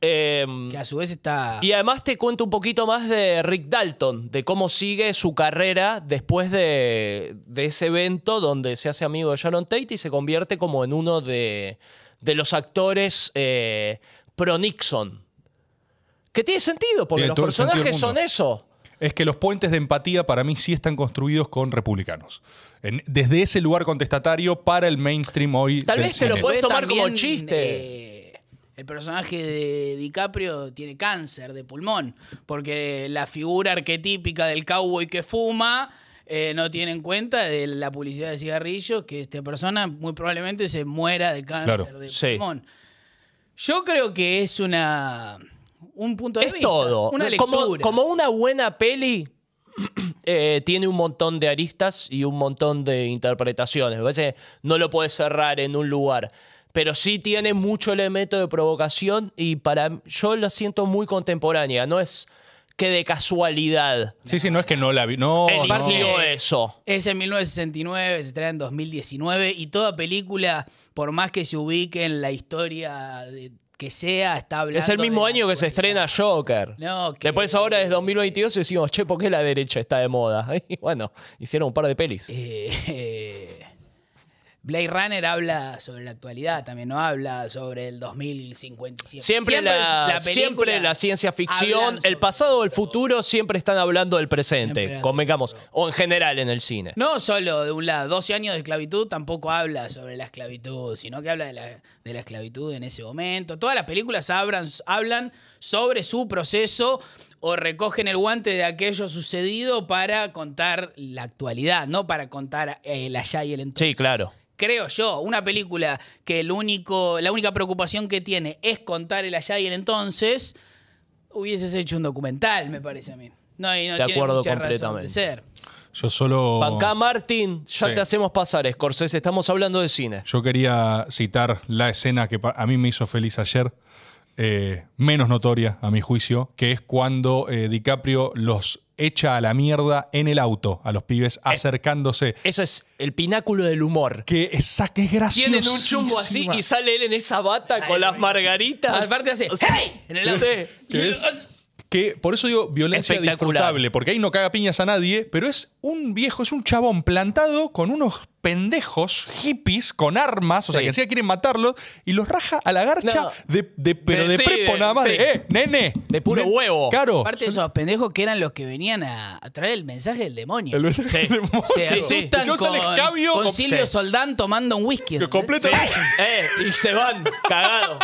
Em,
Que a su vez está.
y además te cuento un poquito más de Rick Dalton, de cómo sigue su carrera después de, de ese evento donde se hace amigo de Sharon Tate y se convierte como en uno de, de los actores eh, pro-Nixon. Que tiene sentido, porque
Tiene
los
todo el sentido del
personajes son
mundo.
eso.
Es que los puentes de empatía para mí sí están construidos con republicanos. En- desde ese lugar contestatario para el mainstream hoy.
Tal
del
vez se lo
cine.
puede- puedes
Fue
tomar como chiste.
eh, el personaje de DiCaprio tiene cáncer de pulmón, porque la figura arquetípica del cowboy que fuma eh, no tiene en cuenta de la publicidad de cigarrillos que esta persona muy probablemente se muera de cáncer
Claro,
de
sí.
pulmón. Yo creo que es una un punto de
Es
vista,
todo.
una
Como-
lectura.
Como, una buena peli eh, tiene un montón de aristas y un montón de interpretaciones. Me parece que no lo puedes cerrar en un lugar. Pero sí tiene mucho elemento de provocación y para yo la siento muy contemporánea. No es que de casualidad
Sí, sí, no es que no la vi. No,
Oh,
eligió
no.
eso.
Es en 1969, se estrena en 2019 y toda película, por más que se ubique en la historia de- que sea, está hablando.
Es el mismo
de la
año que se
actualidad.
estrena Joker.
No, que-
Después ahora es 2022 y decimos, che, ¿por qué la derecha está de moda? Y bueno, hicieron un par de pelis.
Eh, eh, Blade Runner habla sobre la actualidad, también no habla sobre el 2057.
Siempre, la, siempre la ciencia ficción, el pasado o el futuro siempre están hablando del
Siempre
presente,
hacen
convengamos, o en general en el cine.
No solo de un lado, 12 años de esclavitud tampoco habla sobre la esclavitud, sino que habla de la, de la esclavitud en ese momento. Todas las películas hablan, hablan sobre su proceso o recogen el guante de aquello sucedido para contar la actualidad, no para contar eh, el allá y el entonces.
Sí, claro.
Creo yo, una película que el único, la única preocupación que tiene es contar el allá y el entonces, hubieses hecho un documental, me parece a mí. No, y no
De
tiene
acuerdo
mucha razón de
completamente.
ser.
Yo solo.
Pancá Martín, ya
Oh. Sí.
te hacemos pasar, Scorsese, estamos hablando de cine.
Yo quería citar la escena que pa- a mí me hizo feliz ayer, eh, menos notoria a mi juicio, que es cuando eh, DiCaprio los echa a la mierda en el auto, a los pibes
Eh.
acercándose.
Eso es el pináculo del humor.
que esa que es gracioso.
Tienen un chumbo así y sale él en esa bata con las margaritas.
Aparte hace,
O sea,
"Hey", en el auto.
sí.
Y el-
Que por eso digo violencia
Espectacular.
disfrutable, porque ahí no caga piñas a nadie, pero es un viejo, es un chabón plantado con unos pendejos hippies con armas, o sea
Sí.
que encima quieren matarlos, y los raja a la garcha,
No.
de, de- pero de,
Sí,
prepo
de-
nada más,
sí.
de ¡eh, nene!
De puro
Nen-
huevo.
Claro.
Aparte de esos pendejos que eran los que venían a, a traer el mensaje del demonio.
El beso
Sí.
del demonio.
Se
Sí, sí.
asustan
El chabón
con,
sale escabio,
con
com-
Silvio
sí.
Soldán tomando un whisky.
Que
¿entendés?
completa-
Sí,
Eh, y se van, cagados.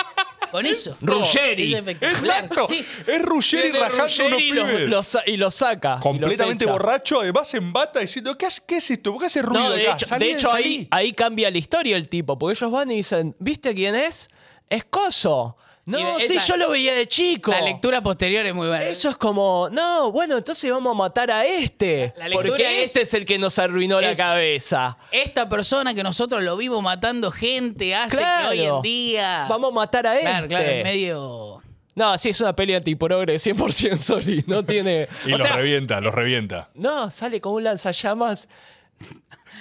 Con eso.
Ruggeri.
Es espectacular.
Exacto.
Sí.
Es Ruggeri
Viene
rajando a unos
Ruggeri y los-
pibes.
los sa- y los saca. y los
Completamente
echa.
borracho, además en bata, diciendo, ¿qué, hace- qué es esto? ¿Por qué hace ruido
No, de
acá?
hecho,
Salí,
de hecho, ahí,
salí".
ahí cambia la historia el tipo, porque ellos van y dicen, ¿viste quién es? Es Coso. No,
Y esa-
sí, yo lo veía de chico.
La lectura posterior es muy buena.
Eso es como, no, bueno, entonces vamos a matar a este.
La- la lectura
porque
es-
este es el que nos arruinó la
es-
cabeza.
Esta persona que nosotros lo vimos matando gente hace
Claro.
que hoy en día.
Vamos a matar a este.
Claro, claro, es medio.
No, sí, es una peli antiprogre 100% sorry. No tiene.
Y
o
los
sea,
revienta, los revienta.
No, sale con un lanzallamas.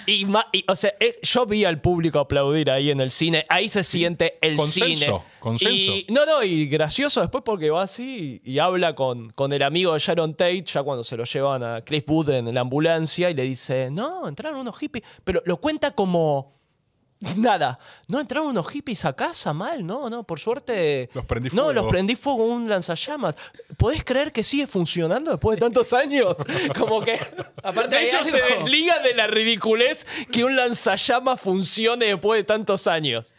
Y, ma- y, o sea, es- yo vi al público aplaudir ahí en el cine. Ahí se siente el
Consenso,
cine.
consenso.
Y, no, no, y gracioso después porque va así y, y habla con, con el amigo de Sharon Tate, ya cuando se lo llevan a Chris Wood en la ambulancia, y le dice, no, entraron unos hippies. Pero lo cuenta como... Nada, no entraron unos hippies a casa mal, no, no, por suerte.
Los prendí
No,
fuego.
los prendí fuego con un lanzallamas. ¿Podés creer que sigue funcionando después de tantos años? Como que.
Aparte
de
hay
hecho,
algo-
se desliga de la ridiculez que un lanzallamas funcione después de tantos años.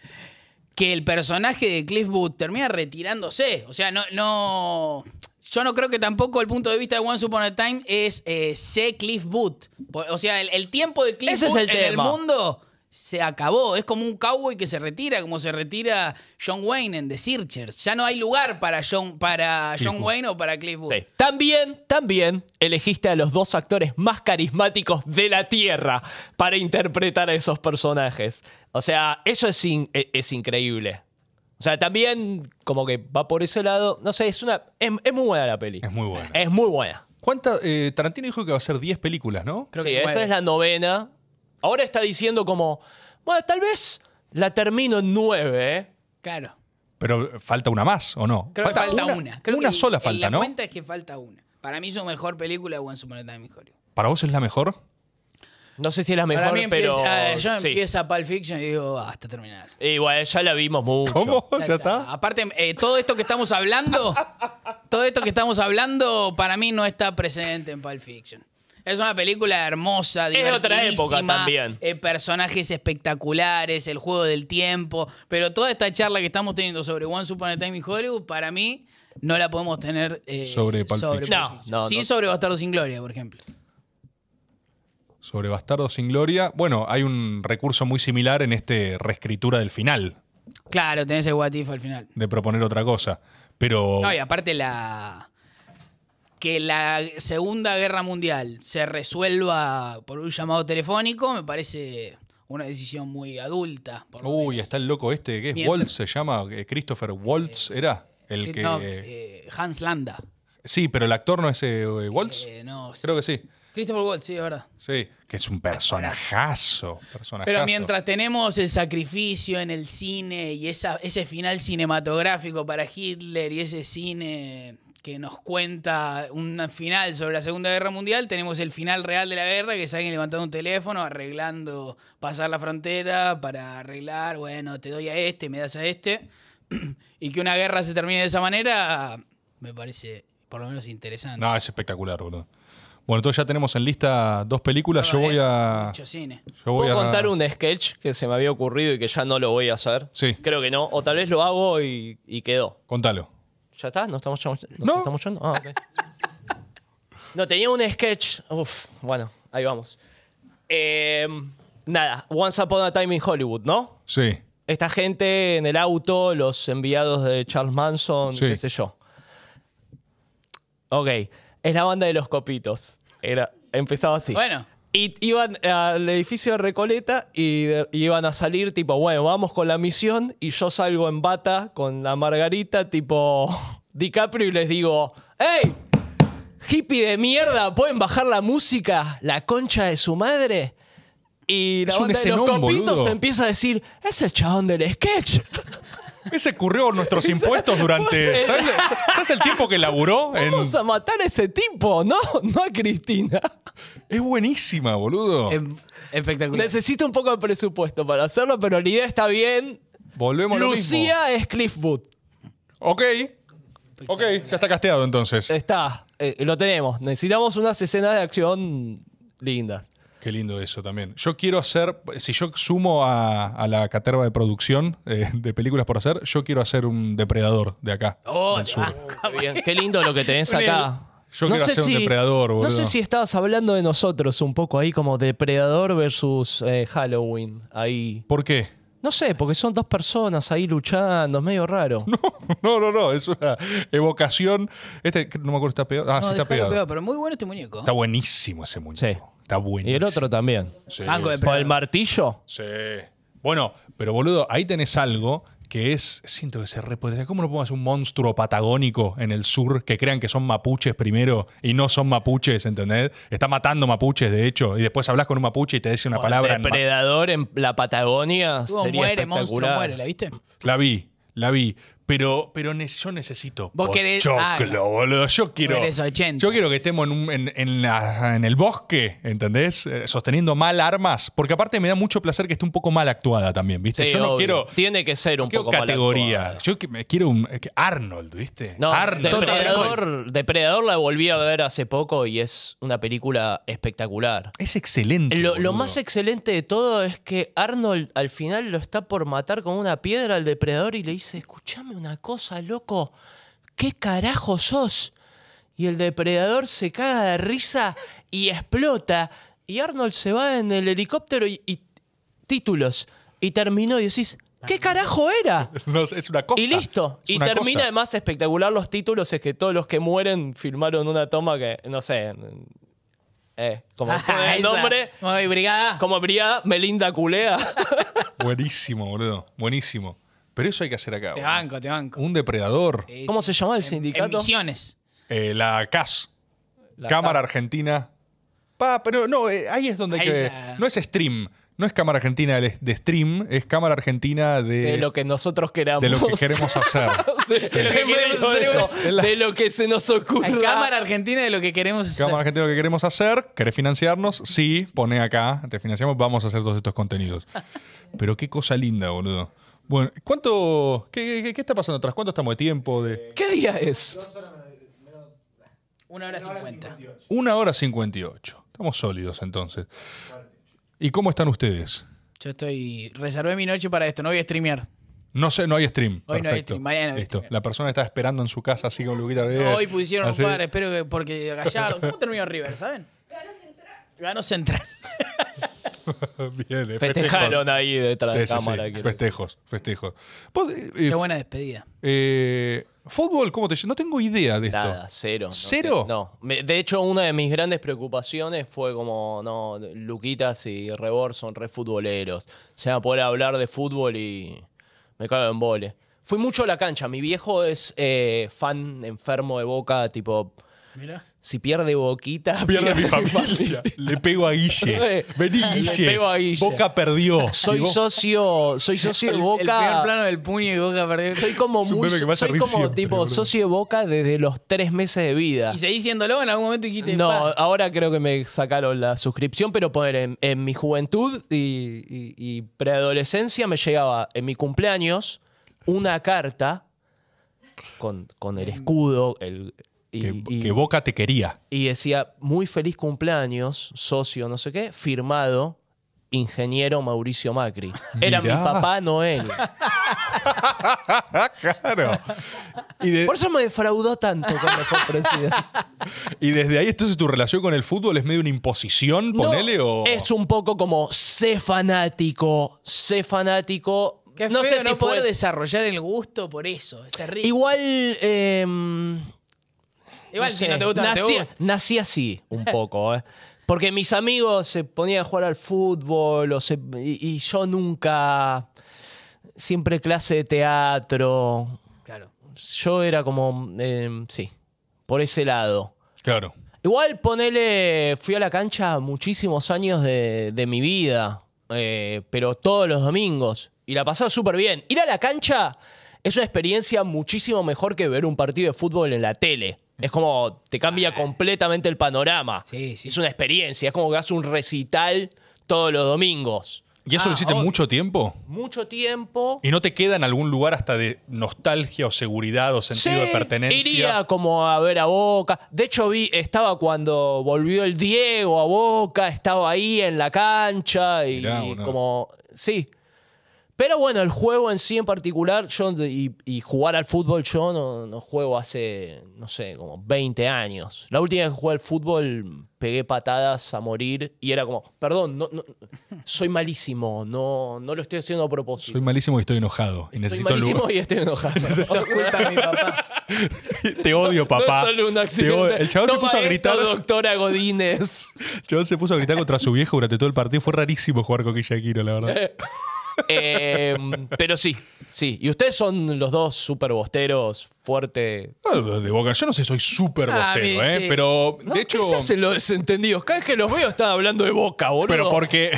que el personaje de Cliff Booth termina retirándose. O sea, no, no. Yo no creo que tampoco el punto de vista de One Upon a Time es eh, sé Cliff Booth. Por- O sea, el, el tiempo de Cliff
Ese es
Booth
el
en el
tema.
mundo se acabó. Es como un cowboy que se retira, como se retira John Wayne en The Searchers. Ya no hay lugar para John, para
Cliff
John
Booth.
Wayne o para Cliff Booth.
Sí. También, también elegiste a los dos actores más carismáticos de la Tierra para interpretar a esos personajes. O sea, eso es, in- e- es increíble. O sea, también como que va por ese lado. No sé, es una. Es, es muy buena la peli.
Es muy buena.
Es muy buena.
¿Cuánta, eh, Tarantino dijo que va a ser 10 películas, ¿no?
Creo
sí,
que
esa
nueve.
es la novena. Ahora está diciendo como, bueno, tal vez la termino en nueve, ¿eh?
Claro.
Pero falta una más, ¿o no?
Creo que falta una. Creo que
una
el-
sola
el-
falta,
la
¿no?
cuenta es que falta una. Para mí su mejor película es Once Upon a Time in Hollywood.
¿Para vos es la mejor?
No sé si es la mejor,
Para mí
pero.
empieza, ah, yo
sí.
empiezo a Pulp Fiction y digo, "Ah, hasta terminar.
Igual, ya la vimos mucho.
¿Cómo? Oh, ¿Ya está?
Aparte, eh, todo esto que estamos hablando, todo esto que estamos hablando, para mí no está presente en Pulp Fiction. Es una película hermosa,
Es de otra época
divertidísima,
también.
eh, personajes espectaculares, el juego del tiempo. Pero toda esta charla que estamos teniendo sobre One Upon a Time in Hollywood, para mí, no la podemos tener eh,
Sobre Pulp Fiction.
No, no,
sí
no.
sobre Bastardo sin Gloria, por ejemplo.
Sobre Bastardo sin Gloria. Bueno, hay un recurso muy similar en este reescritura del final,
Claro, tenés el What If al final.
de proponer otra cosa. Pero.
No, y aparte la. Que la Segunda Guerra Mundial se resuelva por un llamado telefónico me parece una decisión muy adulta. por lo
Uy,
menos.
está el loco este, que es
Mientras-
Waltz, se llama eh, Christopher Waltz, ¿era? El que.
No, eh, Hans Landa.
sí, pero el actor no es eh, Waltz.
Eh, no,
Creo que sí.
Christopher Waltz, sí, es verdad.
Sí. Que es un personajazo. personajazo.
Pero mientras tenemos el sacrificio en el cine y esa, ese final cinematográfico para Hitler y ese cine que nos cuenta un final sobre la Segunda Guerra Mundial, tenemos el final real de la guerra, que es alguien levantando un teléfono, arreglando, pasar la frontera para arreglar, bueno, te doy a este, me das a este, y que una guerra se termine de esa manera, me parece por lo menos interesante.
No, es espectacular, boludo. Bueno, entonces ya tenemos en lista dos películas. Yo
No,
voy
eh,
a.
Mucho cine.
Yo voy
¿Puedo
a
contar un sketch que se me había ocurrido y que ya no lo voy a hacer?
Sí.
Creo que no. O tal vez lo hago y, y quedó.
Contalo.
¿Ya está? ¿No estamos chamo- ¿Nos
No.
estamos yendo? Ah, ok. No, tenía un sketch. Uf, bueno, ahí vamos. Eh, nada, Once Upon a Time in Hollywood, ¿no?
Sí.
Esta gente en el auto, los enviados de Charles Manson,
Sí.
qué sé yo. Ok, es la banda de los copitos. Era, empezaba así.
Bueno,
Y iban al edificio de Recoleta y, de- y iban a salir tipo, bueno, vamos con la misión y yo salgo en bata con la Margarita tipo DiCaprio y les digo, ¡Ey! Hippie de mierda, ¿pueden bajar la música? La concha de su madre. Y la
Es un
banda de los
escenón,
copitos
boludo.
empieza a decir, es el chabón del sketch.
Ese currió nuestros impuestos durante.
Vos-
¿sabes, sabes el tiempo que laburó? En-
Vamos a matar a ese tipo, no, no a Cristina.
Es buenísima, boludo.
Eh,
em- espectacular.
Necesito un poco de presupuesto para hacerlo, pero la idea está bien.
Volvemos a lo mismo.
Lucía es Cliff Booth.
Ok. Ok, ya está casteado entonces.
Está, eh, lo tenemos. Necesitamos unas escenas de acción lindas.
Qué lindo eso también. Yo quiero hacer, si yo sumo a, a la caterva de producción eh, de películas por hacer, yo quiero hacer un depredador de acá.
Oh,
del
te
sur.
ah.
vas
Qué, bien, qué lindo lo que tenés acá.
Yo quiero hacer un depredador,
No sé
boludo.
si estabas hablando de nosotros un poco ahí, como depredador versus eh, Halloween. Ahí.
¿Por qué?
No sé, porque son dos personas ahí luchando, es medio raro.
No, no, no, es una evocación. Este, no me acuerdo, está pegado. Ah, sí,
No,
está
dejalo
pegado.
pegado, pero muy bueno este muñeco.
Está buenísimo ese muñeco.
Sí.
Está buenísimo.
Y el otro también.
Sí,
Banco de
¿Por el martillo?
Sí. Bueno, pero boludo, ahí tenés algo que es, siento que se repotencia. ¿Cómo no podemos hacer un monstruo patagónico en el sur que crean que son mapuches primero y no son mapuches, ¿entendés? Está matando mapuches, de hecho, y después hablas con un mapuche y te dice una palabra. en ma-
Depredador en la Patagonia.
Estuvo
sería
muere, monstruo,
espectacular.
muere, ¿la viste?
la vi, la vi. Pero, pero ne- yo necesito
Vos querés-
pochoclo,
ah, no.
boludo. Yo quiero.
querés ochentas.
Yo quiero que estemos en, un- en- en la- en el bosque, ¿entendés? Eh, Sosteniendo mal armas. Porque aparte me da mucho placer que esté un poco mal actuada también, ¿viste?
Sí,
yo no
obvio.
quiero.
Tiene que ser un
¿Qué
poco mal actuado.
categoría? Yo que- me quiero un eh, que- Arnold, ¿viste?
No,
Arnold.
Depredador, Depredador la volví a ver hace poco y es una película espectacular.
Es excelente.
Lo, lo
boludo.
más excelente de todo es que Arnold al final lo está por matar con una piedra al depredador y le dice, escúchame una cosa, loco, ¿qué carajo sos? Y el depredador se caga de risa y explota. Y Arnold se va en el helicóptero y, y- títulos. Y terminó y decís, ¿qué carajo era?
No, es una cosa.
Y listo.
Es
Y
una
termina
cosa.
además espectacular los títulos, es que todos los que mueren filmaron una toma que, no sé, en- eh, como pone el
Esa.
nombre,
Muy brigada.
como brigada Melinda Culea.
Buenísimo, boludo. Buenísimo. Pero eso hay que hacer acá.
Te
boludo.
banco, te banco.
Un depredador.
Sí,
¿Cómo
sí.
se llama el
En, en
sindicato?
misiones.
Eh, la CAS.
La
Cámara Argentina. Pa, pero no, eh, ahí es donde hay
Ahí
que.
ya.
No es stream. No es cámara argentina de de stream, es cámara argentina de,
de lo que nosotros queramos.
de lo que queremos hacer.
Sí, de, lo que
Hemos
queremos
hecho
hacer,
eso.
de lo que se nos ocurra.
Hay cámara argentina de lo que queremos hacer.
Cámara argentina de lo que queremos hacer. ¿Querés financiarnos? Sí, pone acá. Te financiamos, vamos a hacer todos estos contenidos. Pero qué cosa linda, boludo. Bueno, ¿cuánto. ¿Qué, qué- qué está pasando atrás? ¿Cuánto estamos de tiempo? De
¿Qué día es?
Una hora cincuenta.
una hora 58. Estamos sólidos entonces. ¿Y cómo están ustedes?
Yo estoy. Reservé mi noche para esto, no voy a streamear.
No sé, no hay stream.
Hoy no hay
Perfecto.
stream, mañana hay
Listo.
stream.
La persona está esperando en su casa así con Luquita. eh,
Hoy pusieron
así.
un par, espero que. Porque Gallardo. ¿Cómo terminó River, saben? Ganó Central.
Bien, eh,
Festejaron ahí detrás
Sí,
de
sí,
cámara.
sí.
quiero decir.
Festejos, festejos. Vos, eh, eh,
Qué buena despedida.
eh, fútbol, ¿cómo te lle- No tengo idea de esto.
Nada, cero. No,
¿Cero?
No. Me- De hecho, una de mis grandes preocupaciones fue como, no, Luquitas y Rebor son re futboleros. Se van a poder hablar de fútbol y me cago en vole. Fui mucho a la cancha. Mi viejo es eh, fan enfermo de Boca, tipo,
Mirá.
si pierde Boquita...
Pierde mi familia. Le pego a Guille. Vení,
Le
Guille.
pego a Guille.
Boca perdió. Y
Soy
vos-
socio, soy socio de Boca.
El primer plano del puño y Boca perdió.
Soy como
Es un
muy,
meme que me hace
soy
reír
como
siempre,
tipo
boludo.
socio de Boca desde los tres meses de vida.
Y seguí siéndolo en algún momento y quité.
No,
pa.
ahora creo que me sacaron la suscripción, pero poner en, en mi juventud y, y- y preadolescencia me llegaba en mi cumpleaños una carta con, con el escudo el, y,
que,
y-
que Boca te quería.
y decía muy feliz cumpleaños, socio, no sé qué, firmado ingeniero Mauricio Macri. Era mi
Mirá.
papá Noel.
claro. Y, de-
Por eso me defraudó tanto cuando fue presidente.
y desde ahí, entonces, tu relación con el fútbol es medio una imposición,
No,
ponele, o.
Es un poco como sé fanático, sé fanático.
Qué
no
feo
sé si
no poder
fue.
desarrollar el gusto por eso. Es terrible. Igual,
Igual. em, no
si
sé,
no te gusta, no te
nací,
gusta.
nací así, un poco, ¿eh? Porque mis amigos se ponían a jugar al fútbol o se- y, y yo nunca. Siempre clase de teatro.
Claro.
Yo era como. em, sí, por ese lado.
Claro.
Igual ponele, fui a la cancha muchísimos años de, de mi vida, eh, pero todos los domingos, y la pasaba súper bien. Ir a la cancha es una experiencia muchísimo mejor que ver un partido de fútbol en la tele. Es como, te cambia completamente el panorama.
Sí, sí.
Es una experiencia, es como que haces un recital todos los domingos.
¿Y eso
Ah,
lo hiciste
obvio.
mucho tiempo?
Mucho tiempo.
¿Y no te queda en algún lugar hasta de nostalgia o seguridad o sentido de
Sí,
pertenencia?
Iría como a ver a Boca. De hecho, vi, estaba cuando volvió el Diego a Boca, estaba ahí en la cancha y
Mirá, boludo.
como. Sí. Pero bueno, el juego en sí en particular, yo y, y jugar al fútbol, yo no, no juego hace, no sé, como 20 años. La última vez que jugué al fútbol, pegué patadas a morir y era como, perdón, no, no- soy malísimo, no, no lo estoy haciendo a propósito.
Soy malísimo y estoy enojado. Y
Soy
necesito un
malísimo
lugar.
y estoy enojado.
Sos culpa de mi papá.
Te odio, papá.
No es solo un
Te odio.
accidente.
El chaval se
Toma
puso a
esto,
gritar.
doctora Godínez.
El chabón se puso a gritar contra su viejo durante todo el partido. Fue rarísimo jugar con Guillaquino, la verdad.
Eh, pero sí, sí. Y ustedes son los dos super bosteros, fuerte.
Ah, De Boca, yo no sé, soy súper
Ah, a mí
bostero, ¿eh?
sí.
Pero,
No,
de hecho...
¿qué se hacen los desentendidos? Cada vez que los veo están hablando de boca, boludo.
Pero porque...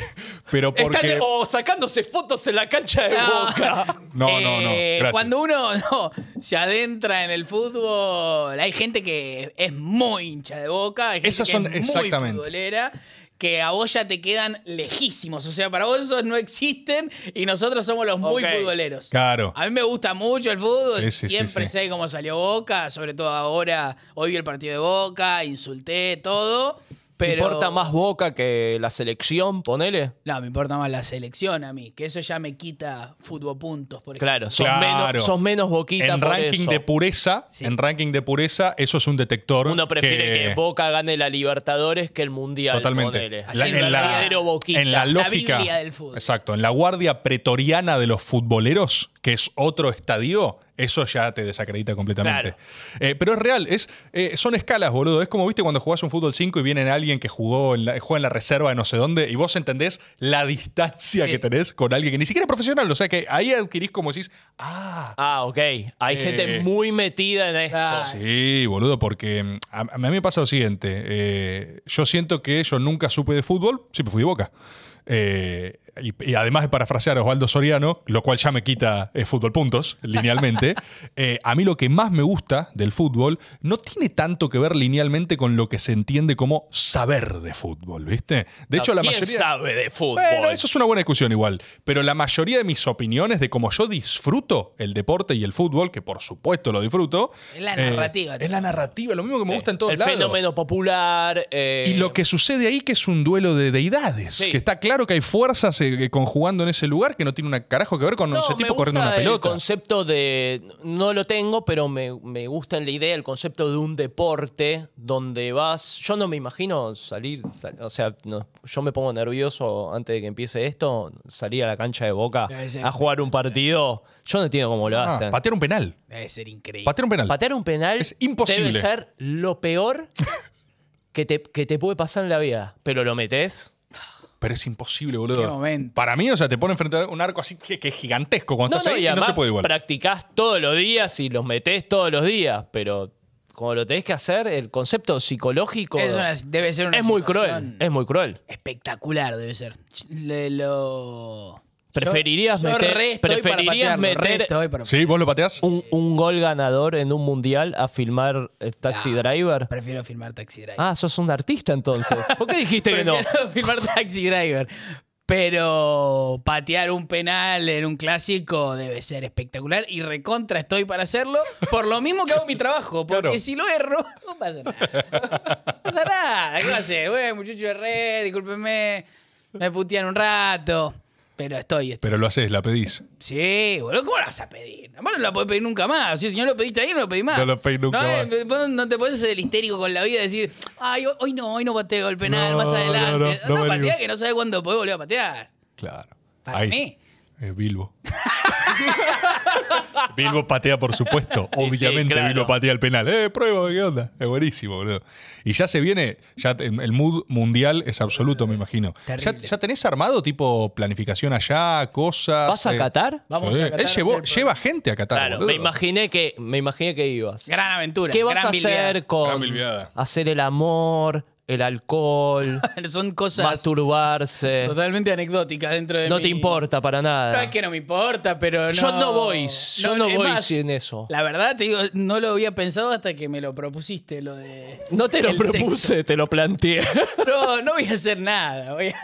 Pero
Están
porque...
o sacándose fotos en la cancha de
No.
boca.
No, no, no.
Eh,
Gracias.
Cuando uno no, se adentra en el fútbol, hay gente que es muy hincha de boca, hay gente
Esas
que
son-
es muy
exactamente.
futbolera, que a vos ya te quedan lejísimos. O sea, para vos esos no existen y nosotros somos los muy
Ok.
futboleros.
Claro.
A mí me gusta mucho el fútbol,
Sí, sí, sí,
siempre
sí.
sé cómo salió Boca, sobre todo ahora, hoy vi el partido de Boca, insulté todo, pero...
¿Importa más boca que la selección, ponele?
No, me importa más la selección a mí, que eso ya me quita fútbol puntos, por ejemplo.
Claro, sos,
Claro.
Menos, sos menos boquita
En
por
ranking
eso.
de pureza,
Sí.
en ranking de pureza, eso es un detector
Uno prefiere que... Boca gane la Libertadores que el Mundial, ponele.
Totalmente.
Así
La-
el
en la-
verdadero boquita.
en la
La
lógica.
Biblia del fútbol.
Exacto. En la guardia pretoriana de los futboleros, que es otro estadio, eso ya te desacredita completamente.
Claro.
Eh, pero es real, es, eh, son escalas, boludo. Es como, viste, cuando jugás un fútbol 5 y viene alguien que jugó en la, juega en la reserva de no sé dónde, y vos entendés la distancia
Sí.
que tenés con alguien que ni siquiera es profesional. O sea que ahí adquirís como decís, ah,
Ah, ok.
Eh,
Hay gente muy metida en esto.
Ah.
Sí, boludo, porque mm, a, a mí me pasa lo siguiente. eh, yo siento que yo nunca supe de fútbol, siempre fui de boca. Eh, y, y además de parafrasear a Osvaldo Soriano, lo cual ya me quita eh, fútbol puntos linealmente, eh, a mí lo que más me gusta del fútbol no tiene tanto que ver linealmente con lo que se entiende como saber de fútbol, ¿viste? De hecho, la
¿Quién
mayoría...
sabe de fútbol?
Bueno, eso es una buena discusión igual. Pero la mayoría de mis opiniones de cómo yo disfruto el deporte y el fútbol, que por supuesto lo disfruto. eh,
Es la narrativa.
es la narrativa, lo mismo que me gusta en todos
El
lados.
fenómeno popular. eh,
Y lo que sucede ahí que es un duelo de deidades.
Sí.
Que está claro que hay fuerzas eh, que conjugando en ese lugar que no tiene un carajo que ver con
No,
ese
me
tipo corriendo
gusta
una pelota.
El concepto de. No lo tengo, pero me, me gusta en la idea, el concepto de un deporte donde vas. Yo no me imagino salir. sal- o sea, no, yo me pongo nervioso antes de que empiece esto, salir a la cancha de boca
Debe ser.
a jugar un partido. Yo no entiendo cómo lo
Ah,
hacen.
patear un penal.
Debe ser increíble.
Patear un penal.
Patear un penal
Es imposible.
debe ser lo peor que te, que te puede pasar en la vida. Pero lo metes.
Pero es imposible, boludo.
Qué momento.
Para mí, o sea, te pone enfrente a un arco así que, que es gigantesco cuando estás ahí y no
además
se puede igual.
Practicás todos los días y los metés todos los días, pero como lo tenés que hacer, el concepto psicológico
Es una- debe ser una
es muy
situación
cruel. Es muy cruel.
espectacular, debe ser. Le- lo...
Preferirías
yo,
meter-
yo re estoy para
preferirías
patearlo, re
meter-
estoy para-
Sí, vos lo pateás.
Un, un gol ganador en un mundial a filmar eh, Taxi
Ah,
Driver.
Prefiero filmar Taxi Driver.
Ah, sos un artista entonces. ¿Por qué dijiste que no?
Prefiero filmar Taxi Driver. Pero patear un penal en un clásico debe ser espectacular y recontra estoy para hacerlo por lo mismo que hago mi trabajo. Porque
Claro.
si lo erro, no pasa nada. No pasa nada. ¿Qué va a hacer? Bueno, muchacho de red, discúlpeme. Me putean un rato. Pero estoy, estoy.
Pero lo haces, la pedís.
Sí, boludo, ¿cómo la vas a pedir? Además no la podés pedir nunca más. O sea, si no lo pediste ahí, no lo pedís más.
No lo pedís nunca
no, eh,
más.
vos no te podés hacer el histérico con la vida y decir, ay, hoy- hoy no, hoy no pateo el penal,
No,
más
no, no,
adelante.
no
No,
me
pateás
animo.
que no sabés cuándo podés volver a patear.
Claro.
Para mí.
Eh, Bilbo. Bilbo patea, por supuesto. Obviamente
claro.
Bilbo patea el penal. Eh, prueba, ¿qué onda? Es buenísimo, boludo. Y ya se viene, ya te- el mood mundial es absoluto, me imagino. ¿Ya,
Terrible.
ya tenés armado tipo planificación allá, cosas?
¿Vas a
eh?
Qatar?
Vamos
Sí.
a Qatar
Él llevó-
a hacer
lleva gente a Qatar,
Claro,
boludo.
me imaginé que, me imaginé que ibas.
Gran aventura.
¿Qué vas
gran
a hacer
habilidad.
Gran
con
bilviada.
hacer el amor, el alcohol,
Son cosas
masturbarse?
totalmente anecdóticas dentro de
No
mi-
te importa para nada.
No es que no me importa, pero no.
Yo no voy, yo no
es
voy sin eso.
La verdad, te digo, no lo había pensado hasta que me lo propusiste, lo de.
No te lo
el
propuse,
sexo.
te lo planteé.
No, no voy a hacer nada. voy a-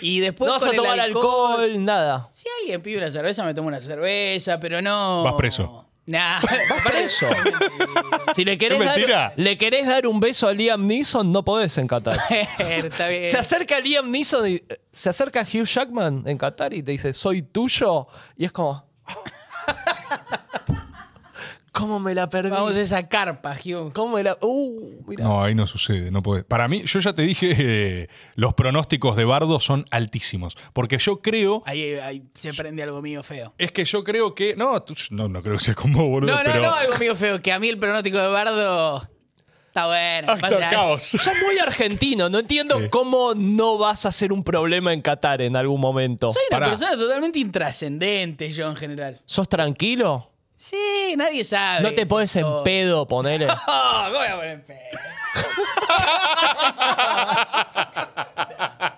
Y después.
no vas
con
a
el
tomar alcohol, nada.
Si alguien pide una cerveza, me tomo una cerveza, pero no.
Vas preso.
Nah.
Vas preso. si le querés,
Es mentira.
dar, le querés dar un beso a Liam Neeson, no podés en Qatar.
Está bien.
Se acerca Liam Neeson y eh, se acerca Hugh Jackman en Qatar y te dice, soy tuyo. Y es como... ¿Cómo me la perdí?
Vamos a esa carpa, Hugh.
¿Cómo me la... Uh, mira.
No, ahí no sucede, no puede. Para mí, yo ya te dije, eh, los pronósticos de Bardo son altísimos. Porque yo creo
Ahí, ahí se prende algo mío feo.
Es que yo creo que. No, tú- no, no creo que sea como boludo.
No, no,
pero,
no, algo mío feo. Que a mí el pronóstico de Bardo está bueno.
Actor
pasa-
caos.
Sos muy argentino, no entiendo
Sí.
cómo no vas a ser un problema en Qatar en algún momento.
Soy una
Pará.
persona totalmente intrascendente, yo en general.
¿Sos tranquilo?
Sí, nadie sabe.
¿No te pones en
Oh.
pedo, ponele?
Oh, ¿Cómo voy a poner en pedo?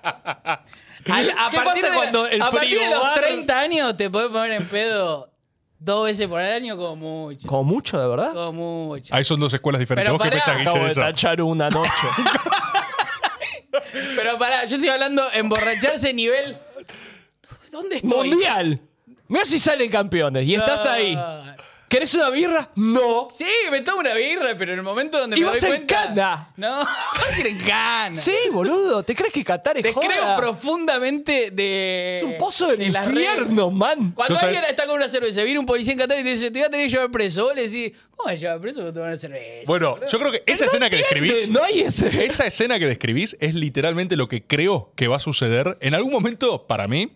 Al- a
¿Qué
partir
pasa
de-
cuando el
a partir de los
frigobar-
30 años te podés poner en pedo dos veces por año como mucho.
¿Con mucho, de verdad?
Como mucho.
Ahí son dos escuelas diferentes.
Pero
¿Vos qué
pará.
pensás, Guille,
Acabo
de
de
eso?
tachar una noche.
Pero pará, yo estoy hablando emborracharse nivel... ¿Dónde estoy?
¡Mundial! Mira si salen campeones y estás ahí.
Ah.
¿Querés una birra? No.
Sí, me tomo una birra, pero en el momento donde
Y
me
vos
doy
en
cuenta...
cana.
No, vas en cana.
Sí, boludo. ¿Te crees que Qatar es
Te
joda?
creo profundamente de...
Es un pozo del
de las redes.
infierno, man.
Cuando
Yo, ¿sabes?
alguien está con una cerveza, viene un policía en Qatar y te dice, te voy a tener que llevar preso. Vos le decís, ¿cómo me llevar preso por tomar una cerveza?
Bueno, yo creo que esa escena que describís.
No hay ese...
Esa escena que describís es literalmente lo que creo que va a suceder. En algún momento, para mí,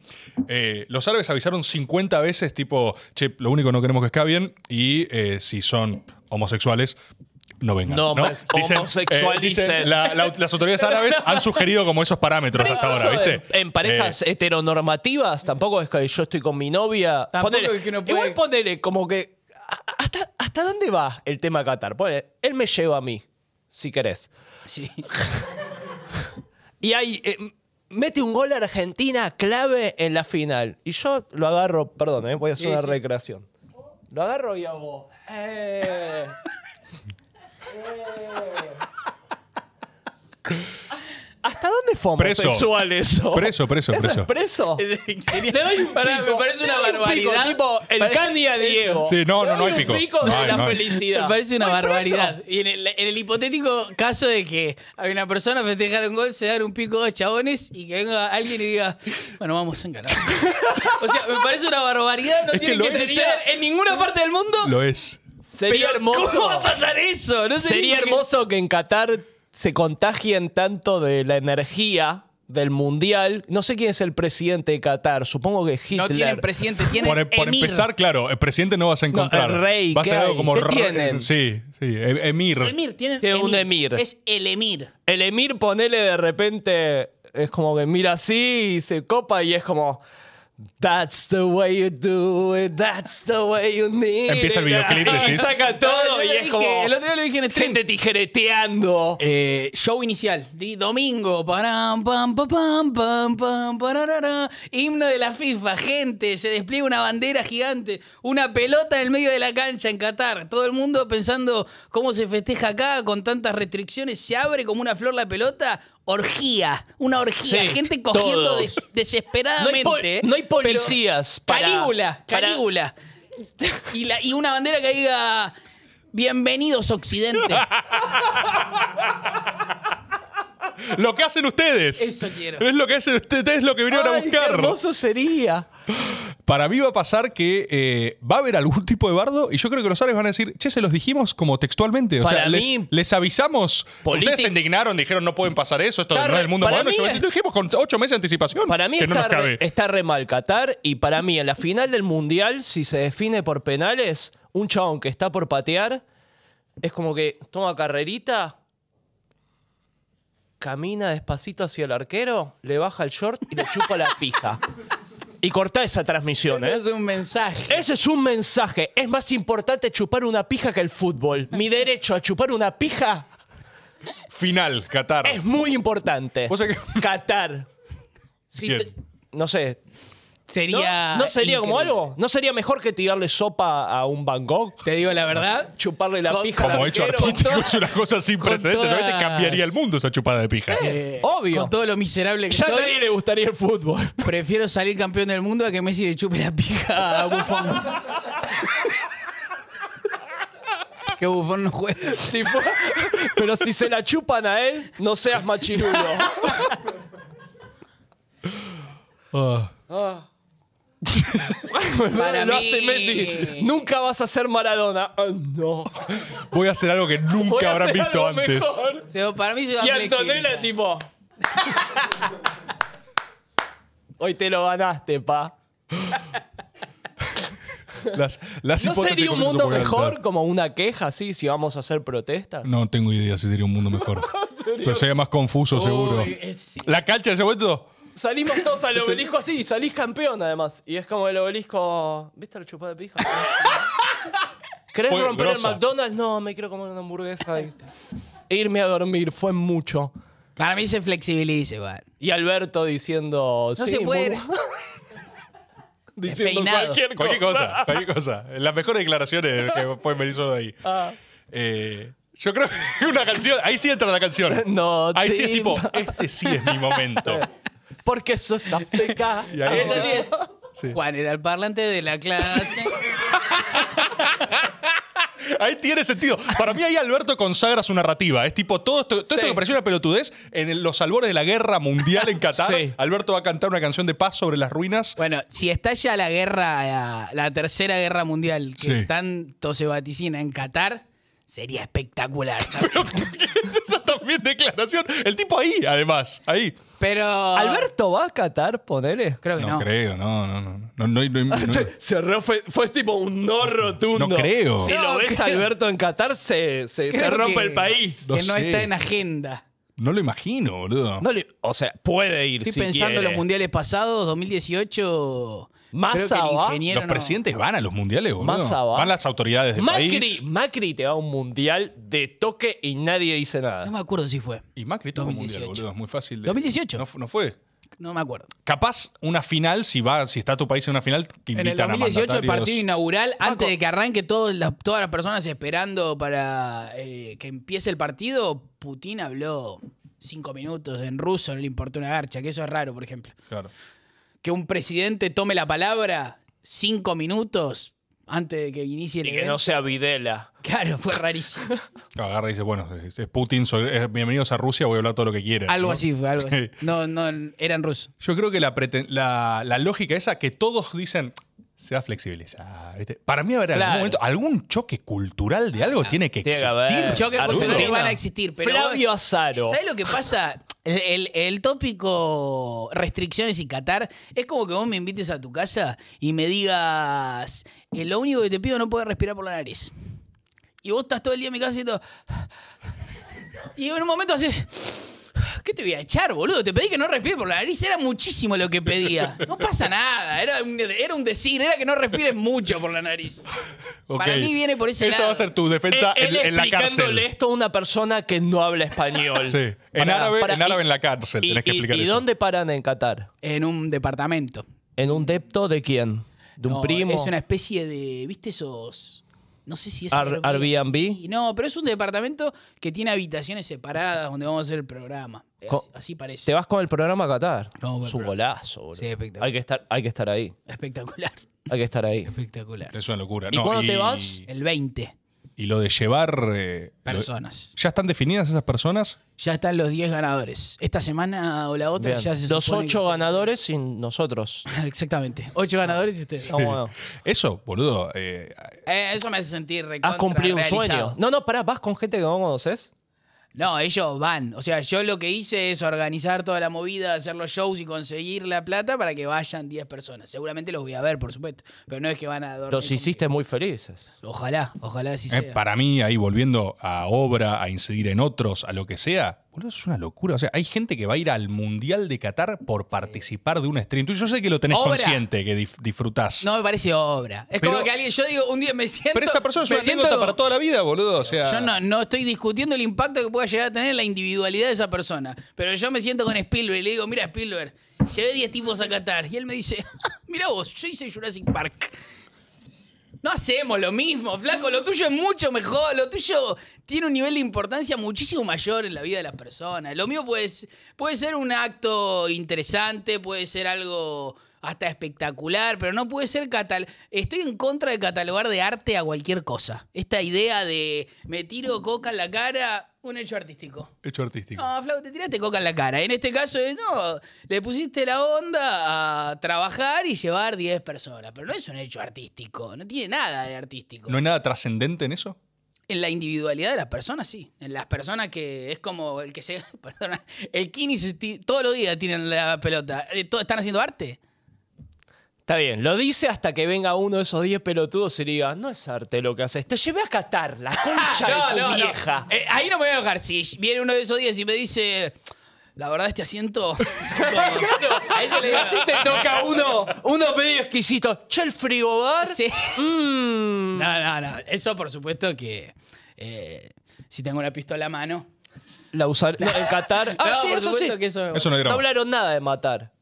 eh, los árabes avisaron 50 veces, tipo, che, lo único no queremos que escaben, y eh, si son homosexuales, no vengan.
No,
¿no? eh,
me- homosexualicen.
dicen, la- la- las autoridades árabes han sugerido como esos parámetros hasta ahora,
Incluso
¿viste?
En, en parejas
Eh,
heteronormativas, tampoco es que yo estoy con mi novia.
Tampoco
Ponele,
es que no puede-
Igual ponele, como que. a- ¿Hasta, hasta dónde va el tema Qatar? Ponele, él me lleva a mí, si querés.
Sí.
Y hay. eh, mete un gol a Argentina clave en la final. Y yo lo agarro, perdón, ¿eh? voy a hacer
Sí,
una
sí.
recreación. Lo agarro y hago. ¡Eh! ¡Eh! ¿Hasta dónde fue
Preso.
homosexual eso?
Preso, preso,
¿Eso
preso.
es preso?
Le
Le doy un
Pará,
pico,
me parece
le
una
doy un pico,
barbaridad.
tipo el
Parece-
Candy a Diego.
Sí, no,
Le
no, no
doy
hay pico.
Un pico
No
de
hay,
la
no hay.
felicidad.
Me parece una
Voy preso.
barbaridad. Y en el, en el hipotético caso de que hay una persona festejar un gol, se dar un pico de chabones y que venga alguien y diga, bueno, vamos a encarar. o sea, me parece una barbaridad, no
Es que
tiene
lo
que,
es.
suceder en ninguna parte del mundo.
Lo es.
Sería
Pero,
hermoso.
¿Cómo va a pasar eso? No sé
Sería
ni qué-
hermoso que en Qatar se contagien tanto de la energía del mundial. No sé quién es el presidente de Qatar, supongo que Hitler.
No tienen presidente, tienen
em-
Por, por
emir.
empezar, claro, el presidente no vas a encontrar.
el rey,
Va a
¿qué
ser algo
hay?
como
¿Qué
re-
tienen?
Sí, sí, e- emir.
Emir, tienen
Tiene un emir.
Es el emir.
El emir ponele de repente, es como que mira así y se copa y es como... That's the way you do it, that's the way you need
Empieza el
it".
videoclip,
Y
decís.
saca todo
Yo
y
lo
es
dije,
como...
el otro día lo dije en stream.
Gente tijereteando.
Eh, show inicial, di- domingo, param, pam, pa, pam, pam, pam, pararara. himno de la FIFA, gente, se despliega una bandera gigante, una pelota en el medio de la cancha en Qatar, todo el mundo pensando cómo se festeja acá con tantas restricciones, se abre como una flor la pelota, orgía, una orgía,
Sí,
gente cogiendo
todos.
des- desesperadamente.
No hay pol- no hay
pero-
policías para-
Calígula,
para-
Calígula. Y, la- y una bandera que diga, bienvenidos Occidente.
Lo que hacen ustedes.
Eso quiero.
Es lo que hacen ustedes, es lo que vinieron a
Ay, qué
buscar.
hermoso sería.
Para mí va a pasar que eh, va a haber algún tipo de bardo y yo creo que los árabes van a decir, che, se los dijimos como textualmente. O
Para
sea,
mí-
les, les avisamos.
Politi-
Ustedes se indignaron, dijeron, no pueden pasar eso, esto
Claro,
no es el mundo
para
moderno.
mí
Yo,
es-
Lo dijimos con ocho meses de anticipación.
Para mí
que no
está,
nos cabe.
re, está re mal Qatar y para mí en la final del Mundial, si se define por penales, un chabón que está por patear es como que toma carrerita, camina despacito hacia el arquero, le baja el short y le chupa la pija. Y corta esa transmisión, ¿eh?
Es un mensaje.
Ese es un mensaje. Es más importante chupar una pija que el fútbol. Mi derecho a chupar una pija
Final, Qatar.
es muy importante.
Ah. Vos sabés que-
Qatar. Si
Bien.
te- no sé, ¿No?
Sería.
¿No sería como
increíble.
algo? ¿No sería mejor que tirarle sopa a un Van Gogh?
Te digo la verdad.
Chuparle la
Con-
pija al
Como hecho
arquero?
artístico es una cosa sin
con
precedentes. Realmente
todas-
cambiaría el mundo esa chupada de pija.
eh,
Obvio.
Con todo lo miserable que
Ya a
soy,
nadie le gustaría el fútbol.
prefiero salir campeón del mundo a que Messi le chupe la pija a Buffon. que Buffon no juega.
Tipo, pero si se la chupan a él, no seas machirulo.
Ah.
Para
lo
mí.
hace Messi. Nunca vas a ser Maradona. Ah, no.
Voy a hacer algo que
Voy
nunca
a
habrán
hacer
visto
algo
antes.
mejor.
Se- para mí se va a
Y Antonella,
flexibilizar.
tipo. Hoy te lo ganaste, pa.
Las, las
¿No
hipótesis
sería
con
un
que se
mundo
puede
mejor
alterar.
como una queja así si vamos a hacer protestas?
No tengo idea si sería un mundo mejor. Pero sería más confuso, seguro.
Uy, es-
La cancha en ese momento.
Salimos todos al obelisco así y salís campeón además. Y es como el obelisco. ¿Viste la chupada de pija? ¿Querés
Fue
romper
grosa.
el McDonald's? No, me quiero comer una hamburguesa. y- E irme a dormir, fue mucho.
Para mí se flexibiliza igual.
Y Alberto diciendo.
No
"Sí,
se puede.
muy bu-". diciendo
Despeinado.
cualquier cosa.
Cualquier cosa, cualquier cosa. Las mejores declaraciones que pueden venir solo de ahí.
Ah.
Eh, yo creo que una canción. Ahí sí entra la canción.
No,
Ahí sí es
te-
tipo, este sí es mi momento.
Porque sos África.
Y ahí
Esa sí es.
Sí.
Juan era el parlante de la clase.
Ahí tiene sentido. Para mí ahí Alberto consagra su narrativa. Es tipo, todo esto, todo esto
Sí.
que pareció una pelotudez, en el- los albores de la guerra mundial en Qatar,
Sí.
Alberto va a cantar una canción de paz sobre las ruinas.
Bueno, si estalla la guerra, eh, la tercera guerra mundial, que
Sí.
tanto se vaticina en Qatar, sería espectacular.
Pero, ¿qué es esa también declaración? El tipo ahí, además, ahí.
Pero.
¿Alberto va a Qatar, ponele?
Creo que no.
creo, no, no, no. No, no, no, no-
Se re- fue, fue tipo un no rotundo.
No creo.
Si
No
lo ves a
creo.
Alberto en Qatar, se, se, se
Creo
rompe
que-
el país.
No
que no
sé.
está en agenda.
no lo imagino, boludo.
No le- o sea, puede ir
Estoy
si
pensando en
quiere.
los mundiales pasados, 2018.
Massa
creo que el
va.
ingeniero
Los
no-
presidentes van a los mundiales, boludo.
Massa va.
Van las autoridades del
Macri,
país.
Macri te va a un mundial de toque y nadie dice
No
nada.
me acuerdo si fue.
Y Macri tuvo un mundial,
2018.
boludo. Es muy fácil. de-
2018.
No, fu- no fue.
No me acuerdo.
Capaz una final, si va, si está tu país en una final, que
En el
invitan a
2018, el partido
mandatarios.
inaugural, antes de que arranque todas las- todas las personas esperando para eh, que empiece el partido, Putin habló cinco minutos en ruso, no le importó una garcha, que eso es raro, por ejemplo.
Claro.
Que un presidente tome la palabra cinco minutos antes de que inicie el
Y que no
evento.
sea Videla.
Claro, fue rarísimo.
Agarra y dice, bueno, es es Putin, soy- eh, bienvenidos a Rusia, voy a hablar todo lo que quiera.
Algo
¿no?
así fue, algo así.
Sí.
No, no, eran rusos.
Yo creo que la, preten- la, la lógica esa que todos dicen se va a flexibilizar. ¿viste? Para mí habrá
Claro. Ah,
algún momento, algún choque cultural de algo tiene que
tiene
existir.
que haber.
Choque
Argentina.
culturales van a existir, pero.
Flavio Azaro.
¿Sabes lo que pasa? El, el- el tópico restricciones y Qatar es como que vos me invites a tu casa y me digas, "Eh, lo único que te pido es no poder respirar por la nariz. Y vos estás todo el día en mi casa haciendo... Y en un momento haces... ¿Qué te voy a echar, boludo? Te pedí que no respires por la nariz. Era muchísimo lo que pedía. No pasa nada. Era un, era un decir. Era que no respires mucho por la nariz.
Ok.
Para mí viene por ese
Esa
lado.
va a ser tu defensa en,
Él- él
en la
explicándole
cárcel.
esto a una persona que no habla español.
Sí. En,
Para-
árabe,
para-
en árabe
y-
en la cárcel,
y-
tenés que
y-
explicar
¿Y
eso.
dónde paran en Qatar?
En un departamento.
¿En un depto de quién? ¿De un
No,
primo?
Es una especie de, ¿viste esos? No sé si es
Ar- Airbnb?
No, pero es un departamento que tiene habitaciones separadas donde vamos a hacer el programa. Eh,
Co-
así, así parece.
Te vas con el programa a Qatar.
No, con el
es un
programa.
golazo, boludo.
Sí, espectacular.
hay, que estar, hay que estar ahí.
Espectacular.
Hay que estar ahí.
Espectacular.
Es una locura.
¿Y
No,
cuándo te vas?
El 20
Y lo de llevar... eh, lo-
personas.
¿Ya están definidas esas personas?
Ya están los 10 ganadores. Esta semana o la otra
Bien.
ya se
Los
supone que
ocho
se-
ganadores sin nosotros.
Exactamente. 8 ganadores y ustedes.
Estamos-
Eso, boludo. eh,
Eh, eso me hace sentir recontra
Has cumplido un
realizado.
sueño. No, no, pará, vas con gente que no conoces.
No, ellos van. O sea, yo lo que hice es organizar toda la movida, hacer los shows y conseguir la plata para que vayan 10 personas. Seguramente los voy a ver, por supuesto. Pero no es que van a dormir.
Los hiciste muy felices.
conmigo. Ojalá, ojalá así
eh,
sea.
para mí, ahí volviendo a obra, a incidir en otros, a lo que sea, boludo, es una locura. O sea, hay gente que va a ir al Mundial de Qatar por participar de un stream. Tú, yo sé que lo tenés
Obra.
consciente, que dif- disfrutás.
No me parece obra. Es como
Pero-
que alguien, yo digo, un día me siento.
Pero esa persona es
me
una
siento
anécdota
como-
para toda la vida, boludo. O sea,
Yo no, no estoy discutiendo el impacto que pueda llegar a tener en la individualidad de esa persona. Pero yo me siento con Spielberg y le digo, mira Spielberg, llevé 10 tipos a Qatar. Y él me dice, mira vos, yo hice Jurassic Park. No hacemos lo mismo, flaco. Lo tuyo es mucho mejor. Lo tuyo tiene un nivel de importancia muchísimo mayor en la vida de las personas. Lo mío puede, s- puede ser un acto interesante, puede ser algo hasta espectacular, pero no puede ser catal... Estoy en contra de catalogar de arte a cualquier cosa. Esta idea de me tiro coca en la cara, un hecho artístico.
Hecho artístico.
No, Flau, te tiraste coca en la cara. En este caso, eh, no, le pusiste la onda a trabajar y llevar 10 personas. Pero no es un hecho artístico, no tiene nada de artístico.
¿No hay nada trascendente en eso?
En la individualidad de las personas, sí. En las personas que es como el que se. Perdona, el Kini se ti- todos los días tiran la pelota. Eh, to- ¿Están haciendo arte?
Está bien, lo dice hasta que venga uno de esos 10 pelotudos y diga, no es arte lo que haces, te llevé a Qatar, la concha de tu vieja.
Eh, ahí no me voy a enojar. Si viene uno de esos días y me dice. La verdad, este asiento. a ese le digo.
Así te toca uno, uno medio exquisito. Che, el frigobar.
Sí.
Mm.
No, no, no. Eso, por supuesto, que eh, si tengo una pistola a mano.
La usar no, en Qatar. Ah,
No,
sí,
por
eso sí.
supuesto que eso-
Eso no hay
No
drama.
hablaron nada de matar.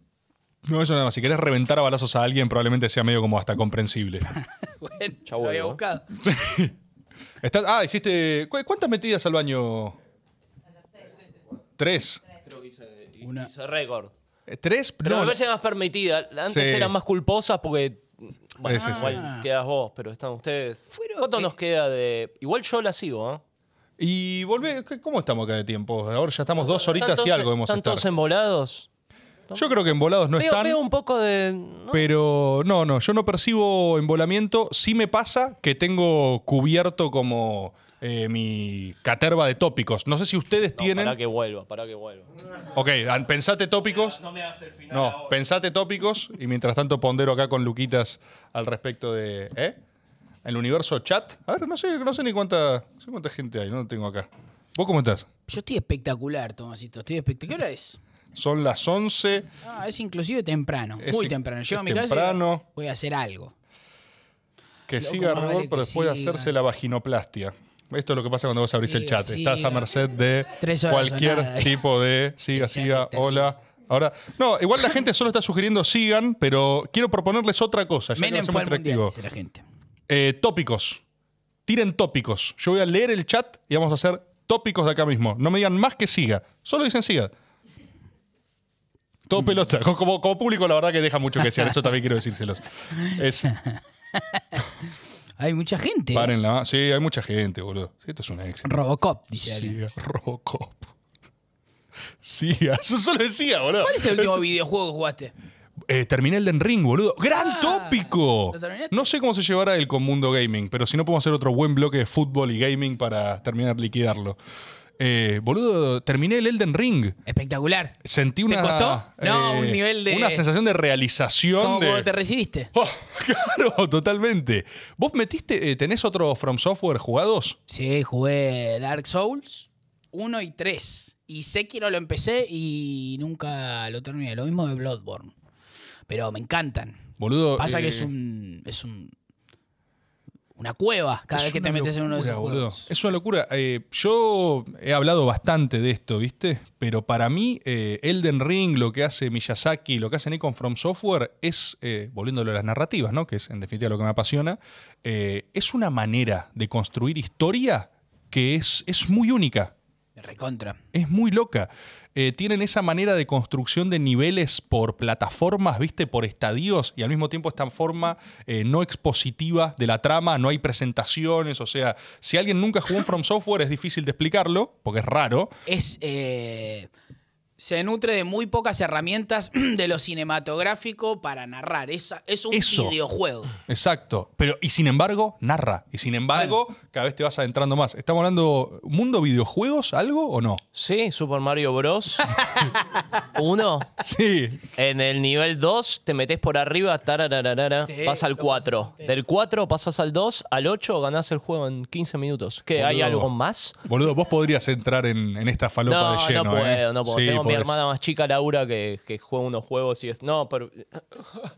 No, eso nada más. Si querés reventar a balazos a alguien, probablemente sea medio como hasta comprensible.
Bueno,
Ya
lo había
vuelvo, ¿eh?
buscado.
Estás- ah, hiciste. ¿cu- ¿Cuántas metidas al baño? Tres.
Una-
Hizo récord.
Eh, ¿Tres?
Pero
No,
me parece más permitida. Antes
Sí.
eran más culposas porque. Bueno,
Sí, sí, sí.
igual quedas vos, pero están ustedes.
Fueron-
¿Cuánto nos queda de.? Igual yo la sigo, ¿eh?
Y volvé. ¿qué- ¿Cómo estamos acá de tiempo? Ahora ya estamos dos
Están
horitas
todos-
y algo hemos
Están
estado.
todos embolados.
Yo creo que embolados no
veo,
están.
veo un poco de. no,
Pero no, no, yo no percibo embolamiento. Sí me pasa que tengo cubierto como eh, mi caterva de tópicos. No sé si ustedes tienen.
Para que vuelva, para que vuelva.
Ok, an- pensate tópicos. No, pensate tópicos y mientras tanto pondero acá con Luquitas al respecto de. ¿Eh? El universo chat. A ver, no sé, no sé ni cuánta, no sé cuánta gente hay, no lo tengo acá. ¿Vos cómo estás?
Yo estoy espectacular, Tomasito. Estoy espectacular. ¿Qué hora es?
Son las 11.
Ah, es inclusive temprano.
Es
muy
in-
temprano. Llego a
es
mi casa y
temprano.
voy a hacer algo.
Que
Loco,
siga
más
Rigor,
vale
pero
que
después de
siga.
hacerse la vaginoplastia. Esto es lo que pasa cuando vos abrís el
Siga,
chat. Estás a
siga.
merced de
Tres horas Este o
cualquier
nada.
tipo de siga, siga,
está bien.
hola, Ahora, no, igual la gente solo está sugiriendo sigan, pero quiero proponerles otra cosa. ya que va a
Menem
ser
fue
muy
al mundial,
atractivo.
dice la gente.
Eh, tópicos. Tiren tópicos. Yo voy a leer el chat y vamos a hacer tópicos de acá mismo. No me digan más que siga. Solo dicen siga.
Mm.
Todo pelota. Co- Como, como público, la verdad que deja mucho que desear. Eso también quiero decírselos. Es,
Hay mucha gente.
paren la Sí, hay mucha gente, boludo. Sí, esto es un éxito.
Robocop, dice alguien.
Siga, Robocop. Siga. Eso solo decía, boludo.
¿Cuál es el último videojuego que jugaste?
Eh, terminé el Den Ring, boludo. ¡Gran
Ah,
tópico!
¿lo terminaste?
No sé cómo se llevará él con Mundo Gaming, pero si no podemos hacer otro buen bloque de fútbol y gaming para terminar de liquidarlo. Eh, boludo, terminé el Elden Ring.
Espectacular.
Sentí una. eh,
costó? No, un nivel de-
Una sensación de realización.
¿Cómo
de-
cuando te recibiste?
Oh, claro, totalmente. ¿Vos metiste, eh, tenés otro From Software jugados?
Sí, jugué Dark Souls 1 y 3. Y Sekiro lo empecé y nunca lo terminé. Lo mismo de Bloodborne. Pero me encantan.
Boludo.
Pasa que
eh,
es un. es un. una cueva cada
es
vez que
una
te metes en uno de
locura,
esos
boludo.
juegos.
Es una locura. Eh, yo he hablado bastante de esto, ¿viste? Pero para mí, eh, Elden Ring, lo que hace Miyazaki, lo que hace Nikon From Software, es, eh, volviéndolo a las narrativas, ¿no? Que es en definitiva lo que me apasiona, eh, es una manera de construir historia que es, es muy única.
Recontra.
Es muy loca. Eh, tienen esa manera de construcción de niveles por plataformas, viste, por estadios, y al mismo tiempo esta forma eh, no expositiva de la trama, no hay presentaciones, o sea, si alguien nunca jugó un From Software es difícil de explicarlo, porque es raro.
Es. eh, se nutre de muy pocas herramientas de lo cinematográfico para narrar. Es, es un
Eso.
videojuego.
Exacto. Pero, y sin embargo, narra. Y sin embargo, cada vez te vas adentrando más. ¿Estamos hablando mundo videojuegos, algo o no?
Sí, Super Mario Bros. Uno.
Sí.
En el nivel 2 te metes por arriba, tarararara,
Sí,
vas al
lo
4.
pasaste.
Del 4 pasas al 2, al 8 ganás el juego en 15 minutos. ¿Qué? ¿Hay
Boludo.
algo más?
Boludo, vos podrías entrar en, en esta falopa
No,
de lleno.
no
¿eh?
puedo, no puedo.
Sí,
Tengo a mi
podés.
hermana más chica, Laura, que, que juega unos juegos y es. No, pero.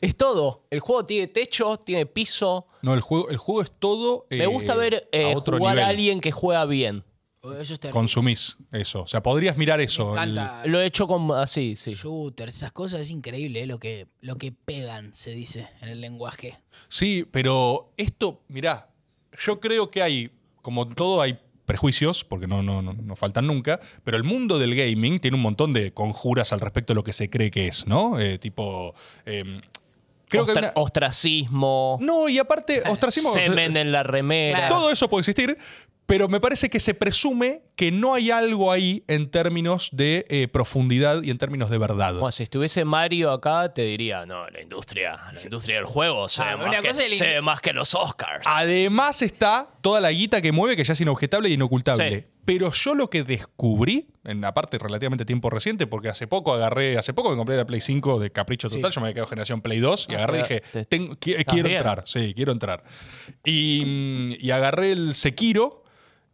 Es todo. El juego tiene techo, tiene piso.
No, el juego, el juego es todo.
Me
eh,
gusta ver eh,
a otro
jugar a
nivel.
alguien que juega bien.
Eso es terrible.
Consumís eso. O sea, podrías mirar eso.
Me encanta.
Lo he hecho con. Así, sí.
shooters, esas cosas es increíble eh, lo, que, lo que pegan, se dice en el lenguaje.
El- sí, pero esto, mirá, yo creo que hay, como en todo, hay prejuicios, porque no, no, no, no faltan nunca, pero el mundo del gaming tiene un montón de conjuras al respecto de lo que se cree que es, ¿no? Eh, tipo. em, creo que. hay
Ostra-
una-
Ostracismo.
no, y aparte, ostracismo.
Semen en la remera.
Claro.
Todo eso puede existir, pero me parece que se presume que no hay algo ahí en términos de eh, profundidad y en términos de verdad.
Bueno, si estuviese Mario acá, te diría, no, la industria, la industria del juego se,
Ah,
ve,
una
más que,
cosa es la
se
indust-
ve más que los Oscars.
Ah, Además está toda la guita que mueve, que ya es inobjetable e inocultable.
Sí.
Pero yo lo que descubrí, en la parte relativamente tiempo reciente, porque hace poco agarré, hace poco me compré la Play 5 de capricho total, yo me había quedado generación Play 2 y
Ah,
agarré y
te-
dije,
te-
"Tengo- qui-
estás
quiero
bien.
entrar, sí, quiero entrar. Y, mm, y agarré el Sekiro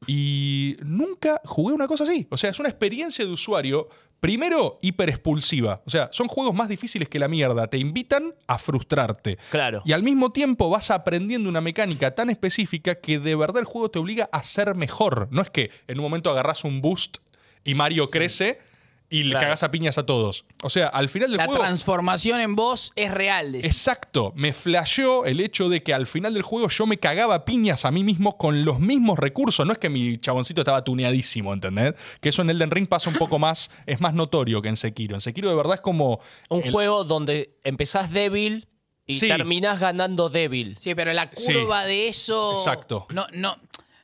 y nunca jugué una cosa así. O sea, es una experiencia de usuario, primero, hiperexpulsiva. O sea, son juegos más difíciles que la mierda, te invitan a frustrarte.
Claro.
Y al mismo tiempo vas aprendiendo una mecánica tan específica que de verdad el juego te obliga a ser mejor. No es que en un momento agarras un boost y Mario crece y le
Claro.
cagas a piñas a todos. O sea, al final del
La
juego.
transformación en voz es real. decís.
Exacto, me flasheó el hecho de que al final del juego yo me cagaba a piñas a mí mismo con los mismos recursos. No es que mi chaboncito estaba tuneadísimo, ¿entendés? Que eso en Elden Ring pasa un poco más, es más notorio que en Sekiro. En Sekiro de verdad es como.
Un
el-
juego donde empezás débil y
Sí.
terminás ganando débil.
Sí, pero la
Sí.
curva de eso.
Exacto.
No, no.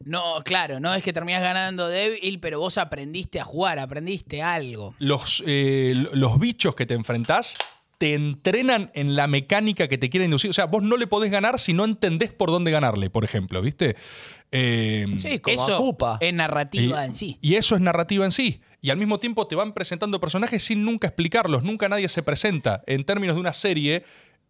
No, claro, no es que terminás ganando débil, pero vos aprendiste a jugar, aprendiste algo.
los, eh, los bichos que te enfrentás te entrenan en la mecánica que te quieren inducir. O sea, vos no le podés ganar si no entendés por dónde ganarle, por ejemplo, ¿viste? Eh,
Sí, como
eso
ocupa.
es narrativa
y-
en sí.
Y eso es narrativa en sí. Y al mismo tiempo te van presentando personajes sin nunca explicarlos. Nunca nadie se presenta. En términos de una serie,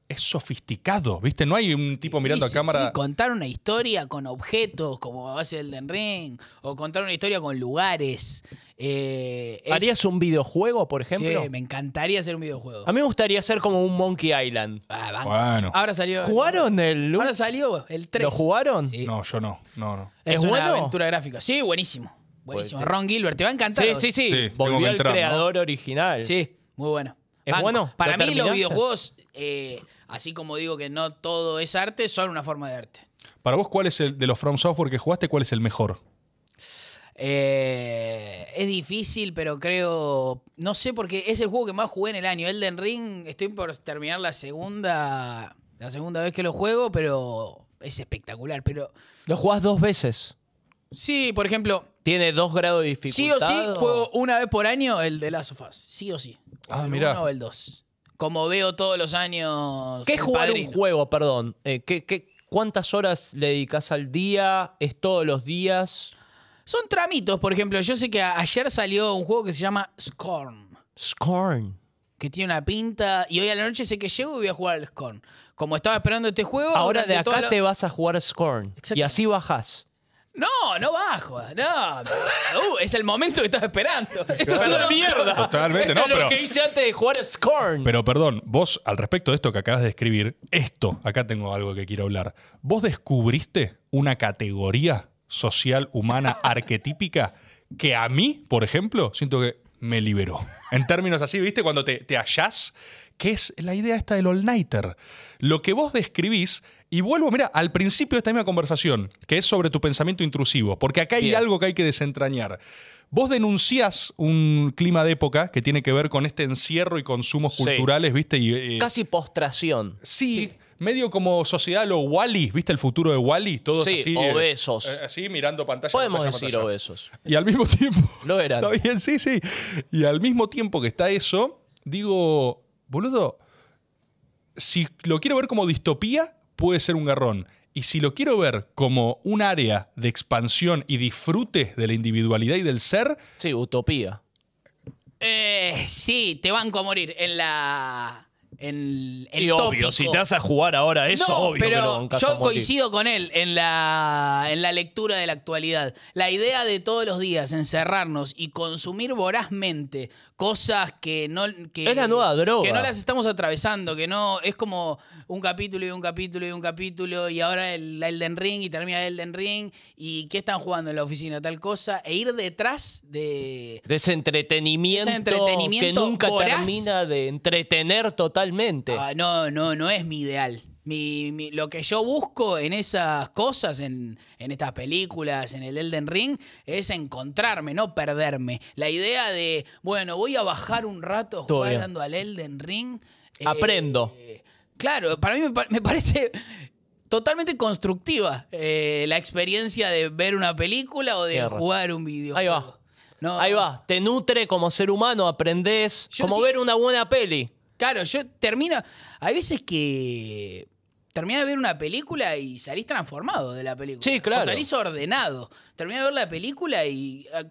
es sofisticado, ¿viste? No hay un tipo mirando
Sí,
a cámara.
sí, contar una historia con objetos, como hace Elden Ring, o contar una historia con lugares. Eh, es-
¿Harías un videojuego, por ejemplo?
Sí, me encantaría hacer un videojuego.
A mí me gustaría ser como un Monkey Island.
Ah, banco.
Bueno.
Ahora salió.
¿Jugaron el
Ahora salió el 3.
¿Lo jugaron?
Sí.
No, yo no. No, no.
Es,
¿Es
una
bueno?
aventura gráfica. Sí, buenísimo. Buenísimo.
Pues,
Ron Gilbert, te va a encantar.
Sí,
hoy.
sí, sí.
tengo que
Volvió al
entrar, ¿no?
creador original.
Sí, muy bueno.
Es bueno,
Para
¿lo
mí los
terminaste?
videojuegos, eh, así como digo que no todo es arte, son una forma de arte.
Para vos, ¿cuál es el de los From Software que jugaste? ¿Cuál es el mejor?
Eh, es difícil, pero creo. No sé, porque es el juego que más jugué en el año. Elden Ring, estoy por terminar la segunda. La segunda vez que lo juego, pero es espectacular. Pero.
Lo jugás dos veces.
Sí, por ejemplo,
Tiene dos grados de
sí o
dificultad.
sí juego una vez por año el de Last of Us. Sí o sí. O
Ah,
el
mirá.
uno o el dos. Como veo todos los años.
¿Qué es
El
jugar
Padrino.
un juego, perdón? Eh, ¿qué- qué- cuántas horas le dedicas al día? ¿Es todos los días?
Son tramitos, por ejemplo. Yo sé que a- ayer salió un juego que se llama Scorn.
Scorn.
que tiene una pinta. Y hoy a la noche sé que llego y voy a jugar al Scorn. Como estaba esperando este juego.
Ahora de
durante toda
acá
la-
te vas a jugar Scorn.
Exacto.
Y así bajás.
No, no bajo. No. Uh, es el momento que estaba esperando. Esto es una mierda.
Totalmente, no,
Esto es
pero.
lo que hice antes de jugar Scorn.
Pero perdón, vos al respecto de esto que acabas de escribir, esto, acá tengo algo que quiero hablar. ¿Vos descubriste una categoría social, humana, arquetípica que a mí, por ejemplo, siento que me liberó? En términos así, ¿viste? Cuando te, te hallás, que es la idea esta del all-nighter. Lo que vos describís, y vuelvo, mira, al principio de esta misma conversación, que es sobre tu pensamiento intrusivo, porque acá hay
Bien.
algo que hay que desentrañar. Vos denunciás un clima de época que tiene que ver con este encierro y consumos
Sí.
culturales, ¿viste? Y, eh,
Casi postración.
sí, medio como sociedad lo Wally, ¿viste el futuro de Wally? Todos
Sí,
así. eh,
obesos.
eh, así mirando pantalla.
Podemos
pantalla,
decir
pantalla.
obesos.
Y al mismo tiempo.
Lo eran.
Está bien, sí, sí. Y al mismo tiempo que está eso, digo, boludo, si lo quiero ver como distopía, puede ser un garrón. Y si lo quiero ver como un área de expansión y disfrute de la individualidad y del ser,
Sí, utopía.
Eh, sí, te van a morir. En la. En el
y obvio,
tópico.
si te vas a jugar ahora eso,
No,
obvio que
pero
lo bancás a
yo
morir.
coincido con él en la, en la lectura de la actualidad. La idea de todos los días encerrarnos y consumir vorazmente cosas que no... Que,
Es la nueva droga.
Que no las estamos atravesando, que no... Es como un capítulo y un capítulo y un capítulo y ahora el Elden Ring y termina el Elden Ring y qué están jugando en la oficina, tal cosa. E ir detrás de...
De ese entretenimiento,
Ese entretenimiento
que nunca
voraz.
termina de entretener totalmente.
Ah, no, no, no es mi ideal. Mi- mi- lo que yo busco en esas cosas, en, en estas películas, en el Elden Ring, es encontrarme, no perderme. La idea de, bueno, voy a bajar un rato
Todo bien.
jugando al Elden Ring. eh,
Aprendo.
claro, para mí me, pa- me parece totalmente constructiva eh, la experiencia de ver una película o de
Tienes razón.
jugar un videojuego.
Ahí va.
No,
Ahí va, te nutre como ser humano, aprendés,
Yo
como
sí-
ver una buena peli.
Claro, yo termino. Hay veces que terminás de ver una película y salís transformado de la película.
Sí,
O
claro.
salís ordenado. Terminás de ver la película y a-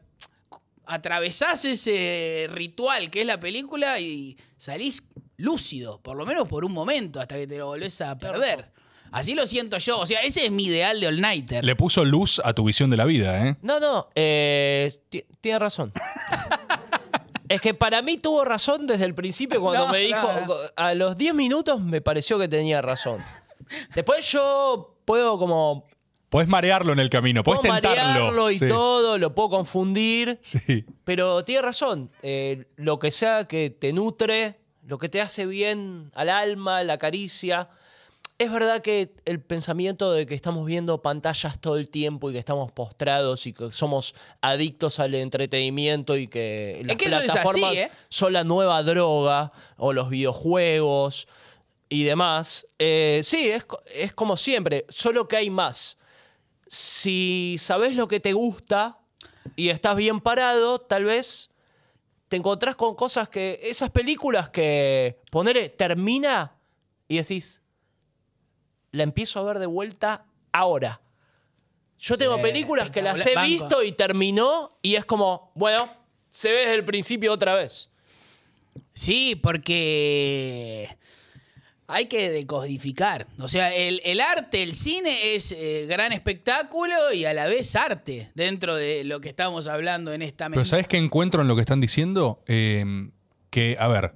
atravesás ese ritual que es la película y salís lúcido, por lo menos por un momento, hasta que te lo volvés a perder. Así lo siento yo. O sea, ese es mi ideal de All Nighter.
le puso luz a tu visión de la vida, ¿eh?
No, no, eh, ti- tiene razón. es que para mí tuvo razón desde el principio cuando
No,
me dijo,
no, no.
a los 10 minutos me pareció que tenía razón. Después yo puedo como...
Podés marearlo en el camino, podés
Puedo
tentarlo.
marearlo y
sí.
todo, lo puedo confundir.
Sí.
Pero tiene razón. eh, lo que sea que te nutre, lo que te hace bien al alma, la caricia. Es verdad que el pensamiento de que estamos viendo pantallas todo el tiempo y que estamos postrados y que somos adictos al entretenimiento y que las
que eso es así,
plataformas
¿eh?
son la nueva droga o los videojuegos y demás. eh, sí, es, co- es como siempre, solo que hay más si sabes lo que te gusta y estás bien parado, tal vez te encontrás con cosas que. Esas películas que. Ponele, termina y decís. La empiezo a ver de vuelta ahora. Yo tengo
Sí,
películas que las he
espectacular. Banco.
visto y terminó y es como, bueno, se ve desde el principio otra vez.
Sí, porque hay que decodificar. O sea, el, el arte, el cine es eh, gran espectáculo y a la vez arte dentro de lo que estamos hablando en esta
Pero
mesa.
Em, ¿sabés qué encuentro en lo que están diciendo? Eh, que, a ver,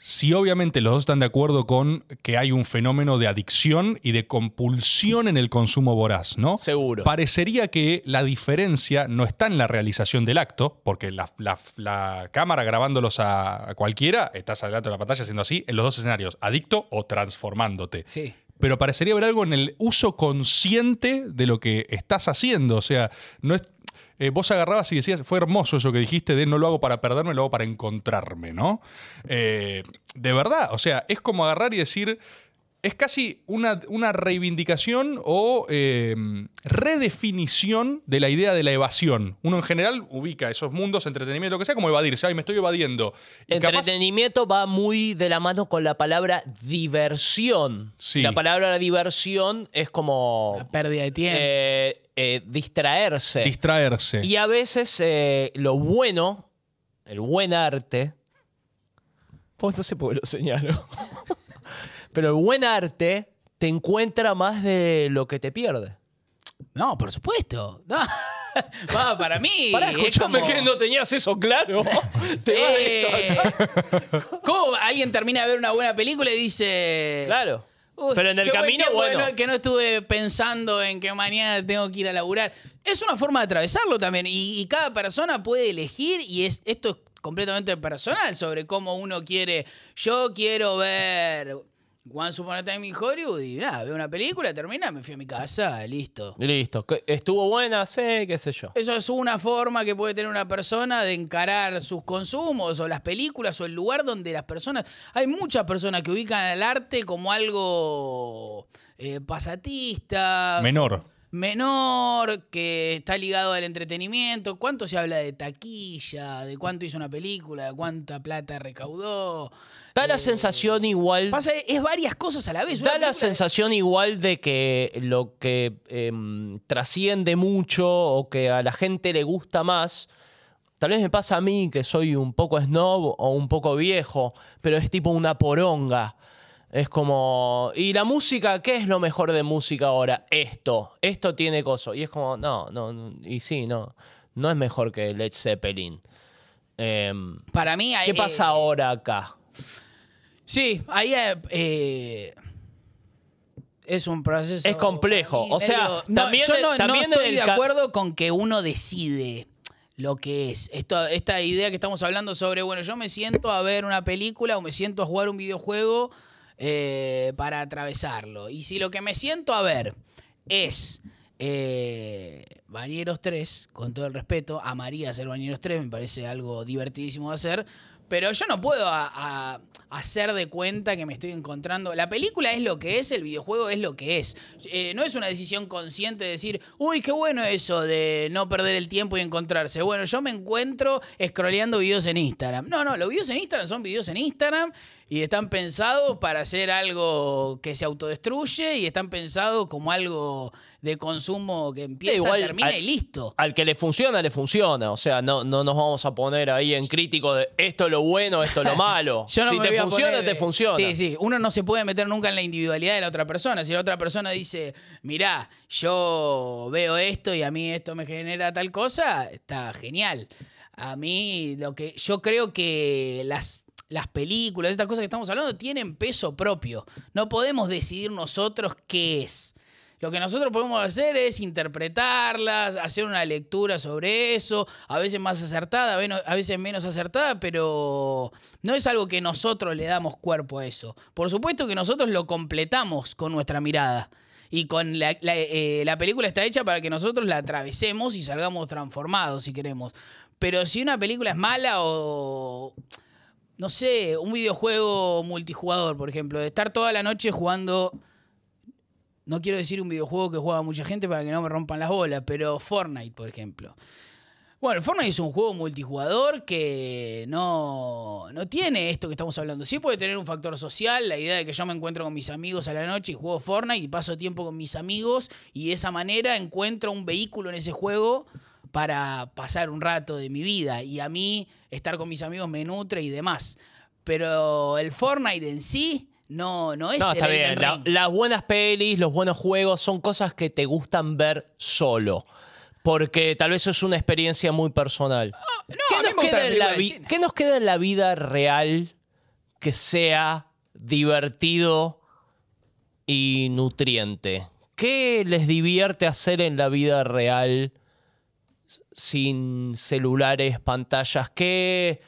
Si obviamente los dos están de acuerdo con que hay un fenómeno de adicción y de compulsión en el consumo voraz, ¿no?
Seguro.
Parecería que la diferencia no está en la realización del acto, porque la, la- la cámara grabándolos a, a cualquiera, estás adelante de la pantalla haciendo así, en los dos escenarios, adicto o transformándote
Sí.
pero parecería haber algo en el uso consciente de lo que estás haciendo. O sea, no es. eh, vos agarrabas y decías, fue hermoso eso que dijiste de no lo hago para perderme, lo hago para encontrarme, ¿no? Eh, de verdad, o sea, es como agarrar y decir. Es casi una, una reivindicación o eh, redefinición de la idea de la evasión. Uno en general ubica esos mundos, entretenimiento, lo que sea, como evadirse. Ay, me estoy evadiendo. Y capaz-
Entretenimiento va muy de la mano con la palabra diversión.
Sí.
La palabra diversión es como
La pérdida de tiempo.
eh, eh, distraerse.
distraerse.
y a veces eh, lo bueno, el buen arte. Pues no sé por qué lo señalo. Pero el buen arte te encuentra más de lo que te pierde.
No, por supuesto. No. Va, para mí.
Pará,
es
escuchame
como-
que no tenías eso claro. te vas de esto.
Eh, ¿Cómo alguien termina de ver una buena película y dice.
Claro.
"Uy,
Pero en el
qué buen
camino,
tiempo que
bueno.
no- que no estuve pensando en que mañana tengo que ir a laburar. Es una forma de atravesarlo también. Y, y cada persona puede elegir, y es, esto es completamente personal, sobre cómo uno quiere. Yo quiero ver. Once Upon a Time in Hollywood y nada, veo una película, termina, me fui a mi casa, listo.
Listo. que- Estuvo buena, sé, qué sé yo.
Eso es una forma que puede tener una persona de encarar sus consumos o las películas o el lugar donde las personas... Hay muchas personas que ubican al arte como algo eh, pasatista,
Menor.
menor, que está ligado al entretenimiento. ¿Cuánto se habla de taquilla? ¿De cuánto hizo una película? ¿De cuánta plata recaudó?
Da la sensación igual.
Eh. Pasa, es varias cosas a la vez. Una
Da la
película-
sensación igual de que lo que em, trasciende mucho o que a la gente le gusta más. Tal vez me pasa a mí que soy un poco snob o un poco viejo, pero es tipo una poronga. Es como. ¿Y la música? ¿Qué es lo mejor de música ahora? Esto. Esto tiene coso. Y es como, no, no, no, y sí, no. No es mejor que Led Zeppelin. Em,
Para mí...
¿Qué
eh,
pasa ahora acá?
Sí, ahí eh, eh, es un proceso.
Es complejo, o sea,
medio- no,
también
yo
en-
no, no
también en
estoy
el
de
ca-
acuerdo con que uno decide lo que es. Esto, esta idea que estamos hablando sobre, bueno, yo me siento a ver una película o me siento a jugar un videojuego eh, para atravesarlo. Y si lo que me siento a ver es. Eh, Bañeros 3, con todo el respeto, amaría hacer Bañeros 3, me parece algo divertidísimo de hacer, pero yo no puedo a- a- hacer de cuenta que me estoy encontrando. La película es lo que es, el videojuego es lo que es. Eh, no es una decisión consciente de decir, uy, qué bueno eso de no perder el tiempo y encontrarse. Bueno, yo me encuentro scrolleando videos en Instagram. No, no, los videos en Instagram son videos en Instagram y están pensados para hacer algo que se autodestruye y están pensados como algo de consumo que empieza,
igual,
termina
al-
y listo.
al que le funciona, le funciona. O sea, no, no nos vamos a poner ahí en crítico de esto es lo bueno, esto es lo malo.
Yo no
si
me voy
te
a
funciona,
poner-
te funciona.
Sí, sí. Uno no se puede meter nunca en la individualidad de la otra persona. Si la otra persona dice, mirá, yo veo esto y a mí esto me genera tal cosa, está genial. A mí, lo que yo creo que las, las películas, estas cosas que estamos hablando, tienen peso propio. No podemos decidir nosotros qué es. Lo que nosotros podemos hacer es interpretarlas, hacer una lectura sobre eso, a veces más acertada, a veno- a veces menos acertada, pero no es algo que nosotros le damos cuerpo a eso. Por supuesto que nosotros lo completamos con nuestra mirada. Y con la, la- eh, la película está hecha para que nosotros la atravesemos y salgamos transformados, si queremos. Pero si una película es mala o, no sé, un videojuego multijugador, por ejemplo, de estar toda la noche jugando no quiero decir un videojuego que juega mucha gente para que no me rompan las bolas, pero Fortnite, por ejemplo. Bueno, Fortnite es un juego multijugador que no, no tiene esto que estamos hablando. Sí puede tener un factor social, la idea de que yo me encuentro con mis amigos a la noche y juego Fortnite y paso tiempo con mis amigos y de esa manera encuentro un vehículo en ese juego para pasar un rato de mi vida y a mí estar con mis amigos me nutre y demás. Pero el Fortnite en sí no, no es
No,
el
está
Elden
bien. La-
Ring.
las buenas pelis, los buenos juegos son cosas que te gustan ver solo. Porque tal vez es una experiencia muy personal.
No, a
¿Qué
mí
nos
me gusta
queda en la
película de
vi-
cine.
qué nos queda en la vida real que sea divertido y nutriente. ¿Qué les divierte hacer en la vida real s- sin celulares, pantallas? ¿Qué,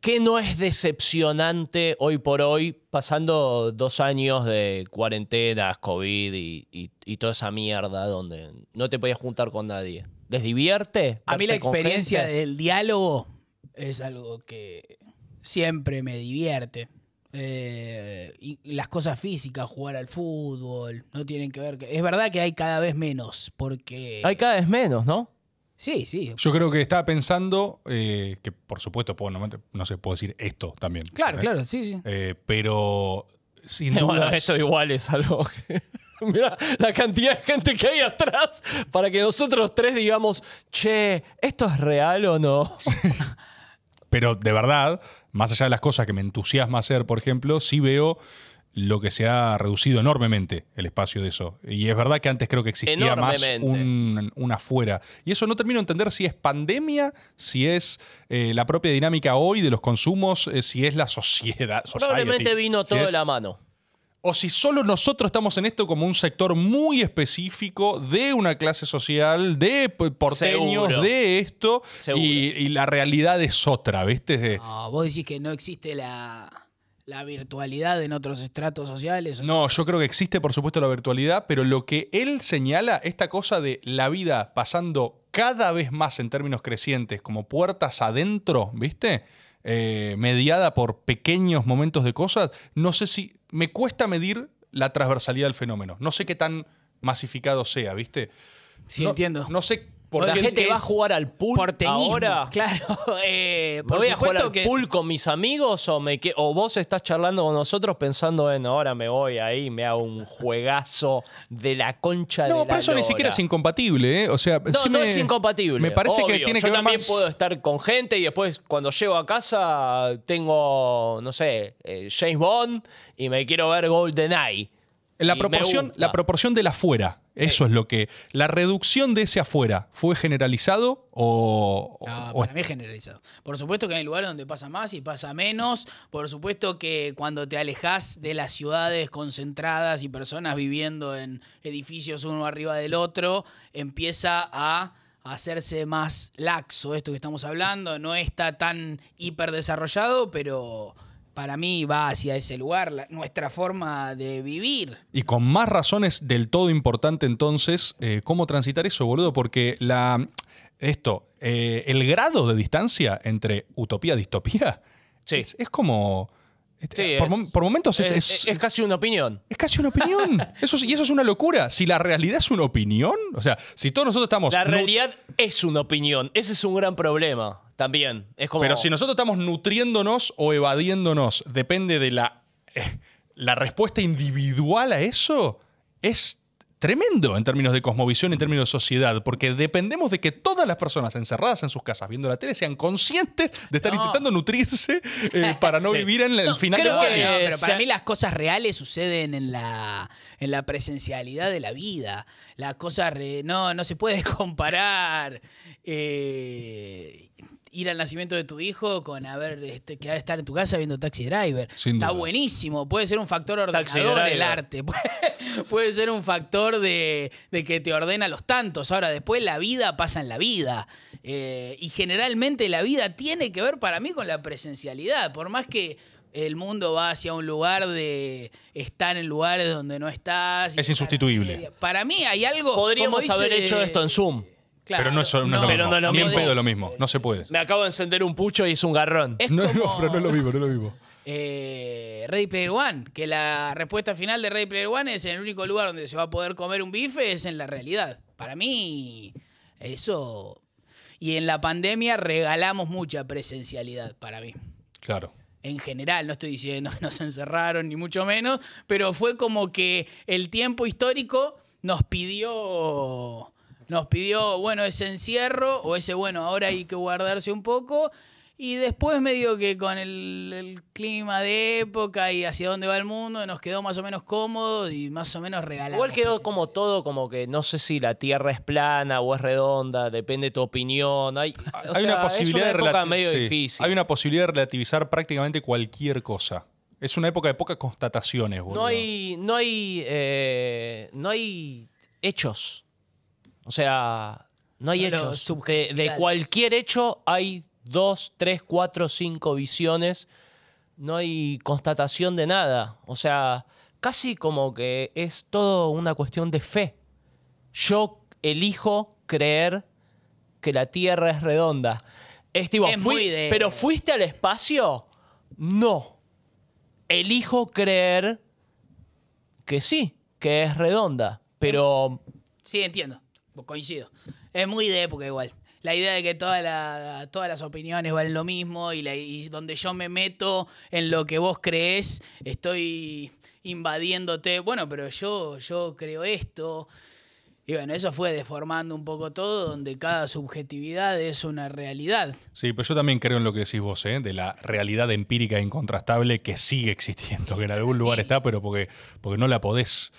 qué no es decepcionante hoy por hoy, pasando dos años de cuarentenas, COVID y, y- y toda esa mierda donde no te podías juntar con nadie? ¿Les divierte?
A mí la
verse con
experiencia
gente?
del diálogo es algo que siempre me divierte. Eh, y y las cosas físicas, jugar al fútbol, no tienen que ver. que- Es verdad que hay cada vez menos, porque.
Hay cada vez menos, ¿no?
Sí, sí.
Yo creo que estaba pensando, eh, que por supuesto, puedo, no, no sé, puedo decir esto también.
Claro,
¿eh?
claro, sí, sí.
Eh, pero sin
Bueno,
duda.
esto igual es algo que... Mira la cantidad de gente que hay atrás para que nosotros tres digamos, che, ¿esto es real o no?
Pero de verdad, más allá de las cosas que me entusiasma hacer, por ejemplo, sí veo lo que se ha reducido enormemente el espacio de eso. Y es verdad que antes creo que existía más un,
Enormemente.
un afuera. Y eso no termino de entender si es pandemia, si es eh, la propia dinámica hoy de los consumos, eh, si es la sociedad. society,
Probablemente vino
si
todo
es-
de la mano.
o si solo nosotros estamos en esto como un sector muy específico de una clase social, de p- porteños,
Seguro.
de esto,
Seguro.
y, y la realidad es otra, ¿viste?
No, vos decís que no existe la, la virtualidad en otros estratos sociales.
No, yo creo que existe, por supuesto, la virtualidad, pero lo que él señala, esta cosa de la vida pasando cada vez más en términos crecientes, como puertas adentro, ¿viste? Eh, mediada por pequeños momentos de cosas, no sé si. Me cuesta medir la transversalidad del fenómeno. No sé qué tan masificado sea, ¿viste?
Sí,
No-
entiendo.
No sé por
Porque
La
qué.
Porque
gente
es
va a jugar al pool
Porteñismo,
ahora.
Claro. eh,
¿Me
por
voy a jugar
supuesto
al
que.
pool con mis amigos o, me que- o vos estás charlando con nosotros pensando en ahora me voy ahí, me hago un juegazo de la concha de
No,
la
pero eso ni
lora"?
siquiera es incompatible, ¿eh? O sea,
No,
sí
no
me-
es incompatible.
Me parece que
obvio.
tiene
Yo
que ver
también
más-
puedo estar con gente y después cuando llego a casa tengo, no sé, eh, James Bond y me quiero ver GoldenEye.
La
Y me
proporción,
gusta.
la proporción del afuera. Eso es lo que. La reducción de ese afuera fue generalizado o. o-
No,
o-
para mí es generalizado. Por supuesto que hay lugares donde pasa más y pasa menos. Por supuesto que cuando te alejas de las ciudades concentradas y personas viviendo en edificios uno arriba del otro, empieza a hacerse más laxo esto que estamos hablando. No está tan hiper desarrollado, pero para mí va hacia ese lugar la- nuestra forma de vivir.
y con más razones del todo importante entonces eh, cómo transitar eso, boludo, porque la. Esto, eh, el grado de distancia entre utopía y distopía
Sí.
es, es como.
Sí,
por,
es-
mom- por momentos es, es-
es casi una opinión.
es casi una opinión. Eso es- y eso es una locura. Si la realidad es una opinión, o sea, si todos nosotros estamos.
La
nu-
realidad es una opinión. Ese es un gran problema también. Es como...
Pero si nosotros estamos nutriéndonos o evadiéndonos, depende de la, eh, la respuesta individual a eso, es tremendo en términos de cosmovisión, en términos de sociedad, porque dependemos de que todas las personas encerradas en sus casas viendo la tele sean conscientes de estar
No.
intentando nutrirse eh, para no
Sí.
vivir en la- el
No,
final
creo
del
que
año.
no, pero para
se-
mí las cosas reales suceden en la, en la presencialidad de la vida. Las cosas re- no, no se puede comparar eh, ir al nacimiento de tu hijo con haber este, quedar estar en tu casa viendo Taxi Driver.
Sin
Está
duda.
buenísimo, puede ser un factor
Taxi
ordenador el
Driver.
arte, puede, puede ser un factor de, de que te ordena los tantos. Ahora, después la vida pasa en la vida. Eh, y generalmente la vida tiene que ver para mí con la presencialidad, por más que el mundo va hacia un lugar de estar en lugares donde no estás. y
Es
estar
insustituible.
a media. Para mí hay algo... como
Podríamos
dice-
haber hecho esto en Zoom.
Claro,
Pero no es, no es lo
pero
mismo.
no es lo
Ni en
mismo.
pedo es lo mismo. No se puede.
Me acabo de encender un pucho y es un garrón.
Es
No, no,
como-
pero no es lo mismo, no es lo mismo.
eh, Ready Player One, que la respuesta final de Ready Player One es el único lugar donde se va a poder comer un bife es en la realidad. Para mí, eso... Y en la pandemia regalamos mucha presencialidad para mí.
Claro.
En general, no estoy diciendo que nos encerraron, ni mucho menos, pero fue como que el tiempo histórico nos pidió, nos pidió, bueno, ese encierro o ese, bueno, ahora hay que guardarse un poco. Y después medio que con el, el clima de época y hacia dónde va el mundo, nos quedó más o menos cómodos y más o menos regalados.
Igual quedó como todo, como que no sé si la Tierra es plana o es redonda, depende tu opinión. Hay, o
hay
sea,
una posibilidad
es una
de
época
relati-
medio
sí.
difícil.
Hay una posibilidad de relativizar prácticamente cualquier cosa. Es una época de pocas constataciones, boludo.
No hay, no hay, eh, no hay hechos. O sea, no hay
Solo
hechos. De, de
subjetivales.
cualquier hecho hay dos, tres, cuatro, cinco visiones. No hay constatación de nada. O sea, casi como que es todo una cuestión de fe. Yo elijo creer que la Tierra es redonda. Es tipo,
Es
fui-
muy de-
pero ¿fuiste al espacio? No. Elijo creer que sí, que es redonda, pero
Sí, entiendo. Pues Coincido. Es muy de época igual. La idea de que toda la- todas las opiniones valen lo mismo y, la- y donde yo me meto en lo que vos crees, estoy invadiéndote. Bueno, pero yo, yo creo esto. Y bueno, eso fue deformando un poco todo, donde cada subjetividad es una realidad.
Sí, pero yo también creo en lo que decís vos, ¿eh? de la realidad empírica e incontrastable que sigue existiendo, que en algún lugar está, pero porque, porque no la podés,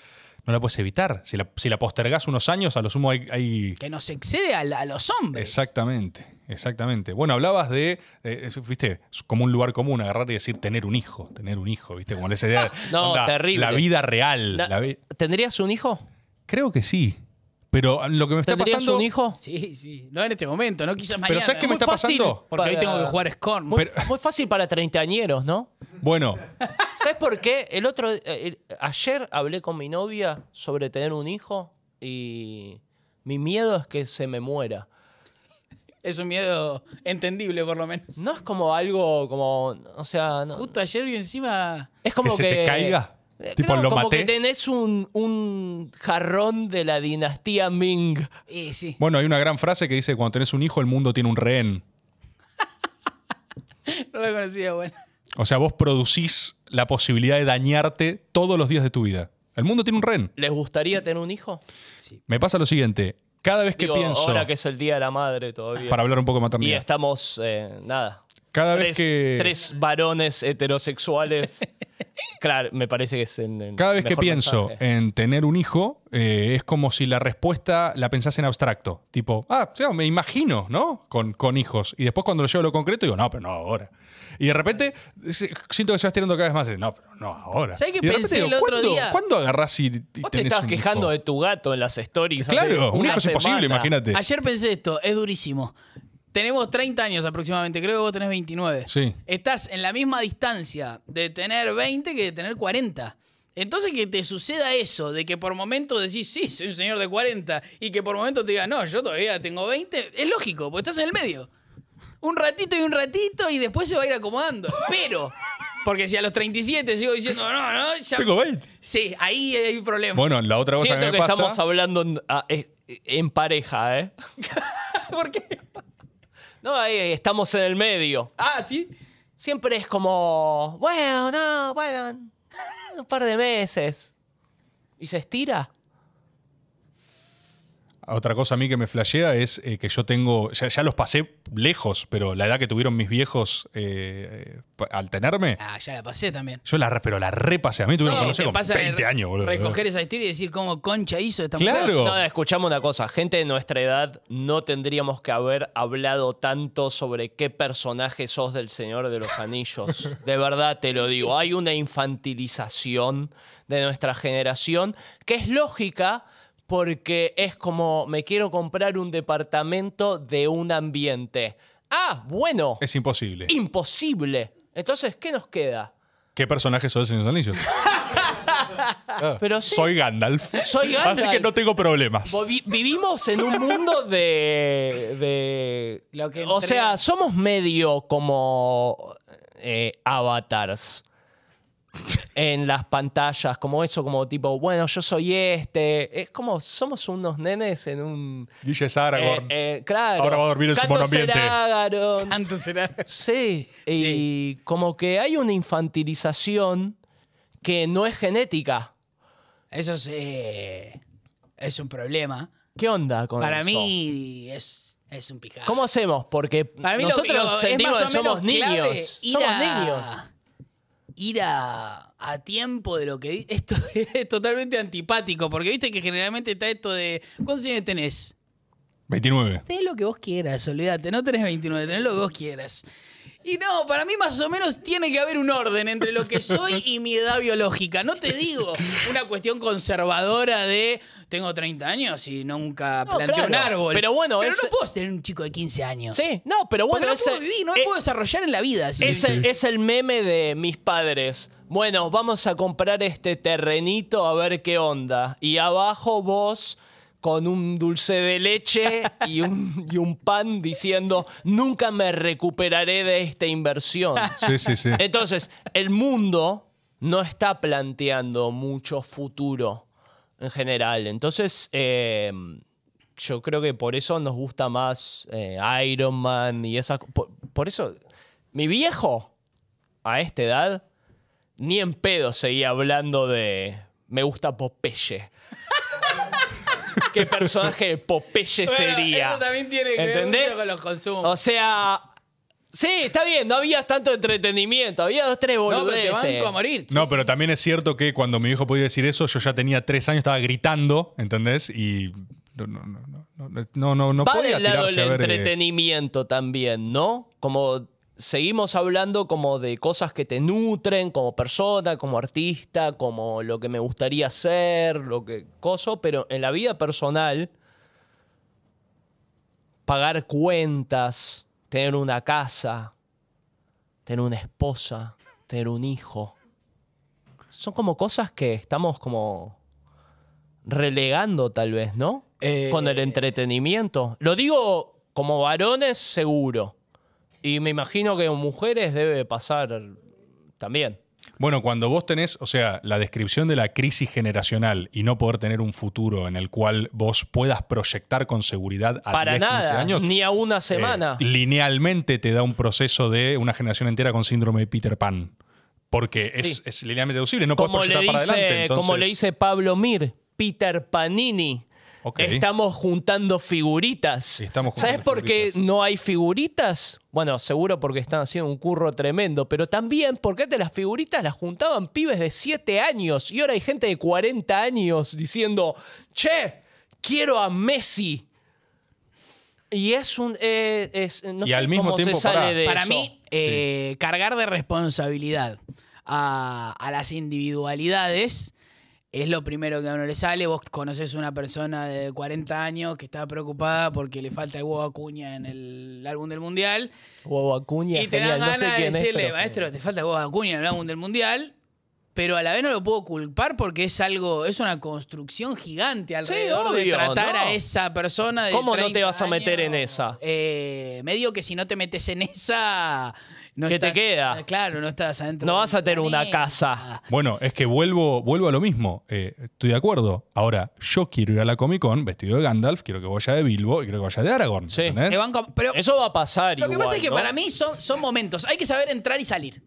no la podés evitar. Si la, si la postergás unos años, a lo sumo hay. hay-
Que nos excede a, la- a los hombres.
Exactamente, exactamente. Bueno, hablabas de, eh, es- viste, es como un lugar común, agarrar y decir tener un hijo, tener un hijo, viste, como esa idea. de,
No, terrible.
La vida real.
Na-
la vi-
¿tendrías un hijo?
Creo que sí. Pero ah, lo que me está
¿Tendrías
pasando.
un hijo?
Sí, sí. No en este momento, no quizás mañana.
Pero ¿sabes qué me
muy
está
fácil.
pasando?
Porque hoy
Para-
tengo que jugar Scorn.
Muy, muy fácil para treintañeros, ¿no?
Bueno,
¿Sabes por qué? El otro, eh, el- ayer hablé con mi novia sobre tener un hijo y mi miedo es que se me muera.
Es un miedo entendible, por lo menos.
No es como algo como, o sea, no-
Justo ayer vi encima.
es
¿Que
como que,
se te caiga?
Eh,
Tipo,
no,
¿lo
como
maté?
que tenés un, un jarrón de la dinastía Ming.
Eh, sí.
bueno, hay una gran frase que dice: cuando tenés un hijo, el mundo tiene un rehén.
No lo conocía, bueno.
O sea, vos producís la posibilidad de dañarte todos los días de tu vida. El mundo tiene un rehén.
¿Les gustaría tener un hijo?
Me pasa lo siguiente. Cada vez que
Digo,
pienso,
Ahora que es el Día de la Madre todavía.
para hablar un poco de
y
maternidad,
estamos, eh, nada.
cada vez
Tres,
que,
tres varones heterosexuales. claro, me parece que es en, en
cada vez que
mejor
pienso
mensaje.
en tener un hijo, eh, es como si la respuesta la pensás en abstracto. Tipo, ah, o sea, me imagino, ¿no? Con, con hijos. Y después cuando lo llevo a lo concreto, digo, no, pero no ahora. Y de repente se- siento que se va estirando cada vez más. No, pero no ahora.
¿Sabés qué
Y de repente
pensé el otro
¿cuándo,
día?
¿Cuándo agarrás y, y
Vos te
tenés
estabas
un
quejando
hijo?
de tu gato en las stories. hace
Claro, un
una
hijo es imposible,
semana.
imagínate.
Ayer pensé esto, es durísimo. Tenemos 30 años aproximadamente, creo que vos tenés 29.
Sí.
Estás en la misma distancia de tener 20 que de tener 40. Entonces que te suceda eso, de que por momento decís, sí, soy un señor de 40, y que por momento te diga, no, yo todavía tengo 20, es lógico, porque estás en el medio. Un ratito y un ratito y después se va a ir acomodando. Pero, porque si a los 37 sigo diciendo, no, no, ya...
Tengo 20.
Sí, ahí hay problema.
Bueno, la otra cosa
Siento
que
que
me pasa.
estamos hablando en, a- es- en pareja, ¿eh?
¿Por qué?
No, ahí estamos en el medio.
Ah, sí.
Siempre es como, bueno, no, bueno, un par de meses. Y se estira.
Otra cosa a mí que me flashea es eh, que yo tengo, ya, ya los pasé lejos, pero la edad que tuvieron mis viejos eh, eh, pa- al tenerme,
Ah, ya la pasé también.
yo la, re- pero la repasé. A mí tuvieron que
No,
no sé,
te
con
pasa
20
eh,
re-
años, boludo.
Recoger esa historia y decir cómo concha hizo esta mujer.
Claro.
No, escuchamos una cosa. Gente de nuestra edad no tendríamos que haber hablado tanto sobre qué personaje sos del Señor de los Anillos. De verdad te lo digo. Hay una infantilización de nuestra generación que es lógica porque es como me quiero comprar un departamento de un ambiente. Ah, bueno,
Es imposible.
imposible. Entonces, ¿qué nos queda?
¿Qué personaje soy de Señor de los Anillos? Ah,
Pero sí.
Soy Gandalf.
Soy Gandalf.
Así que no tengo problemas.
Vovi- Vivimos en un mundo de. de-
Lo que
o
entrega-
sea, somos medio como eh, avatars en las pantallas, como eso, como tipo, bueno, yo soy este. Es como somos unos nenes en un.
Guille Saragorn.
eh, eh, claro.
Ahora va a dormir en su
Canto
monoambiente.
Saragaron.
Tanto será.
Sí, y como que hay una infantilización que no es genética.
Eso es, eh, es un problema.
¿Qué onda con
Para
eso?
mí es, es un picado.
¿Cómo hacemos? Porque
Para mí lo-
nosotros
lo- es
sentimos
más o
que somos
menos clave
niños.
ir
Somos
a-
niños.
Ir a, a tiempo de lo que di- Esto es totalmente antipático, porque viste que generalmente está esto de. ¿Cuántos años tenés?
29.
Tenés lo que vos quieras, olvídate. No tenés 29, tenés lo que vos quieras. Y no, para mí más o menos tiene que haber un orden entre lo que soy y mi edad biológica. No te digo una cuestión conservadora de tengo 30 años y nunca
No,
planté un
claro,
árbol.
pero bueno,
pero
es-
no puedo tener un chico de 15 años.
Sí, no, pero
Porque
bueno,
no
ese-
puedo vivir, no me
eh,
puedo desarrollar en la vida. si-
Es el, es el meme de mis padres. Bueno, vamos a comprar este terrenito a ver qué onda. Y abajo vos con un dulce de leche y un, y un pan diciendo, nunca me recuperaré de esta inversión.
Sí, sí, sí.
Entonces, el mundo no está planteando mucho futuro en general. Entonces, eh, yo creo que por eso nos gusta más eh, Iron Man y esas... co- Por, por eso, mi viejo, a esta edad, ni en pedo seguía hablando de... Me gusta Popeye. ¿Qué personaje de Popeye
Bueno,
sería?
eso también tiene que ver
¿Entendés?
mucho con los consumos.
O sea, sí, está bien, no había tanto entretenimiento, había dos, tres
no, pero te
boludeces.
banco a morir.
No, pero también es cierto que cuando mi hijo podía decir eso, yo ya tenía tres años, estaba gritando, ¿entendés? Y no, no, no, no, no, no, no, no
Va
podía
del lado
tirarse a
del
ver. eh,
entretenimiento también, ¿no? Como seguimos hablando como de cosas que te nutren como persona, como artista, como lo que me gustaría hacer, lo que coso, pero en la vida personal pagar cuentas, tener una casa, tener una esposa, tener un hijo. Son como cosas que estamos como relegando tal vez, ¿no?
Eh,
Con el entretenimiento. Lo digo como varones seguro. Y me imagino que mujeres debe pasar también.
Bueno, cuando vos tenés, o sea, la descripción de la crisis generacional y no poder tener un futuro en el cual vos puedas proyectar con seguridad a
Para
10, 15
nada,
años,
ni a una
eh,
semana.
linealmente te da un proceso de una generación entera con síndrome de Peter Pan. Porque es,
Sí.
es linealmente deducible, no podés
como, le
proyectar
dice,
para adelante. Entonces,
como le dice Pablo Mir, Peter Panini.
Ok.
Estamos juntando figuritas.
Sí, estamos juntando
¿Sabes por qué
figuritas.
no hay figuritas? Bueno, seguro porque están haciendo un curro tremendo, pero también porque antes las figuritas las juntaban pibes de 7 años y ahora hay gente de 40 años diciendo, che, quiero a Messi. Y es un... eh, es- no
Y
sé
al mismo
cómo se
tiempo,
sale
pará.
de
Para
eso.
mí, eh, cargar de responsabilidad a, a las individualidades es lo primero que a uno le sale. Vos conoces una persona de 40 años que está preocupada porque le falta el huevo a cuña en el álbum del mundial.
Guau, Acuña,
y te dan
genial, no
ganas
sé
de
quién es,
decirle,
pero-
maestro, te falta huevo a cuña en el álbum del mundial. Pero a la vez no lo puedo culpar porque es algo, es una construcción gigante alrededor de
obvio,
tratar
¿no?
a esa persona de
¿Cómo no te
30
vas a meter en
años,
esa?
eh, medio que si no te metes en esa. No eh,
¿Qué te queda?
Claro, no estás adentro.
No
del
vas a tener una
planeta.
casa.
Bueno, es que vuelvo, vuelvo a lo mismo. Eh, estoy de acuerdo. Ahora, yo quiero ir a la Comic Con vestido de Gandalf, quiero que vaya de Bilbo y quiero que vaya de Aragorn.
Sí.
¿entendés?
Te van con- pero
Eso va a pasar
lo que
igual,
pasa es que
¿no?
para mí son, son momentos. Hay que saber entrar y salir.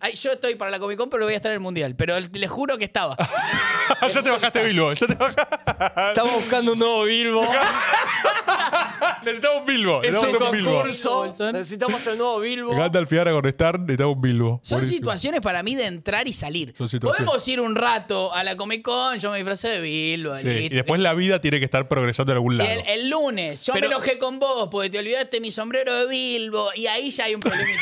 Ay, yo estoy para la Comic Con, pero voy a estar en el Mundial. Pero les juro que estaba.
ya te bajaste Bilbo, ya te bajaste.
Estaba buscando un nuevo Bilbo.
Necesitamos un Bilbo.
es un
necesitamos un Bilbo.
concurso.
Bolsón.
Necesitamos el nuevo Bilbo.
Gandalf y Aragorn están, necesitamos un Bilbo.
Son
Buenísimo.
situaciones para mí de entrar y salir.
Son situaciones.
Podemos ir un rato a la Comic Con, yo me disfrazé de Bilbo.
Sí, Y
listo.
después la vida tiene que estar progresando en algún
Y
lado.
el, el lunes, yo
Pero-
me enojé con vos porque te olvidaste mi sombrero de Bilbo y ahí ya hay un problema.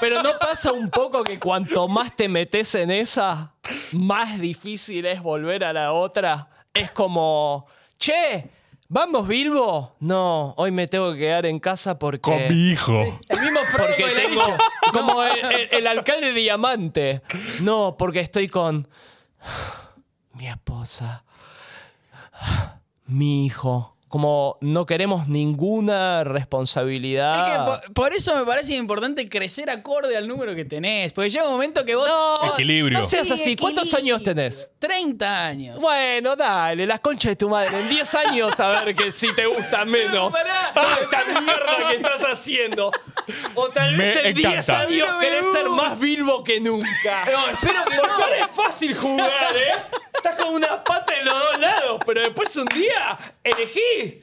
Pero no pasa un poco que cuanto más te metes en esa, más difícil es volver a la otra. Es como, che, vamos Bilbo. No, hoy me tengo que quedar en casa porque...
Con mi hijo.
El mismo Frodo
Porque
con el
tengo
anillo.
como el, el- el alcalde diamante. No, porque estoy con mi esposa, mi hijo. Como no queremos ninguna responsabilidad.
Es que por, por eso me parece importante crecer acorde al número que tenés. Porque llega un momento que vos.
Equilibrio.
No seas
Sí,
así. ¿Cuántos
equilibrio.
años tenés?
30 años.
Bueno, dale, las conchas de tu madre. En 10 años a ver que si te gusta menos.
pará.
Toda esta mierda que estás haciendo. O tal
Me
vez en 10
encanta.
años
No me
querés ser
gusta.
más Bilbo que nunca.
No, espero que
Porque
no.
ahora es fácil jugar, ¿eh? Estás con una pata en los dos lados, pero después un día elegís.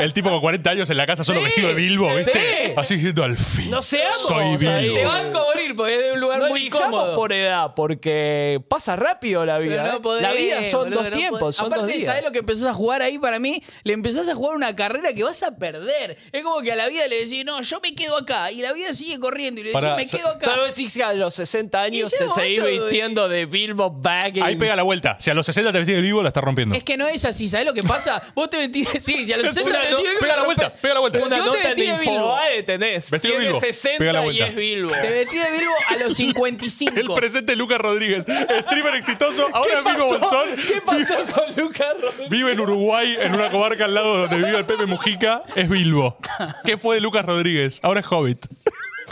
El tipo con 40 años en la casa solo
Sí,
vestido de Bilbo, ¿viste?
sí.
Así diciendo al fin.
No seamos,
Soy
o sea,
Bilbo.
Te van a morir porque es de un lugar
No
muy
elijamos
incómodo.
por edad, porque pasa rápido la vida.
Pero no
¿eh?
podés,
la vida son
boludo,
dos
no
tiempos,
podés.
son
Aparte,
dos días.
¿sabés lo que empezás a jugar ahí para mí? Le empezás a jugar una carrera que vas a perder. Es como que a la vida le decís, no, yo me quedo acá. Y la vida sigue corriendo y le decís,
Pará,
me
sa-
quedo acá.
Tal vez si a los 60 años
Y
te
llega un
seguís
momento,
vistiendo de Bilbo Baggins.
Ahí pega la vuelta. Si a los 60 te vestís de Bilbo, la estás rompiendo.
Es que no es así, ¿sabés lo que pasa? Vos te metís. Sí, si a los
Es
60
una
te
no-
metís,
pega la vuelta,
rompes-
pega la vuelta.
Pero
Una
si vos Pues te
nota de
metís de Bilbo,
Infobae tenés.
Vestido de
Tiene
Bilbo.
60
Pega la
y
vuelta.
es Bilbo.
Te metí de Bilbo a los 55.
El presente Lucas Rodríguez, streamer exitoso, ahora
¿Qué
amigo
pasó?
Bolsón.
¿Qué pasó con Lucas Rodríguez?
Vive en Uruguay, en una comarca al lado donde vive el Pepe Mujica, es Bilbo. ¿Qué fue de Lucas Rodríguez? Ahora es Hobbit.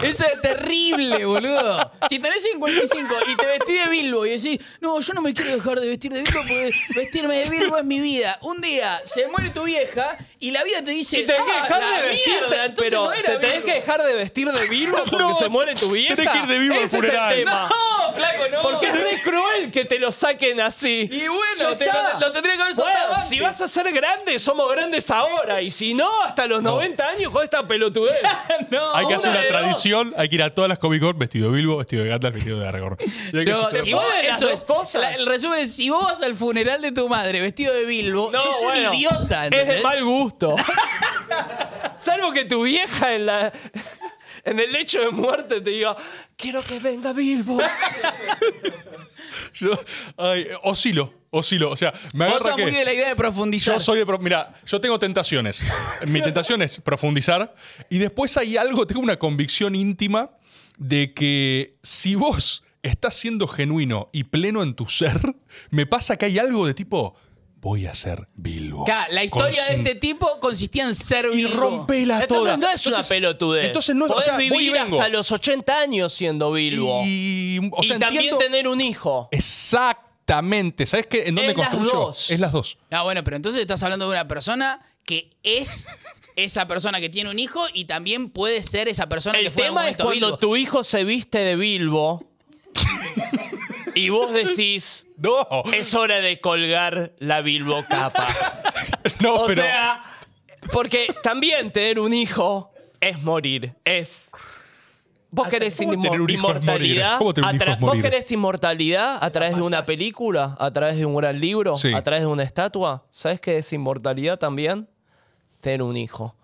Eso es terrible, boludo. Si tenés 55 y te vestís de Bilbo y decís, no, yo no me quiero dejar de vestir de Bilbo porque vestirme de Bilbo es mi vida. Un día se muere tu vieja y la vida te dice,
Y tenés que
"Ah,
dejar
la
de vestir
mierda,
de,
entonces
pero
no era
te tenés
Bilbo".
que dejar de vestir de Bilbo porque
No,
se muere tu vieja.
tenés que ir de Bilbo al
Ese es el
funeral.
tema.
No, flaco, no.
Porque no es cruel que te lo saquen así.
Y bueno,
Ya
te-
está.
lo- lo tendría que haber
Bueno,
soltado
si
antes.
vas a ser grande, somos grandes ahora. Y si no, hasta los 90 años con esta pelotudez.
No,
Hay que
Ahora
hacer
de
una
dos.
tradición, hay que ir a todas las Comic Con vestido de Bilbo, vestido de Gandalf, vestido de Aragorn. Y hay que
No,
hacer-
si vos,
pueden las
eso
dos
es-
cosas.
la- el resumen es, si vos vas al funeral de tu madre vestido de Bilbo,
No,
yo soy
bueno,
un idiota.
Es de
¿entendés?
mal gusto. Salvo que tu vieja en la. En el lecho de muerte te diga, quiero que venga Bilbo.
Yo, ay, oscilo, oscilo. O sea, me
Vos
agarra
sos muy de
que.
la idea de profundizar.
Yo soy de. pro- Mira, yo tengo tentaciones. Mi tentación es profundizar. Y después hay algo, tengo una convicción íntima de que si vos estás siendo genuino y pleno en tu ser, me pasa que hay algo de tipo. Voy a ser Bilbo.
Acá, la historia de
Con-
este tipo consistía en ser
Y
Bilbo.
rompela toda.
Entonces no es una
Entonces-
pelotudez.
Entonces no es. O
Podés
sea, voy y
vivir
vengo.
hasta los 80 años siendo Bilbo. Y,
Y, o sea,
también
entiendo-
tener un hijo.
Exactamente. ¿Sabes qué? ¿En dónde
Es las
construyo?
dos.
Es las dos.
Ah, bueno, pero entonces estás hablando de una persona que es esa persona que tiene un hijo y también puede ser esa persona que
El
fue en algún
tema es
momento
cuando
Bilbo.
tu hijo se viste de Bilbo y vos decís,
No,
es hora de colgar la Bilbo capa.
no,
O
pero.
sea, porque también tener un hijo es morir, es... ¿Vos querés
¿Cómo
inmo-
tener un hijo es morir?
inmortalidad?
¿Cómo tener un
a
hijo
tra-
es morir?
¿Vos querés inmortalidad a través de una película, a través de un gran libro,
Sí.
a través de una estatua? ¿Sabes qué es inmortalidad también? Tener un hijo.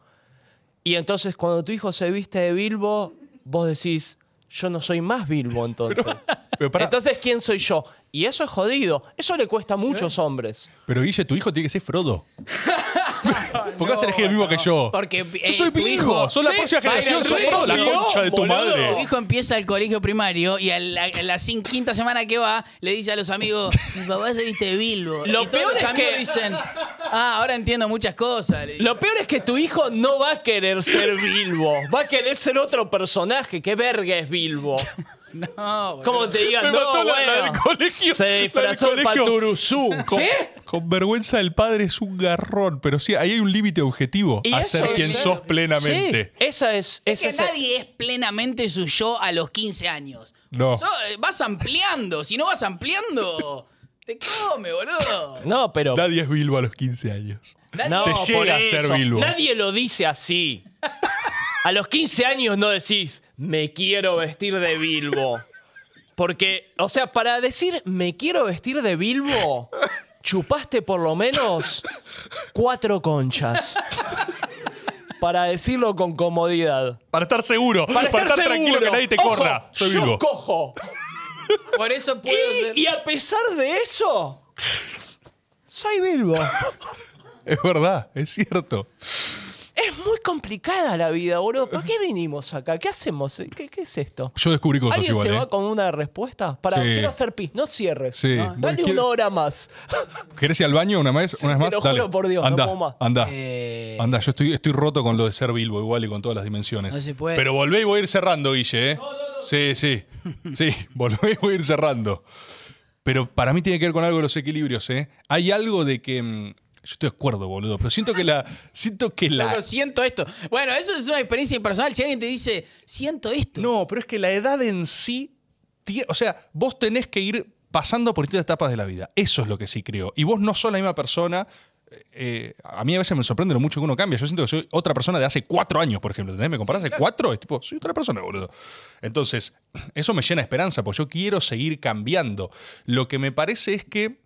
Y entonces cuando tu hijo se viste de Bilbo, vos decís, yo no soy más Bilbo entonces.
Pero, pará.
Entonces, ¿quién soy yo? Y eso es jodido. Eso le cuesta a muchos hombres.
Pero Guille, tu hijo tiene que ser Frodo. ¿Por qué vas a elegir el mismo que yo?
Porque,
yo
eh,
soy
tu
mi hijo,
hijo-
soy la
Sí,
próxima
baila
generación,
el
soy
rey,
Frodo, la
boludo,
concha de tu
boludo.
Tu
madre.
hijo empieza el colegio primario y a la, a la cin- quinta semana que va le dice a los amigos, mi papá se viste de Bilbo.
Lo
y
peor
todos los
es
amigos
que-
dicen, ah, ahora entiendo muchas cosas. le dice.
Lo peor es que tu hijo no va a querer ser Bilbo. Va a querer ser otro personaje. ¿Qué verga es Bilbo?
No, boludo.
Como te digan,
Me
no,
mató la- la
bueno,
del colegio,
Se
la del
disfrazó ¿Eh? el
colegio.
Paturuzú.
Con, con vergüenza del padre es un garrón, pero sí, ahí hay un límite objetivo
Y
a
eso
ser
es-
quien sos plenamente.
Sí, esa es...
Es
ese
que
es el-
nadie es plenamente su yo a los 15 años.
No.
So- eh, vas ampliando. Si no vas ampliando, te come, boludo.
No, pero...
Nadie es Bilbo a los 15 años.
No,
se
por
llega a ser
eso.
Bilbo.
Nadie lo dice así. A los 15 años no decís, me quiero vestir de Bilbo. Porque, o sea, para decir, me quiero vestir de Bilbo, chupaste por lo menos cuatro conchas. Para decirlo con comodidad.
Para estar seguro, para estar, tranquilo
seguro.
que nadie te
Ojo,
corra. Soy
yo
Bilbo.
cojo.
Por eso puedo ser-
Y, y a pesar de eso, soy Bilbo.
Es verdad, es cierto.
Es muy complicada la vida, boludo. ¿Por qué vinimos acá? ¿Qué hacemos? ¿Qué, qué es esto?
Yo descubrí cosas
¿Alguien
igual,
se
¿eh?
va con una respuesta? Para,
Sí.
quiero hacer pis, no cierres.
Sí.
Ah,
Bueno,
Dale
quiero-
una hora más.
¿Querés ir al baño una vez, una vez
te
más?
lo
Dale.
juro por Dios, no
anda,
puedo más.
Anda,
Eh,
anda. Yo estoy, estoy roto con lo de ser Bilbo igual y con todas las dimensiones.
No se puede.
Pero volvé y voy a ir cerrando, Guille, ¿eh? Sí, sí. Sí, volvé y voy a ir cerrando. Pero para mí tiene que ver con algo de los equilibrios, ¿eh? Hay algo de que... mm, Yo estoy de acuerdo, boludo, pero siento que la... Siento que la...
Loco, siento esto. Bueno, eso es una experiencia personal. Si alguien te dice, siento esto.
No, pero es que la edad en sí, tie- o sea, vos tenés que ir pasando por distintas etapas de la vida. Eso es lo que sí creo. Y vos no sos la misma persona. eh, a mí a veces me sorprende lo mucho que uno cambia. Yo siento que soy otra persona de hace cuatro años, por ejemplo. ¿Entendés? ¿Me comparás hace cuatro? Es tipo, soy otra persona, boludo. Entonces, eso me llena de esperanza, porque yo quiero seguir cambiando. Lo que me parece es que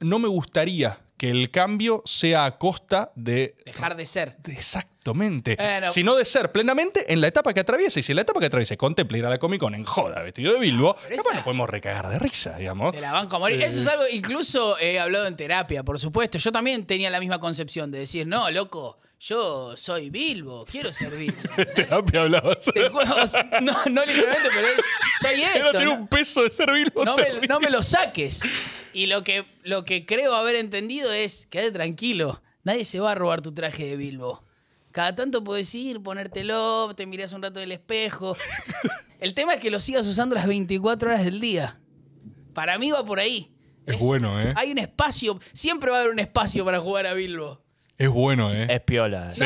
no me gustaría que el cambio sea a costa de
Dejar de ser.
Exactamente.
Bueno.
Sino de ser plenamente en la etapa que atraviesa. Y si en la etapa que atraviesa contempla ir a la Comic Con en joda, vestido de Bilbo,
pero
capaz
esa-
nos podemos recagar de risa, digamos.
Te la banco a morir. Eso es algo, incluso he hablado en terapia, por supuesto. Yo también tenía la misma concepción de decir, no, loco, yo soy Bilbo, quiero ser Bilbo.
Terapia Este, ah, hablabas.
Te juro, o sea, no, no literalmente, pero él- soy
Pero
esto.
tiene
¿no?
un peso de ser Bilbo.
no me,
terrible.
no me lo saques. Y lo que, lo que creo haber entendido es, quédate tranquilo, nadie se va a robar tu traje de Bilbo. Cada tanto puedes ir, ponértelo, te mirás un rato del espejo. El tema es que lo sigas usando las 24 horas del día. Para mí va por ahí.
Es bueno, ¿eh?
Hay un espacio, siempre va a haber un espacio para jugar a Bilbo.
Es bueno, ¿eh?
Es piola.
Sí,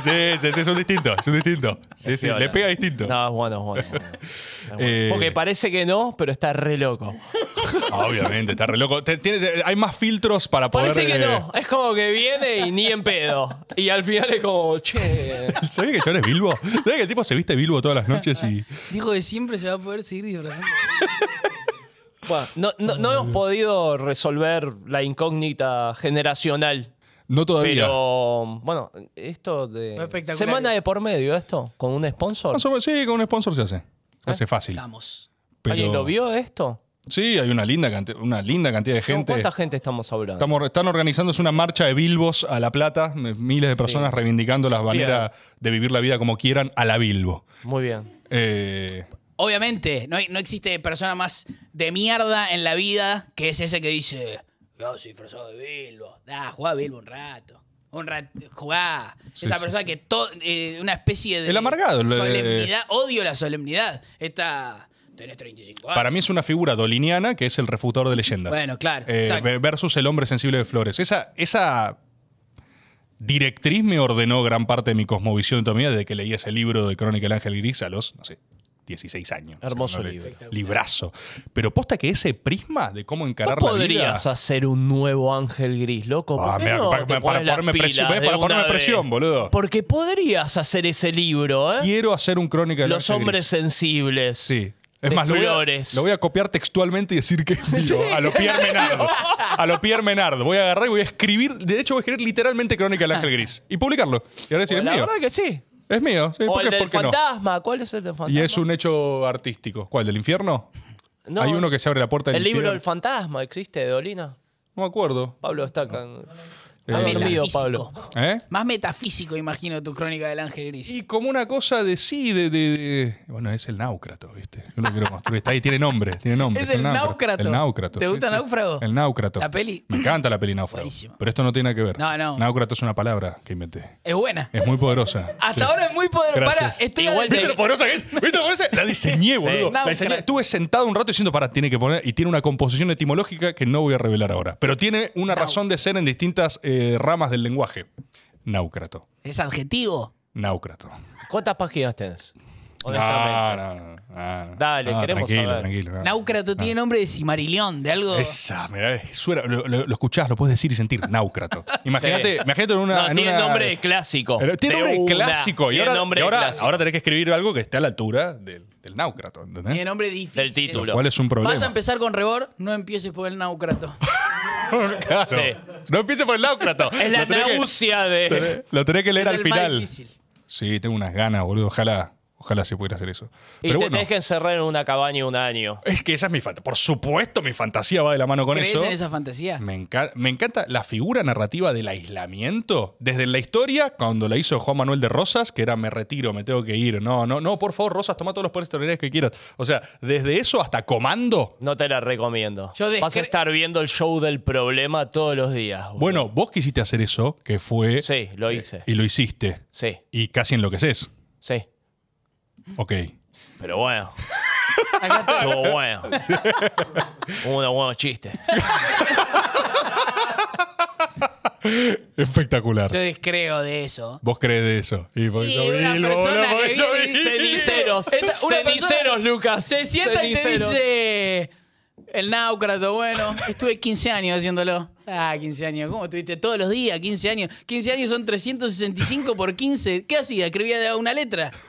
sí, sí, sí, es un distinto, es un distinto. Sí, sí,
Piola.
le pega distinto.
No, es bueno, es bueno. es bueno. Es bueno.
Eh.
Porque parece que no, pero está re loco.
Obviamente, está re loco. Te- tiene- te- hay más filtros para poder...
Parece que
eh,
no. Es como que viene y ni en pedo. Y al final es como, che.
¿Sabés que yo eres Bilbo? ¿Sabés que el tipo se viste Bilbo todas las noches y...
Dijo que siempre se va a poder seguir disfrazando.
Bueno, no, no- no hemos podido resolver la incógnita generacional.
No todavía.
Pero bueno, esto de.
Fue espectacular.
Semana de por medio, esto, con un sponsor.
Más o menos, sí, con un sponsor se hace. Se hace fácil.
Estamos.
Pero-
¿Alguien lo vio esto?
Sí, hay una linda, canti- una linda cantidad de gente.
¿Cuánta gente estamos hablando?
Estamos, están organizándose una marcha de Bilbos a La Plata, m- miles de personas reivindicando las maneras de vivir la vida como quieran a la Bilbo.
Muy bien.
Eh,
Obviamente, no, hay- no existe persona más de mierda en la vida que es ese que dice, yo soy disfrazado de Bilbo. Da, jugá a Bilbo un rato. Un rato, jugá.
Sí,
Esta
sí.
persona que todo, eh, una especie de...
El amargado, el- eh,
Solemnidad, odio la solemnidad. Esta, tenés 35 años.
para mí es una figura doliniana que es el refutador de leyendas.
Ah. Bueno, claro,
Eh,
exacto.
ve- versus el hombre sensible de flores. Esa, esa directriz me ordenó gran parte de mi cosmovisión también desde que leí ese libro de Crónica del Ángel Gris a los, no sé, 16 años.
Hermoso
No sé,
libro.
Librazo. Pero posta que ese prisma de cómo
¿Vos
encarar la vida...
podrías hacer un nuevo ángel gris, loco? ¿Por
Ah,
qué
mira,
no
para-
te
para-
pones
para
las
ponerme
pilas
presión, ¿ves?
de
Para
una
ponerme
vez?
presión, boludo.
Porque podrías hacer ese libro, ¿eh?
Quiero hacer un crónica de
Los hombres sensibles.
Sí. Es
de
más, lo voy, a,
flores.
lo voy a copiar textualmente y decir que es mío. A lo Pierre Menard. A lo Pierre Menard. Voy a agarrar y voy a escribir. De hecho, voy a escribir literalmente Crónica del Ángel Gris. Y publicarlo. Y ahora decir,
Pues
es
la
mío.
verdad que sí.
Es mío. Sí,
O
¿por
el
qué,
del
por qué no?
fantasma. ¿Cuál es el del fantasma?
Y es un hecho artístico. ¿Cuál? ¿Del infierno?
No,
Hay uno que se abre la puerta del
El libro del
infierno.
fantasma existe, de Dolina.
No me acuerdo.
Pablo está acá.
Ah,
Está
mira.
dormido,
Metafísico.
Pablo.
¿Eh?
Más metafísico, imagino, tu crónica del ángel gris.
Y como una cosa de sí, de. de- de- Bueno, es el náucrato, ¿viste? Yo lo quiero construir. Está ahí, tiene nombre, tiene nombre.
Es el náucrato.
El náucrato.
¿Te gusta Náufrago?
El náucrato.
¿La peli?
Me encanta la peli náufrago.
Buenísimo.
Pero esto no tiene nada que ver.
No, no.
Náucrato es una palabra que inventé.
Es buena.
Es muy poderosa.
Hasta
Sí.
ahora es muy poderoso. Para,
Eh, Gracias.
estoy
Igual
al-
te-
¿Viste lo poderosa que es? ¿Viste lo poderosa? La diseñé, boludo. La diseñé.
Náucrato.
Estuve sentado un rato diciendo, para, tiene que poner. Y tiene una composición etimológica que no voy a revelar ahora. Pero tiene una razón de ser en distintas eh, ramas del lenguaje. Náucrato.
Es adjetivo.
Náucrato.
¿Cuántas páginas tenés?
No,
Honestamente.
no, no, no, no.
Dale,
No,
queremos
tranquilo,
saber.
Tranquilo, no.
Náucrato tiene
Ah.
nombre de Cimarilión, de algo.
Esa, mirá, suena, lo, lo- lo escuchás, lo puedes decir y sentir. Náucrato. Imagínate,
Sí.
imagínate en una.
No,
en
tiene
una-
nombre de clásico.
Pero Tiene
De
nombre de
una.
clásico. Y
Tiene
ahora, y
nombre de
ahora,
clásico.
ahora tenés que escribir algo que esté a la altura del, del náucrato, ¿entendés?
Tiene nombre difícil.
Del título.
Lo cual es un problema.
Vas a empezar con Rebor, no empieces por el Náucrato.
Claro.
Sí.
No empieces por el náucrato.
Es la
Lo tenés que-
náusea de.
Lo tenés que leer
Es
al
el más
final.
difícil.
Sí, tengo unas ganas, boludo. Ojalá, ojalá se pudiera hacer eso.
Y te
Pero bueno.
tenés que encerrar en una cabaña un año.
Es que esa es mi fantasía. Por supuesto, mi fantasía va de la mano con
¿Crees
eso.
en esa fantasía?
Me, enca- me encanta la figura narrativa del aislamiento. Desde la historia, cuando la hizo Juan Manuel de Rosas, que era me retiro, me tengo que ir. No, no, no, por favor, Rosas, toma todos los poderes extraordinarios que quieras. O sea, desde eso hasta comando.
No te la recomiendo.
Yo descre-
Vas a estar viendo el show del problema todos los días. boludo.
Bueno, vos quisiste hacer eso, que fue. eh,
Sí, lo hice.
Y lo hiciste.
Sí,
Y casi enloqueces.
sí.
Ok.
Pero bueno.
Acá está.
Estuvo bueno. Hubo unos buenos chistes.
Espectacular.
Yo descreo de eso.
Vos crees de eso. Y por
Y
eso
una
Bilbo,
persona
boludo, por
que
eso
viene y dice,
Bilbo.
"Dice,
Ceniceros.
Esta- una persona
Ceniceros, Lucas.
Se sienta y te
Ceniceros.
dice. El náucrato, bueno. Estuve 15 años haciéndolo. Ah, 15 años. ¿Cómo estuviste? Todos los días, 15 años. 15 años son 365 por 15. ¿Qué hacía? ¿Escribía una letra?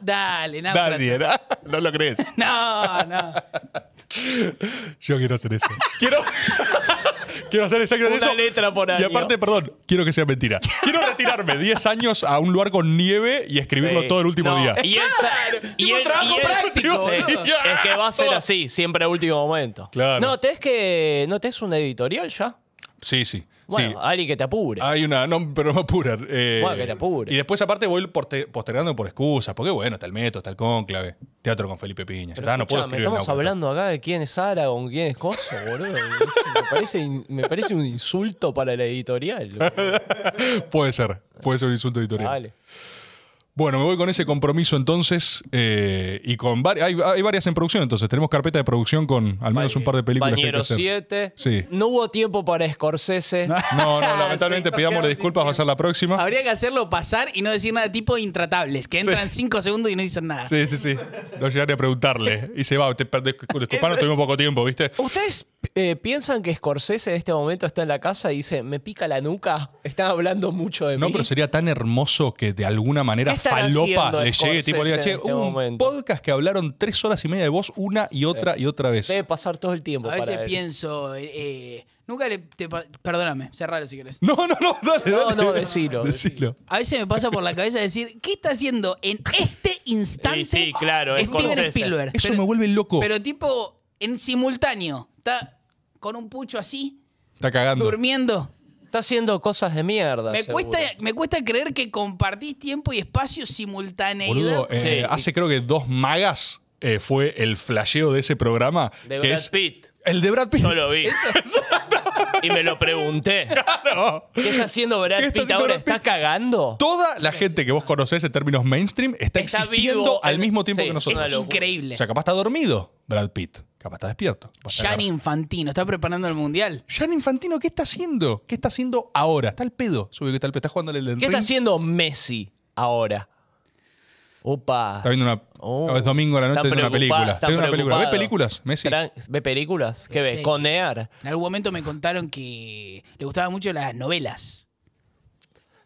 Dale, náucrato.
Nadie, ¿no? No lo crees.
No, no.
Yo quiero hacer eso. Quiero, quiero hacer exactamente
Una
eso.
letra por
Y
año.
aparte, perdón, quiero que sea mentira. Quiero retirarme 10 años a un lugar con nieve y escribirlo
Sí.
todo el último
No,
día.
Y él, sa- y
tipo
él-
trabajo
y él-
práctico,
Sí.
boludo.
Es que va a ser así, siempre a último momento.
Claro.
No, tenés que. ¿No tenés una editorial ya?
Sí, sí.
Bueno,
sí. Ah,
alguien que te apure.
Hay una, no, pero me apuran. eh,
Bueno, que te apure.
Y después, aparte, voy porte- postergando por excusas, porque bueno, está el Meto, está el Cónclave, teatro con Felipe Piña. ya
Pero
está, no puedo
escuchame,
escribir el
estamos
náufrago.
hablando acá de quién es Ara con quién es Coso, boludo. Me parece, in- me parece un insulto para la editorial. boludo.
Puede ser, puede ser un insulto editorial.
Dale.
Bueno, me voy con ese compromiso entonces eh, y con vari- hay, hay varias en producción entonces. Tenemos carpeta de producción con al menos un par de películas que hay que
Bañero
hacer.
7.
Sí.
No hubo tiempo para Scorsese.
No, no,
Sí,
lamentablemente
nos
pidámosle
quedamos
disculpas, va a ser la próxima.
Habría que hacerlo pasar y no decir nada tipo intratables, que entran 5 segundos y no dicen nada.
Sí, sí, sí. No llegaré a preguntarle. Y se va, te per- discul- disculpa, no tuvimos poco tiempo, ¿viste?
¿Ustedes eh, piensan que Scorsese en este momento está en la casa y dice, me pica la nuca? Están hablando mucho de
No,
mí.
pero sería tan hermoso que de alguna manera
¿Qué estará haciendo
falopa le llegue,
Scorsese
tipo, le diga,
en
che,
este
un
momento?
podcast que hablaron tres horas y media de vos una y otra y otra vez.
Debe pasar todo el tiempo.
A
para
veces
él.
pienso, eh, eh, nunca le... te pa- perdóname, cerralo si querés.
No, no, no, dale,
No,
dale.
no, decilo,
Decilo.
A veces me pasa por la cabeza decir, ¿qué está haciendo en este instante
Sí, sí, claro, es
Steven
Scorsese.
Spielberg?
Eso
pero,
me vuelve loco.
pero tipo, en simultáneo, está con un pucho así,
Está cagando.
durmiendo.
Está haciendo cosas de mierda.
Me
seguro.
cuesta, me cuesta creer que compartís tiempo y espacio simultáneidad.
Boludo, eh,
Sí.
hace creo que dos magas eh, fue el flasheo de ese programa.
De
que
Brad
es-
Pitt.
El de Brad Pitt.
Yo lo vi. y me lo pregunté. ¿Qué está haciendo Brad
¿Qué está
Pitt
haciendo
ahora?
Brad
¿Está
Pitt?
cagando?
Toda la gente que vos conocés en términos mainstream está,
Está
existiendo
vivo,
al
el-
mismo tiempo
sí,
que
es
nosotros.
una locura.
increíble.
O sea, capaz está dormido Brad Pitt. Capaz está despierto. Capaz está
Gianni Infantino está preparando el mundial.
agarrado. Gianni Infantino, ¿qué está haciendo? ¿Qué está haciendo ahora? Está al pedo. Sube que está al pedo. Está jugando al Elden
¿Qué está
Ring.
haciendo Messi ahora? Opa.
Está viendo una.
Oh.
no, es domingo a la noche,
Está
está viendo una
preocupado,
película.
está
Está viendo una película. ¿Ve
preocupado.
películas, Messi?
Tran- ¿Ve películas? ¿Qué ves?
Sí.
Conear.
En algún momento me contaron que le gustaban mucho las novelas.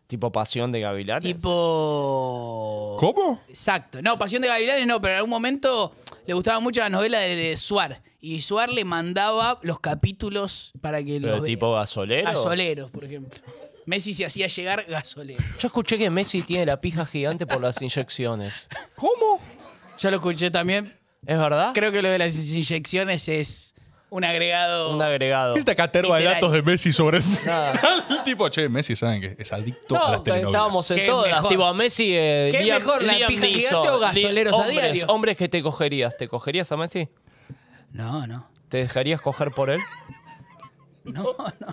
Tipo Pasión de Gavilanes.
Tipo.
¿Cómo?
Exacto. No, Pasión de Gavilanes no, pero en algún momento le gustaba mucho la novela de, de Suar. Y Suar le mandaba los capítulos para que
Pero
los vea.
tipo gasolero.
gasoleros, por ejemplo. Messi se hacía llegar gasolero.
Yo escuché que Messi tiene la pija gigante por las inyecciones.
¿Cómo?
Yo lo escuché también.
¿Es verdad?
Creo que lo de las inyecciones es un agregado.
Un agregado.
Esta caterva de
Literal.
datos de Messi sobre el
Nada.
el tipo, che, Messi saben que es adicto a
No, eh,
las telenovelas.
estábamos
¿Qué
en
es
todas.
mejor?
Tipo a Messi. eh,
¿Qué es
Liam-
mejor, la
Liam
pija gigante
Neeson.
o gasoleros
Li-
a
hombres,
diario?
Hombres que te cogerías. ¿Te cogerías a Messi?
No, no.
¿Te dejarías coger por él?
No, no.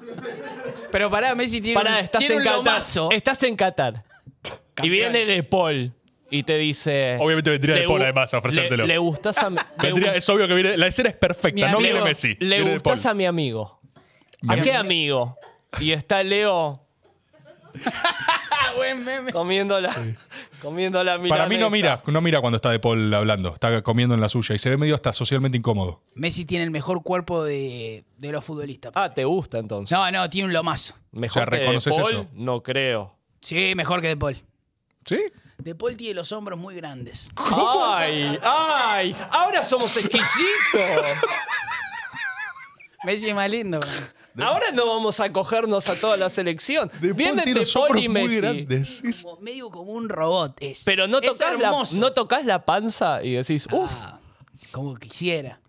Pero pará, Messi tiene
Pará,
un,
estás
tiene
en
un
Qatar.
lomazo.
Estás en Qatar. Y
Campeones.
viene De Paul y te dice.
Obviamente vendría
le
De Paul,
gu-
además, a ofrecértelo.
Le, le gustas a. mi- le
Vendría-
gu-
es obvio que viene, la escena es
Mi
perfecta, no
amigo,
viene Messi.
le
viene De Paul.
gustas a mi amigo. ¿A
Mi
qué
amigo.
amigo? Y está Leo
Ah, buen meme.
comiéndola. Comiéndola
Para mí no
milanesa.
mira, no mira cuando está De Paul hablando, está comiendo en la suya y se ve medio hasta socialmente incómodo.
Messi tiene el mejor cuerpo de, de los futbolistas.
Ah, te gusta entonces.
No, no, tiene un lomazo.
O
Mejor
sea,
que De
¿reconoces
Paul,
eso?
no creo.
Sí, mejor que De Paul.
¿Sí?
De Paul tiene los hombros muy grandes.
¡Ay! ¡Ay! ¡Ahora somos exquisitos!
Messi es más lindo. bro.
Ahora no vamos a cogernos a toda la selección.
De
Vienen
tiene
De
los
Paul
hombros
y
muy
Messi.
grandes. Es-
Como- medio como un robot es.
Pero no
Es
tocas, la,
hermoso.
no tocas la panza y decís, uff,
Ah, como quisiera.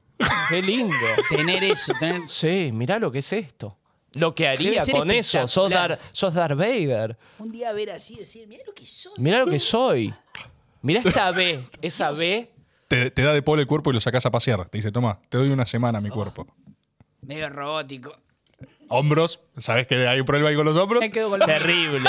qué lindo.
Tener eso, tener...
Sí, mirá lo que es esto. Lo que haría
Debe ser
con eso. Sos,
espectacular.
Dar, sos Darth Vader.
Un día ver así y decir, mira lo que soy.
Mirá lo que soy. Mirá esta B. Esa B.
Te, te da De Paul el cuerpo y lo sacas a pasear. Te dice, toma, te doy una semana a mi cuerpo.
Medio robótico.
Hombros, ¿sabes que hay un problema ahí con los hombros?
Me quedo con la...
Terrible.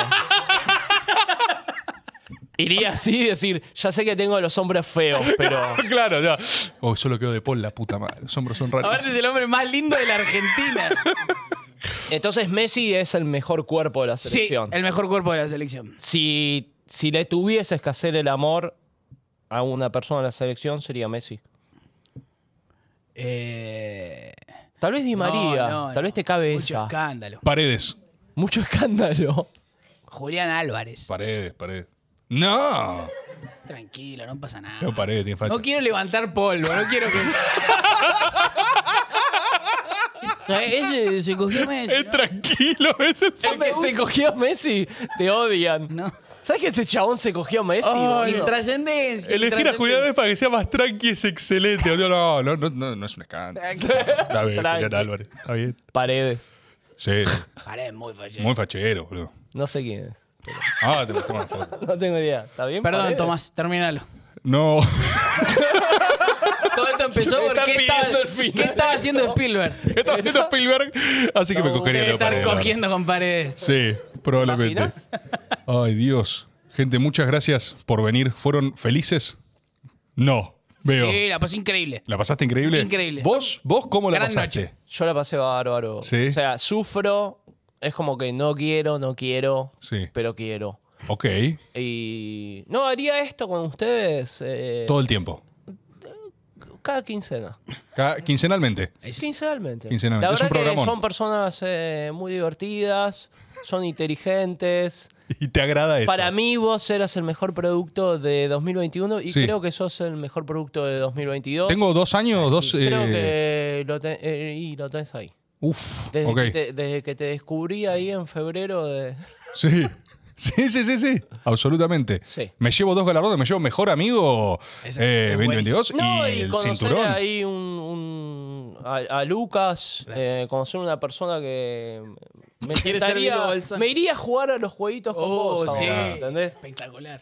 Iría así y decir, ya sé que tengo los hombres feos, pero.
claro, ya. Oh, solo quedó De Paul, la puta madre. Los hombros son raros.
Aparte es el hombre más lindo de la Argentina.
Entonces Messi es el mejor cuerpo de la
sí,
selección.
el mejor cuerpo de la selección.
si, si le tuvieses que hacer el amor a una persona de la selección, sería Messi.
Eh,
Tal vez Di
no,
María,
no,
tal
no.
vez te cabe
Mucho
esa.
escándalo.
Paredes.
Mucho escándalo.
Julián Álvarez.
Paredes, paredes. No.
Tranquilo, no pasa nada.
No, Paredes tiene facha.
No quiero levantar polvo, no quiero que. Ese se cogió Messi.
Es
Este-
¿no?
tranquilo, ese
El que se cogió a Messi, te odian.
No.
¿Sabes que este chabón se cogió a Messi?
Ay,
boludo?
Intrascendencia.
Elegir a Julián
intrascendencia.
Álvarez para que sea más tranqui es excelente. No, no, no, no, no, no es un escándalo. Está bien,
Tranqui.
Julián Álvarez. Está bien.
Paredes.
Sí,
Paredes muy fallero.
muy fachero, boludo.
No sé quién es.
Ah, te mostré una foto.
No tengo idea. ¿Está bien?
Perdón,
Paredes?
Tomás, terminalo.
No.
Todo esto empezó
Me está
porque
pidiendo
estaba,
el final.
¿qué estaba haciendo Spielberg?
Estaba haciendo Spielberg, así que me cogería
Debe
la
estar
pared.
cogiendo con paredes.
Sí, probablemente.
¿Imaginas?
Ay, Dios. Gente, muchas gracias por venir. ¿Fueron felices? No, veo.
Sí, la pasó increíble.
¿La pasaste increíble?
Increíble.
¿Vos, vos cómo la
Gran
pasaste?
noche.
Yo la pasé bárbaro.
Sí.
O sea, sufro. Es como que no quiero, no quiero,
Sí.
pero quiero.
Ok.
Y no haría esto con ustedes eh,
Todo el tiempo.
cada quincena.
Ca- quincenalmente.
Quincenalmente.
Quincenalmente.
La
Es un
verdad que
programón.
son personas eh, muy divertidas, son inteligentes.
¿Y te agrada eso?
Para mí vos eras el mejor producto de 2021 y
Sí.
creo que sos el mejor producto de 2022.
Tengo dos años, dos.
Creo
eh,
que lo, ten- eh, y lo tenés ahí.
Uf.
Desde,
ok.
que te, desde que te descubrí ahí en febrero de...
Sí. Sí, sí, sí, sí. Absolutamente.
Sí.
Me llevo dos galardones, me llevo mejor amigo
Ese
eh,
es
2022
No,
y,
y,
el
conocer
cinturón.
ahí un, un- a, a Lucas, eh, conocer una persona que me
Quiere ser
sentaría-
Diego Balsa.
me iría a jugar a los jueguitos con
Oh,
vos,
sí.
ahora, ¿entendés?
Espectacular.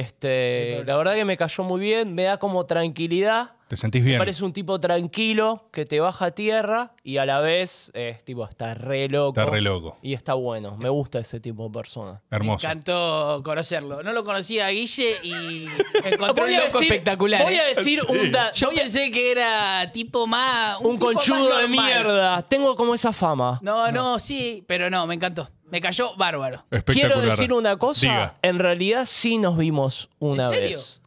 Este, la verdad que me cayó muy bien, me da como tranquilidad.
¿Te sentís bien?
Parece un tipo tranquilo que te baja a tierra y a la vez es tipo, está re loco.
Está re loco.
Y está bueno, me gusta ese tipo de persona.
Hermoso.
Me encantó conocerlo. No lo conocía a Guille y encontré
Voy
un
a
loco
decir-
espectacular.
Voy a
¿eh?
decir un da-
Yo pensé que era tipo más.
un
tipo más
conchudo de
normal.
mierda. Tengo como esa fama.
No, no, sí, pero no, me encantó. Me cayó bárbaro.
Espectacular.
Quiero decir una cosa.
Diga.
En realidad sí nos vimos una
¿En serio?
vez.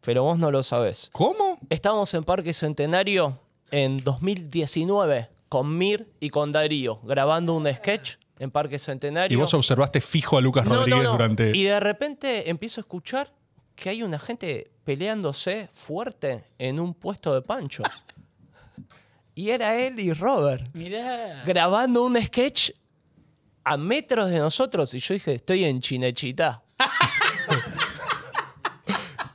Pero vos no lo sabés.
¿Cómo?
Estábamos en Parque Centenario en 2019 con Mir y con Darío grabando un sketch en Parque Centenario.
Y vos observaste fijo a Lucas
No, no,
Rodríguez
no.
durante.
Y de repente empiezo a escuchar que hay una gente peleándose fuerte en un puesto de pancho. y era él y Robert
Mirá.
grabando un sketch a metros de nosotros. Y yo dije, estoy en Chinechita.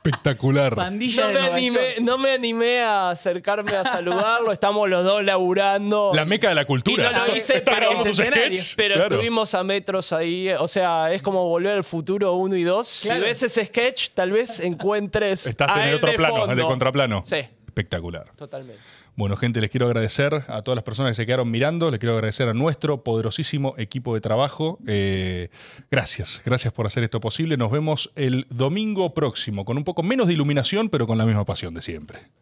Espectacular.
Pandilla
No
de
me,
Nueva
animé,
York.
no me animé a acercarme a saludarlo. Estamos los dos laburando.
La meca de la cultura.
Y no lo hice,
Está
pero
grabando
es
tus
escenario.
sketches.
Pero
Claro.
estuvimos a metros ahí. O sea, es como volver al futuro 1 y 2.
Claro.
Si ves ese sketch, tal vez encuentres.
Estás en
a
el
él
otro
de
plano, en el
fondo.
contraplano.
Sí,
Espectacular.
totalmente.
Bueno, gente, les quiero agradecer a todas las personas que se quedaron mirando. Les quiero agradecer a nuestro poderosísimo equipo de trabajo. Eh, gracias, gracias por hacer esto posible. Nos vemos el domingo próximo, con un poco menos de iluminación, pero con la misma pasión de siempre.